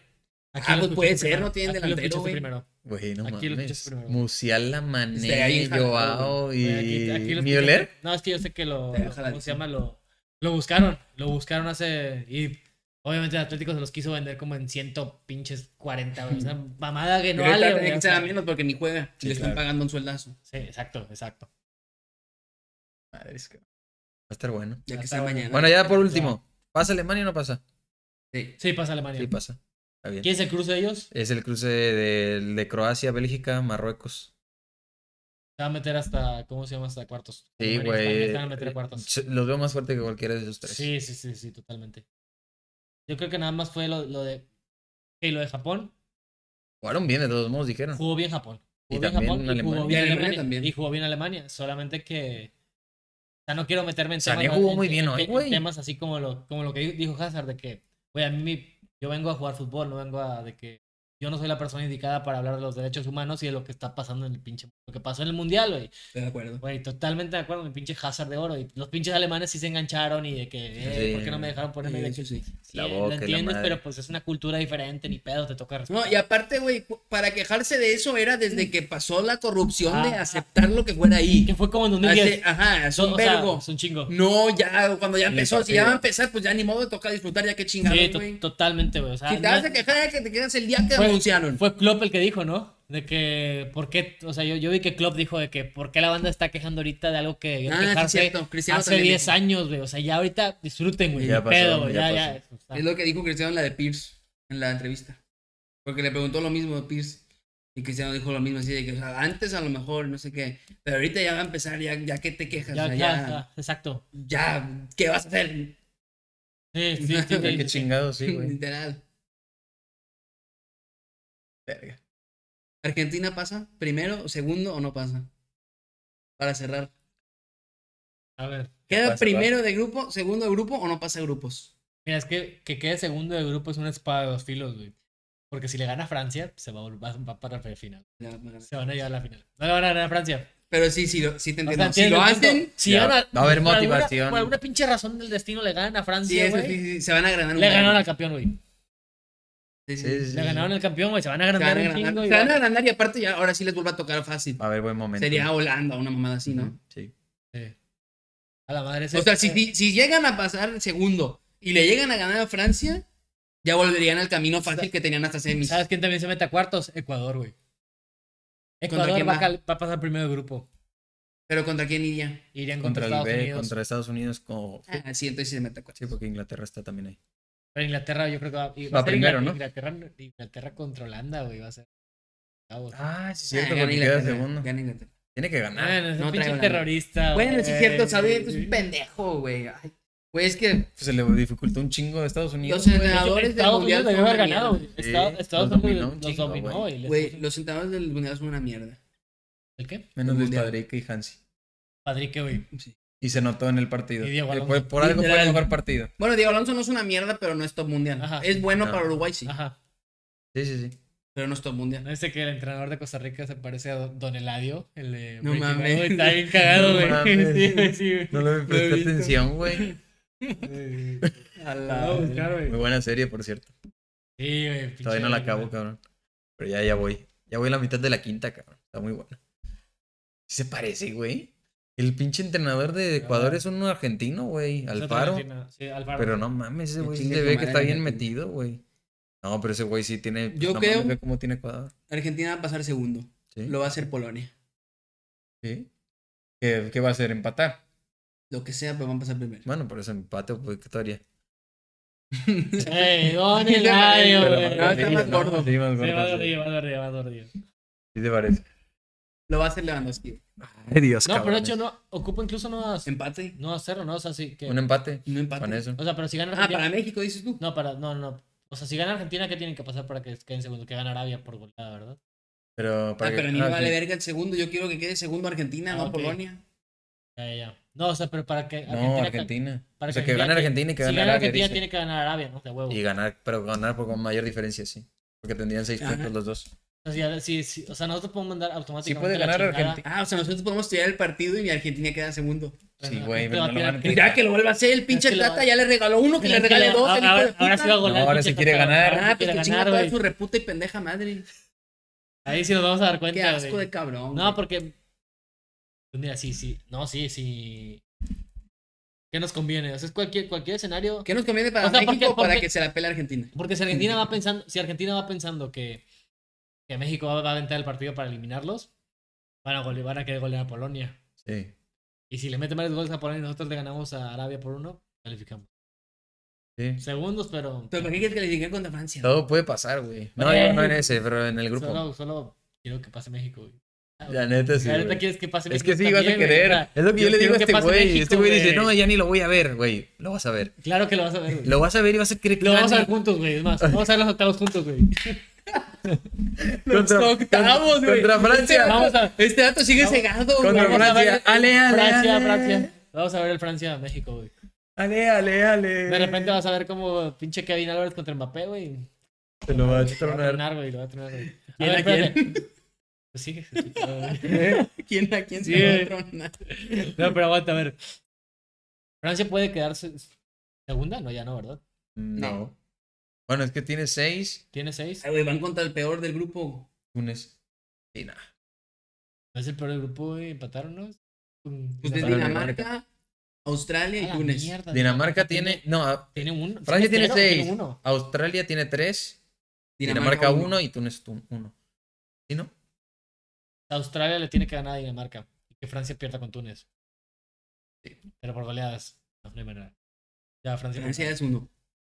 B: Aquí
C: Ah,
B: lo
C: pues
B: escuchaste
C: puede ser,
B: primero.
C: no tienen
B: Aquí lo
C: delantero,
B: escuchaste
C: güey.
B: primero.
A: Güey, no
B: Aquí lo
A: mames.
B: escuchaste primero.
A: Musiala,
C: Este, ahí
A: Mané,
C: en Jalapa,
A: Joao y...
B: Oye, aquí- aquí lo escuchaste-
A: ¿Mioler?
B: No, es que yo sé que lo.
C: Te
B: lo-
C: baja la
B: ¿Cómo se
C: visión.
B: llama? Lo, lo buscaron. Lo buscaron hace. Y obviamente el Atlético se los quiso vender como en ciento pinches 40. güey. O
C: <laughs>
B: sea, mamada que no
C: No,
B: vale.
C: tiene
B: güey,
C: que
B: o
C: ser a
B: sea.
C: menos porque ni juega,
A: Sí,
C: le están
A: claro.
C: pagando un sueldazo.
B: Sí, exacto, exacto.
A: Madres, cabrón. Va a estar bueno.
C: Ya
B: Ya
C: que
B: está
C: sea
B: bueno.
C: mañana.
A: Bueno, ya por último. ¿Pasa Alemania o no pasa?
C: Sí.
B: Sí, pasa Alemania.
A: Sí, pasa. Está bien.
B: ¿Quién se cruza de ellos?
A: Es el cruce de, de Croacia, Bélgica, Marruecos.
B: Se va a meter hasta, ¿cómo se llama? Hasta cuartos.
A: Sí,
B: Alemania y España
A: güey.
B: Se van a meter a cuartos.
A: Se- Los veo más fuerte que cualquiera de esos tres.
B: Sí, sí, sí, sí, totalmente. Yo creo que nada más fue lo, lo de. Ok, lo de Japón.
A: Jugaron bien, de todos modos, dijeron.
B: Jugó bien Japón.
A: Y
B: Jugó bien
A: también
B: Japón y
A: Alemania.
B: jugó bien
C: Y Alemania
B: Alemania.
C: también.
B: Y jugó bien Alemania. Solamente que. O sea, no quiero meterme en
A: Sané
B: temas.
A: jugó
B: en-
A: muy
B: en-
A: bien
B: en-
A: hoy,
B: en
A: güey.
B: temas así como lo, como lo que di- dijo Hazard, de que, güey, a mí mi- yo vengo a jugar fútbol, no vengo a. de que yo no soy la persona indicada para hablar de los derechos humanos y de lo que está pasando en el pinche. lo que pasó en el mundial, güey.
C: Estoy de acuerdo.
B: Güey, totalmente de acuerdo, mi pinche Hazard de oro. Y los pinches alemanes sí se engancharon y de que, eh,
A: Sí.
B: ¿por qué no me dejaron ponerme de
C: Sí, sí, sí.
B: Sí, eh,
A: La
B: lo
A: boca y la
B: entiendes,
A: madre.
B: pero pues es una cultura diferente, ni pedo, te toca respetar.
C: No, y aparte, güey, cu- para quejarse de eso era desde que pasó la corrupción de
B: Ah.
C: aceptar lo que fuera
B: Que
C: ahí.
B: fue como en
C: Hace-
B: 2010.
C: ajá, es
B: Son-
C: un
B: o sea,
C: vergo.
B: es un chingo.
C: No, ya, cuando ya
A: Ni
C: empezó, si
A: partido.
C: ya va a empezar, pues ya ni modo, toca disfrutar, ya que chingados,
B: Sí, to-
C: güey.
B: totalmente, güey. O sea,
C: Si te
B: no-
C: vas a quejar, ya que te quedas el día que
B: Fue-
C: anunciaron.
B: Fue Klopp el que dijo, ¿no? De que, ¿por qué? O sea, yo, yo vi que Klopp dijo de que, ¿por qué la banda está quejando ahorita de algo que debió
C: Ah, sí,
B: quejarse
C: cierto. Cristiano
B: hace
C: también
B: 10
C: dijo.
B: años, güey? O sea, ya ahorita disfruten, güey.
A: Ya
B: ni
A: pasó,
B: pedo, güey, ya,
A: ya
B: ya. o sea,
C: Es lo que dijo Cristiano en la de Pierce, en la entrevista. Porque le preguntó lo mismo a Pierce. Y Cristiano dijo lo mismo, así de que, o sea, antes a lo mejor, no sé qué. Pero ahorita ya va a empezar, ya, ya que te quejas,
B: ya,
C: o sea,
B: ya,
C: ya,
B: ya, exacto.
C: ya, ¿qué vas a hacer?
B: Sí,
C: <laughs>
B: sí, sí, sí,
A: Qué
B: sí, sí.
A: chingado, sí, güey.
C: Literal.
A: Verga.
C: ¿Argentina pasa primero, segundo o no pasa? Para cerrar.
B: A ver,
C: ¿Queda
A: Pasa,
C: primero de grupo, segundo de grupo o no pasa a grupos?
B: mira, es que que quede segundo de grupo es una espada de dos filos, güey. Porque si le gana Francia, se va, a vol- va, va para la final. Se van a llevar a la final. No le van a ganar a Francia.
C: Pero sí, sí, lo- sí te
B: O
C: entiendo.
B: sea,
C: si
B: entiendo
C: lo
B: el punto.
C: hacen,
B: Si
A: Ya,
B: ganan-
A: va a haber
B: por alguna-
A: motivación.
B: por alguna pinche razón del destino le ganan a
C: sí,
B: Francia,
C: eso,
B: güey.
C: sí, sí, se van a agrandar un
B: Le
C: vergo.
B: ganaron al campeón, güey.
A: Sí,
C: Sí, sí,
A: sí,
C: sí.
A: sí,
B: Le
A: sí.
B: ganaron al campeón, güey. Se van a
C: Se
B: agrandar
C: van a
B: un
C: agrandar.
B: chingo. y
C: Se van a
B: van-
C: agrandar y aparte ya ahora sí les vuelve a tocar fácil.
A: Va a haber buen momento.
C: Sería Holanda, una mamada así, ¿no?
A: Sí.
B: Sí. A la madre. ese-
C: O sea, si, si- si llegan a pasar segundo y le llegan a ganar a Francia, ya volverían al camino fácil que tenían hasta semis.
B: ¿Sabes quién también se mete a cuartos? Ecuador, güey.
C: ¿Contra
B: Ecuador
C: quién
B: va a,
C: va?
B: cal- va a pasar primero de grupo.
C: Pero ¿contra quién iría?
B: Irían contra,
A: Contra el
B: Estados
A: B,
B: Unidos.
A: contra Estados Unidos. Como...
C: Ah, sí, entonces sí se mete a cuatro.
A: Sí, porque Inglaterra está también ahí.
B: Pero Inglaterra, yo creo que va, y
A: Va
B: a ser
A: primero,
B: Inglaterra-
A: ¿no?
B: Inglaterra, Inglaterra contra Holanda, güey. Va a ser. octavos.
A: Ah, sí, es
C: Ah,
A: cierto,
C: gana
A: porque queda
C: Inglaterra,
A: segundo.
C: gana Inglaterra.
A: Tiene que
B: Ah,
A: ganar.
B: no, es
C: no
B: un pinche
C: traigo la-
B: terrorista.
C: Bueno, sí es cierto, pues, Xavi es un
B: güey.
C: pendejo, güey. Ay, Güey, es que
A: Se le dificultó un chingo a Estados Unidos.
C: los
A: güey.
B: De hecho,
C: entrenadores del
B: Estados Unidos
C: mundial
B: debió
C: son
B: haber
C: una
B: ganado.
C: mierda.
B: güey. Estados,
A: Sí,
B: Estados
A: los
B: Unidos
A: dominó un
B: los
A: chingo,
B: dominó.
A: güey.
B: y les
C: Güey,
B: puso-
C: los entrenadores del mundial son una mierda.
B: ¿El qué?
A: Menos Luis
C: Mundial.
A: Padrique y Hansi.
B: Padrique, güey.
C: Sí.
A: Y se notó en el partido.
B: Y Diego
A: Que
B: Alonso.
A: fue- por algo fue el
C: Literal.
A: mejor partido.
C: Bueno, Diego Alonso no es una mierda, pero no es top mundial.
B: Ajá.
C: es bueno
A: No.
C: para Uruguay, sí,
B: Ajá.
A: Sí, sí, sí.
C: pero no es top mundial.
B: No dice que el entrenador de Costa Rica se parece a Don Don Eladio. El de
C: No
B: Breaking Bad,
C: mames.
B: güey, Está bien cagado,
A: No
B: güey. <laughs>
A: mames.
B: sí, güey, sí, güey.
A: No le
C: Lo he
A: presté
C: visto.
A: atención, güey.
C: A
B: Lo
A: Ah,
B: voy a buscar, güey.
A: Muy buena serie, por cierto.
B: Sí, güey. pinche
A: Todavía no la
B: verga.
A: acabo, cabrón. Pero ya, ya voy. Ya voy a la mitad de la quinta, cabrón. Está muy buena. Sí se parece, güey. El pinche entrenador de Ecuador es un argentino, güey.
B: Es otra
A: Alfaro.
B: Argentina, Sí, Alfaro.
A: Pero no mames, ese
C: Que
A: güey sí
C: chingue
A: se
C: su
A: ve que
C: madre
A: está bien
C: Argentina.
A: metido, güey. No, pero ese güey sí tiene. pues,
C: Yo
A: no
C: creo-
A: Mames, ve cómo tiene Ecuador.
C: Argentina va a pasar segundo.
A: Sí.
C: Lo va a hacer Polonia.
A: ¿Sí? ¿Qué, qué va a hacer? ¿Empatar?
C: Lo que sea, pero van a pasar primero.
A: Bueno, por eso empate pues, o victoria.
B: Ey, Don Eladio,
C: Pero
B: güey.
C: no, está
A: Sí,
C: más
A: ¿no?
C: gordo.
A: Sí, más
B: Sí,
A: gordo,
B: va de
A: sí.
B: arriba, va de arriba, va de arriba.
A: Sí te parece.
C: Lo va a hacer Lewandowski.
A: Ay, Dios,
B: No, pero de
A: cabrones.
B: hecho no, ocupa incluso no a,
C: Empate.
B: no a cero, ¿no? O sea, sí que...
A: Un empate
C: No empate.
A: con eso.
B: O sea, pero si gana
C: Ah,
B: Argentina...
C: para México, dices tú.
B: No, para... No, no. O sea, si gana Argentina, ¿qué tienen que pasar para que queden segundo? Que gana Arabia por goleada, ¿verdad?
A: Pero
C: Ah,
A: para que-
C: pero a mí
A: ah,
C: me vale
A: sí.
C: verga el segundo. Yo quiero que quede segundo Argentina,
B: Ah,
C: no
B: ok.
C: Polonia.
B: Ya, ya, ya. No, o sea, pero para que...
A: No, Argentina.
B: para
A: o sea, que gane Argentina y que
B: si
A: gane
B: gana
A: Arabia.
B: Argentina
A: dice.
B: tiene que ganar Arabia, ¿no? De huevo.
A: Y ganar, pero ganar por- con mayor diferencia, sí. Porque tendrían seis
C: Ajá.
A: puntos los dos.
B: O sea, sí, sí, o sea, nosotros podemos mandar automáticamente.
A: puede
B: la
A: ganar
B: chingada,
A: Argentina.
C: Ah, o sea, nosotros podemos tirar el partido y Argentina queda segundo.
B: pero
A: Sí,
B: no,
A: güey,
B: no
A: pero
B: va
A: no
B: a
A: lo
B: tirar-
A: van a
C: Mira que lo vuelva a hacer el pinche
B: Es que lo-
C: Tata. Ya le regaló uno, que le
B: Mira,
C: regale
B: que
C: dos. el hijo
B: Ahora,
C: de
B: ahora
C: puta.
B: sí va a golear.
A: No, ahora
B: pinche
A: sí quiere
B: Tata,
A: ganar.
B: ahora sí
C: Ah, pues
B: quiere
C: que chinga
B: ganar,
C: toda
B: güey.
C: su reputa y pendeja madre.
B: Ahí sí nos vamos a dar
C: Qué
B: cuenta.
C: asco
B: güey.
C: de cabrón.
B: No,
C: güey.
B: porque. pues Mira, sí, sí. No, sí, sí. ¿Qué nos conviene? O sea, es cualquier, cualquier escenario.
C: ¿Qué nos conviene para
B: O sea, ¿por
C: México
B: qué- por
C: para
B: qué?
C: que se la pele a Argentina?
B: Porque si Argentina va pensando, si Argentina va pensando que, que México va, va a aventar el partido para eliminarlos, van a, gole- van a querer golear a Polonia.
A: Sí.
B: Y si le meten varios goles a Polonia y nosotros le ganamos a Arabia por uno, calificamos.
A: Sí.
B: Segundos, pero.
C: Pero ¿para qué quieres que le digan contra Francia?
A: Todo puede pasar, güey. No,
B: Ey.
A: yo no en ese, pero en el grupo.
B: Solo, solo quiero que pase México, güey.
A: La neta, sí.
B: La neta
A: güey.
B: quieres que pase
A: Es
B: México.
A: que sí, vas a
B: también, güey. O
A: querer.
B: sea,
A: Es lo que yo le digo
B: quiero
A: a este
B: que pase
A: güey.
B: México,
A: Este güey dice,
B: güey.
A: no, ya ni lo voy a ver, güey. Lo vas a ver.
B: Claro que lo vas a ver, güey.
A: Lo vas a ver y vas a creer que
B: Lo vamos a
A: gane.
B: ver juntos, güey. Es más, vamos a ver los octavos juntos, güey.
C: Los octavos, güey.
A: Contra Francia.
B: Vamos a.
C: Este dato sigue
B: Vamos-
C: cegado, güey.
A: Contra
B: Vamos a ver
A: Francia. Ale, ale,
B: Francia,
A: ale.
B: Francia. Vamos a ver el Francia-México, güey.
A: Ale, ale, ale.
B: De repente vas a ver como pinche Kevin Álvarez contra Mbappé, güey.
A: Te lo va a
B: Lo va a
A: tronar.
B: tronar, güey. Lo va a tronar, güey. A
C: ¿Quién
B: ver,
C: a quién?
B: espérate. Pues sí, sí, claro, güey.
C: <laughs> ¿Quién a quién se
B: Sí.
C: va a tronar?
B: No, pero aguanta, a ver. Francia puede quedarse segunda, no, ya no, ¿verdad?
A: No. Bueno, es que tiene seis.
B: Tiene seis.
C: Ay, Ah, güey, van contra el peor del grupo.
A: Túnez. Sí, nada.
B: No es el peor del grupo, güey. Empataron, ¿no? Con-
C: Pues de
A: Dinamarca.
C: Dinamarca, Australia y
B: A la
C: Túnez.
A: <laughs>
B: mierda,
A: Dinamarca tiene. No,
B: Tiene uno.
A: Francia tiene
B: cero,
A: seis.
B: uno.
A: Australia tiene tres.
C: Dinamarca
A: Dinamarca uno
C: uno.
A: y Túnez tú- uno. ¿Sí, no?
B: Australia le tiene que ganar a Dinamarca. Y que Francia pierda con Túnez. Pero por goleadas. No, no hay manera. Ya, Francia.
C: Francia es uno.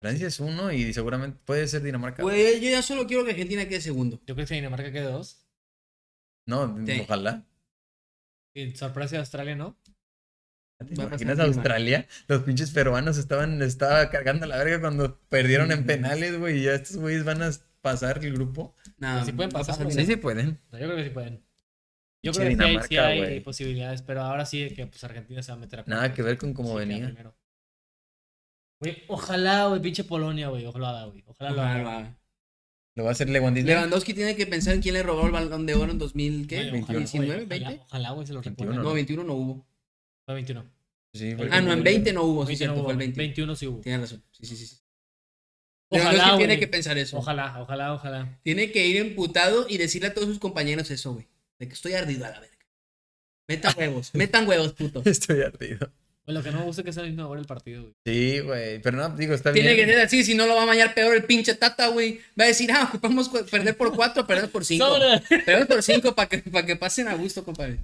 A: Francia es uno y seguramente puede ser Dinamarca.
C: Güey, yo ya solo quiero que Argentina quede segundo.
B: Yo creo que Dinamarca quede dos.
A: No,
C: Sí.
A: ojalá.
B: Y sorpresa de Australia, ¿no?
A: ¿Te
C: Va a pasar
A: imaginas
C: Dinamarca.
A: Australia? Los pinches peruanos estaban estaba cargando la verga cuando perdieron en penales, güey. Y ya estos güeyes van a pasar el grupo.
C: Nada,
B: Sí pueden
C: va a
B: pasar,
C: pasar
B: güey.
A: Sí,
C: bien.
A: sí pueden.
B: No, yo creo que sí pueden. Yo
A: Pinche
B: creo que sí hay, sí
A: Dinamarca,
B: hay
A: güey.
B: posibilidades, pero ahora sí que pues Argentina se va a meter a
A: Nada que ver con cómo
B: Sí, queda
A: venía.
B: primero. Güey, ojalá, güey, pinche Polonia, güey. Ojalá, haga, güey. Ojalá lo haga.
C: Ojalá, va.
A: Lo va a hacer Lewandowski.
C: Lewandowski tiene que pensar en quién le robó el balón de oro en 2000, ¿qué?
B: Güey, ojalá,
C: 19,
B: güey, ojalá,
C: 20.
B: Ojalá, güey, se lo
A: 21,
B: recuerden.
C: No, 21 no hubo.
B: Fue 21.
A: Sí,
B: güey.
C: Ah, no, en 20 no hubo, sí,
B: 21
C: cierto,
B: hubo,
C: fue el 20.
B: 21 sí hubo.
C: Tienes razón. Sí, sí, sí.
B: Ojalá,
C: Lewandowski tiene
B: güey.
C: que pensar eso.
B: Ojalá, ojalá, ojalá.
C: Tiene que ir emputado y decirle a todos sus compañeros eso, güey. De que estoy ardido a la verga.
B: <laughs>
C: Metan huevos, metan huevos, puto.
A: <laughs> Estoy ardido.
B: Güey, lo que no me gusta es que sea la misma hora el partido, güey.
A: Sí, güey. Pero no, digo, está
C: Tiene que
A: bien.
C: ser así, si no lo va a mañar peor el pinche Tata, güey. Va a decir, ah, ocupamos cu- perder por cuatro, perder por cinco.
B: ¡Sobre!
C: Perder por cinco para que, pa' que pasen a gusto, compadre.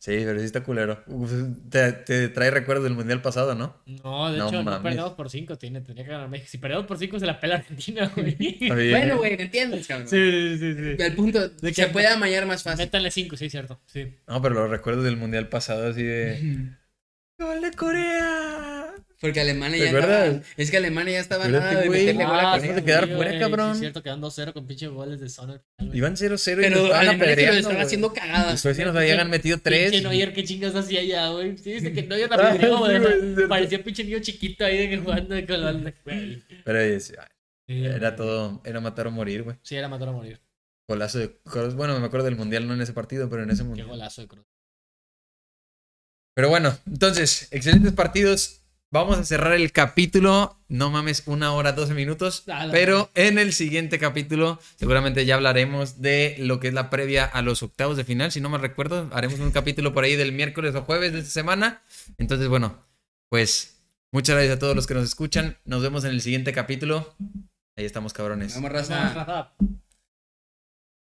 A: Sí, pero sí está culero. Uf, te, te trae recuerdos del mundial pasado, ¿no?
B: No, de
A: No
B: hecho, no
A: mames.
B: perdemos por 5. Tiene, tendría que ganar México. Si perdemos por 5, se la pela Argentina, güey. Sí,
A: <laughs> Está bien.
C: Bueno, güey, ¿me entiendes, cabrón?
B: sí, sí. sí.
C: El punto,
B: que-
C: se puede amañar más fácil.
B: Métanle 5, sí, cierto. Sí.
A: No, pero los recuerdos del mundial pasado, así de. ¡Gol de Corea!
C: Porque Alemania
A: ¿Te
C: ya estaba,
A: acuerdas?
C: es que Alemania ya estaba
A: Acuérdate,
C: nada de
A: güey.
C: meterle gol a
A: Ah,
C: Corea.
A: acabas de quedar fuera,
B: güey,
A: cabrón.
B: sí, Es cierto, quedan 2-0 con pinche goles de Sonner.
A: Iban 0-0 y nos
C: Pero
A: estaban
C: Alemania se lo
A: apedreando,
C: están
A: güey.
C: haciendo
A: Y
C: cagadas.
A: Suecia nos habían metido
B: Pinche
A: 3.
B: Neuer, qué chingas hacía allá, güey. Sí, dice que Neuer
A: <laughs> Ah,
B: la pidió,
A: sí, güey,
B: güey. o sea,
A: es cierto.
B: Parecía pinche niño chiquito ahí de que jugando de colón, güey.
A: Pero es-
B: Sí,
A: era
B: güey.
A: todo, era matar o morir, güey.
B: Sí, era matar a morir.
A: Golazo de Kroos. Bueno, me acuerdo del mundial, no en ese partido, pero en ese
B: Qué
A: mundial.
B: golazo de Cruz.
A: Pero bueno, entonces, excelentes partidos. Vamos a cerrar el capítulo. No mames, una hora, 12 minutos.
B: A la
A: Pero en el siguiente capítulo, seguramente ya hablaremos de lo que es la previa a los octavos de final. Si no me recuerdo, haremos un capítulo por ahí del miércoles o jueves de esta semana. Entonces, bueno, pues muchas gracias a todos los que nos escuchan. Nos vemos en el siguiente capítulo. Ahí estamos, cabrones.
C: Vamos,
B: Vamos,
C: raza.
B: Rafa.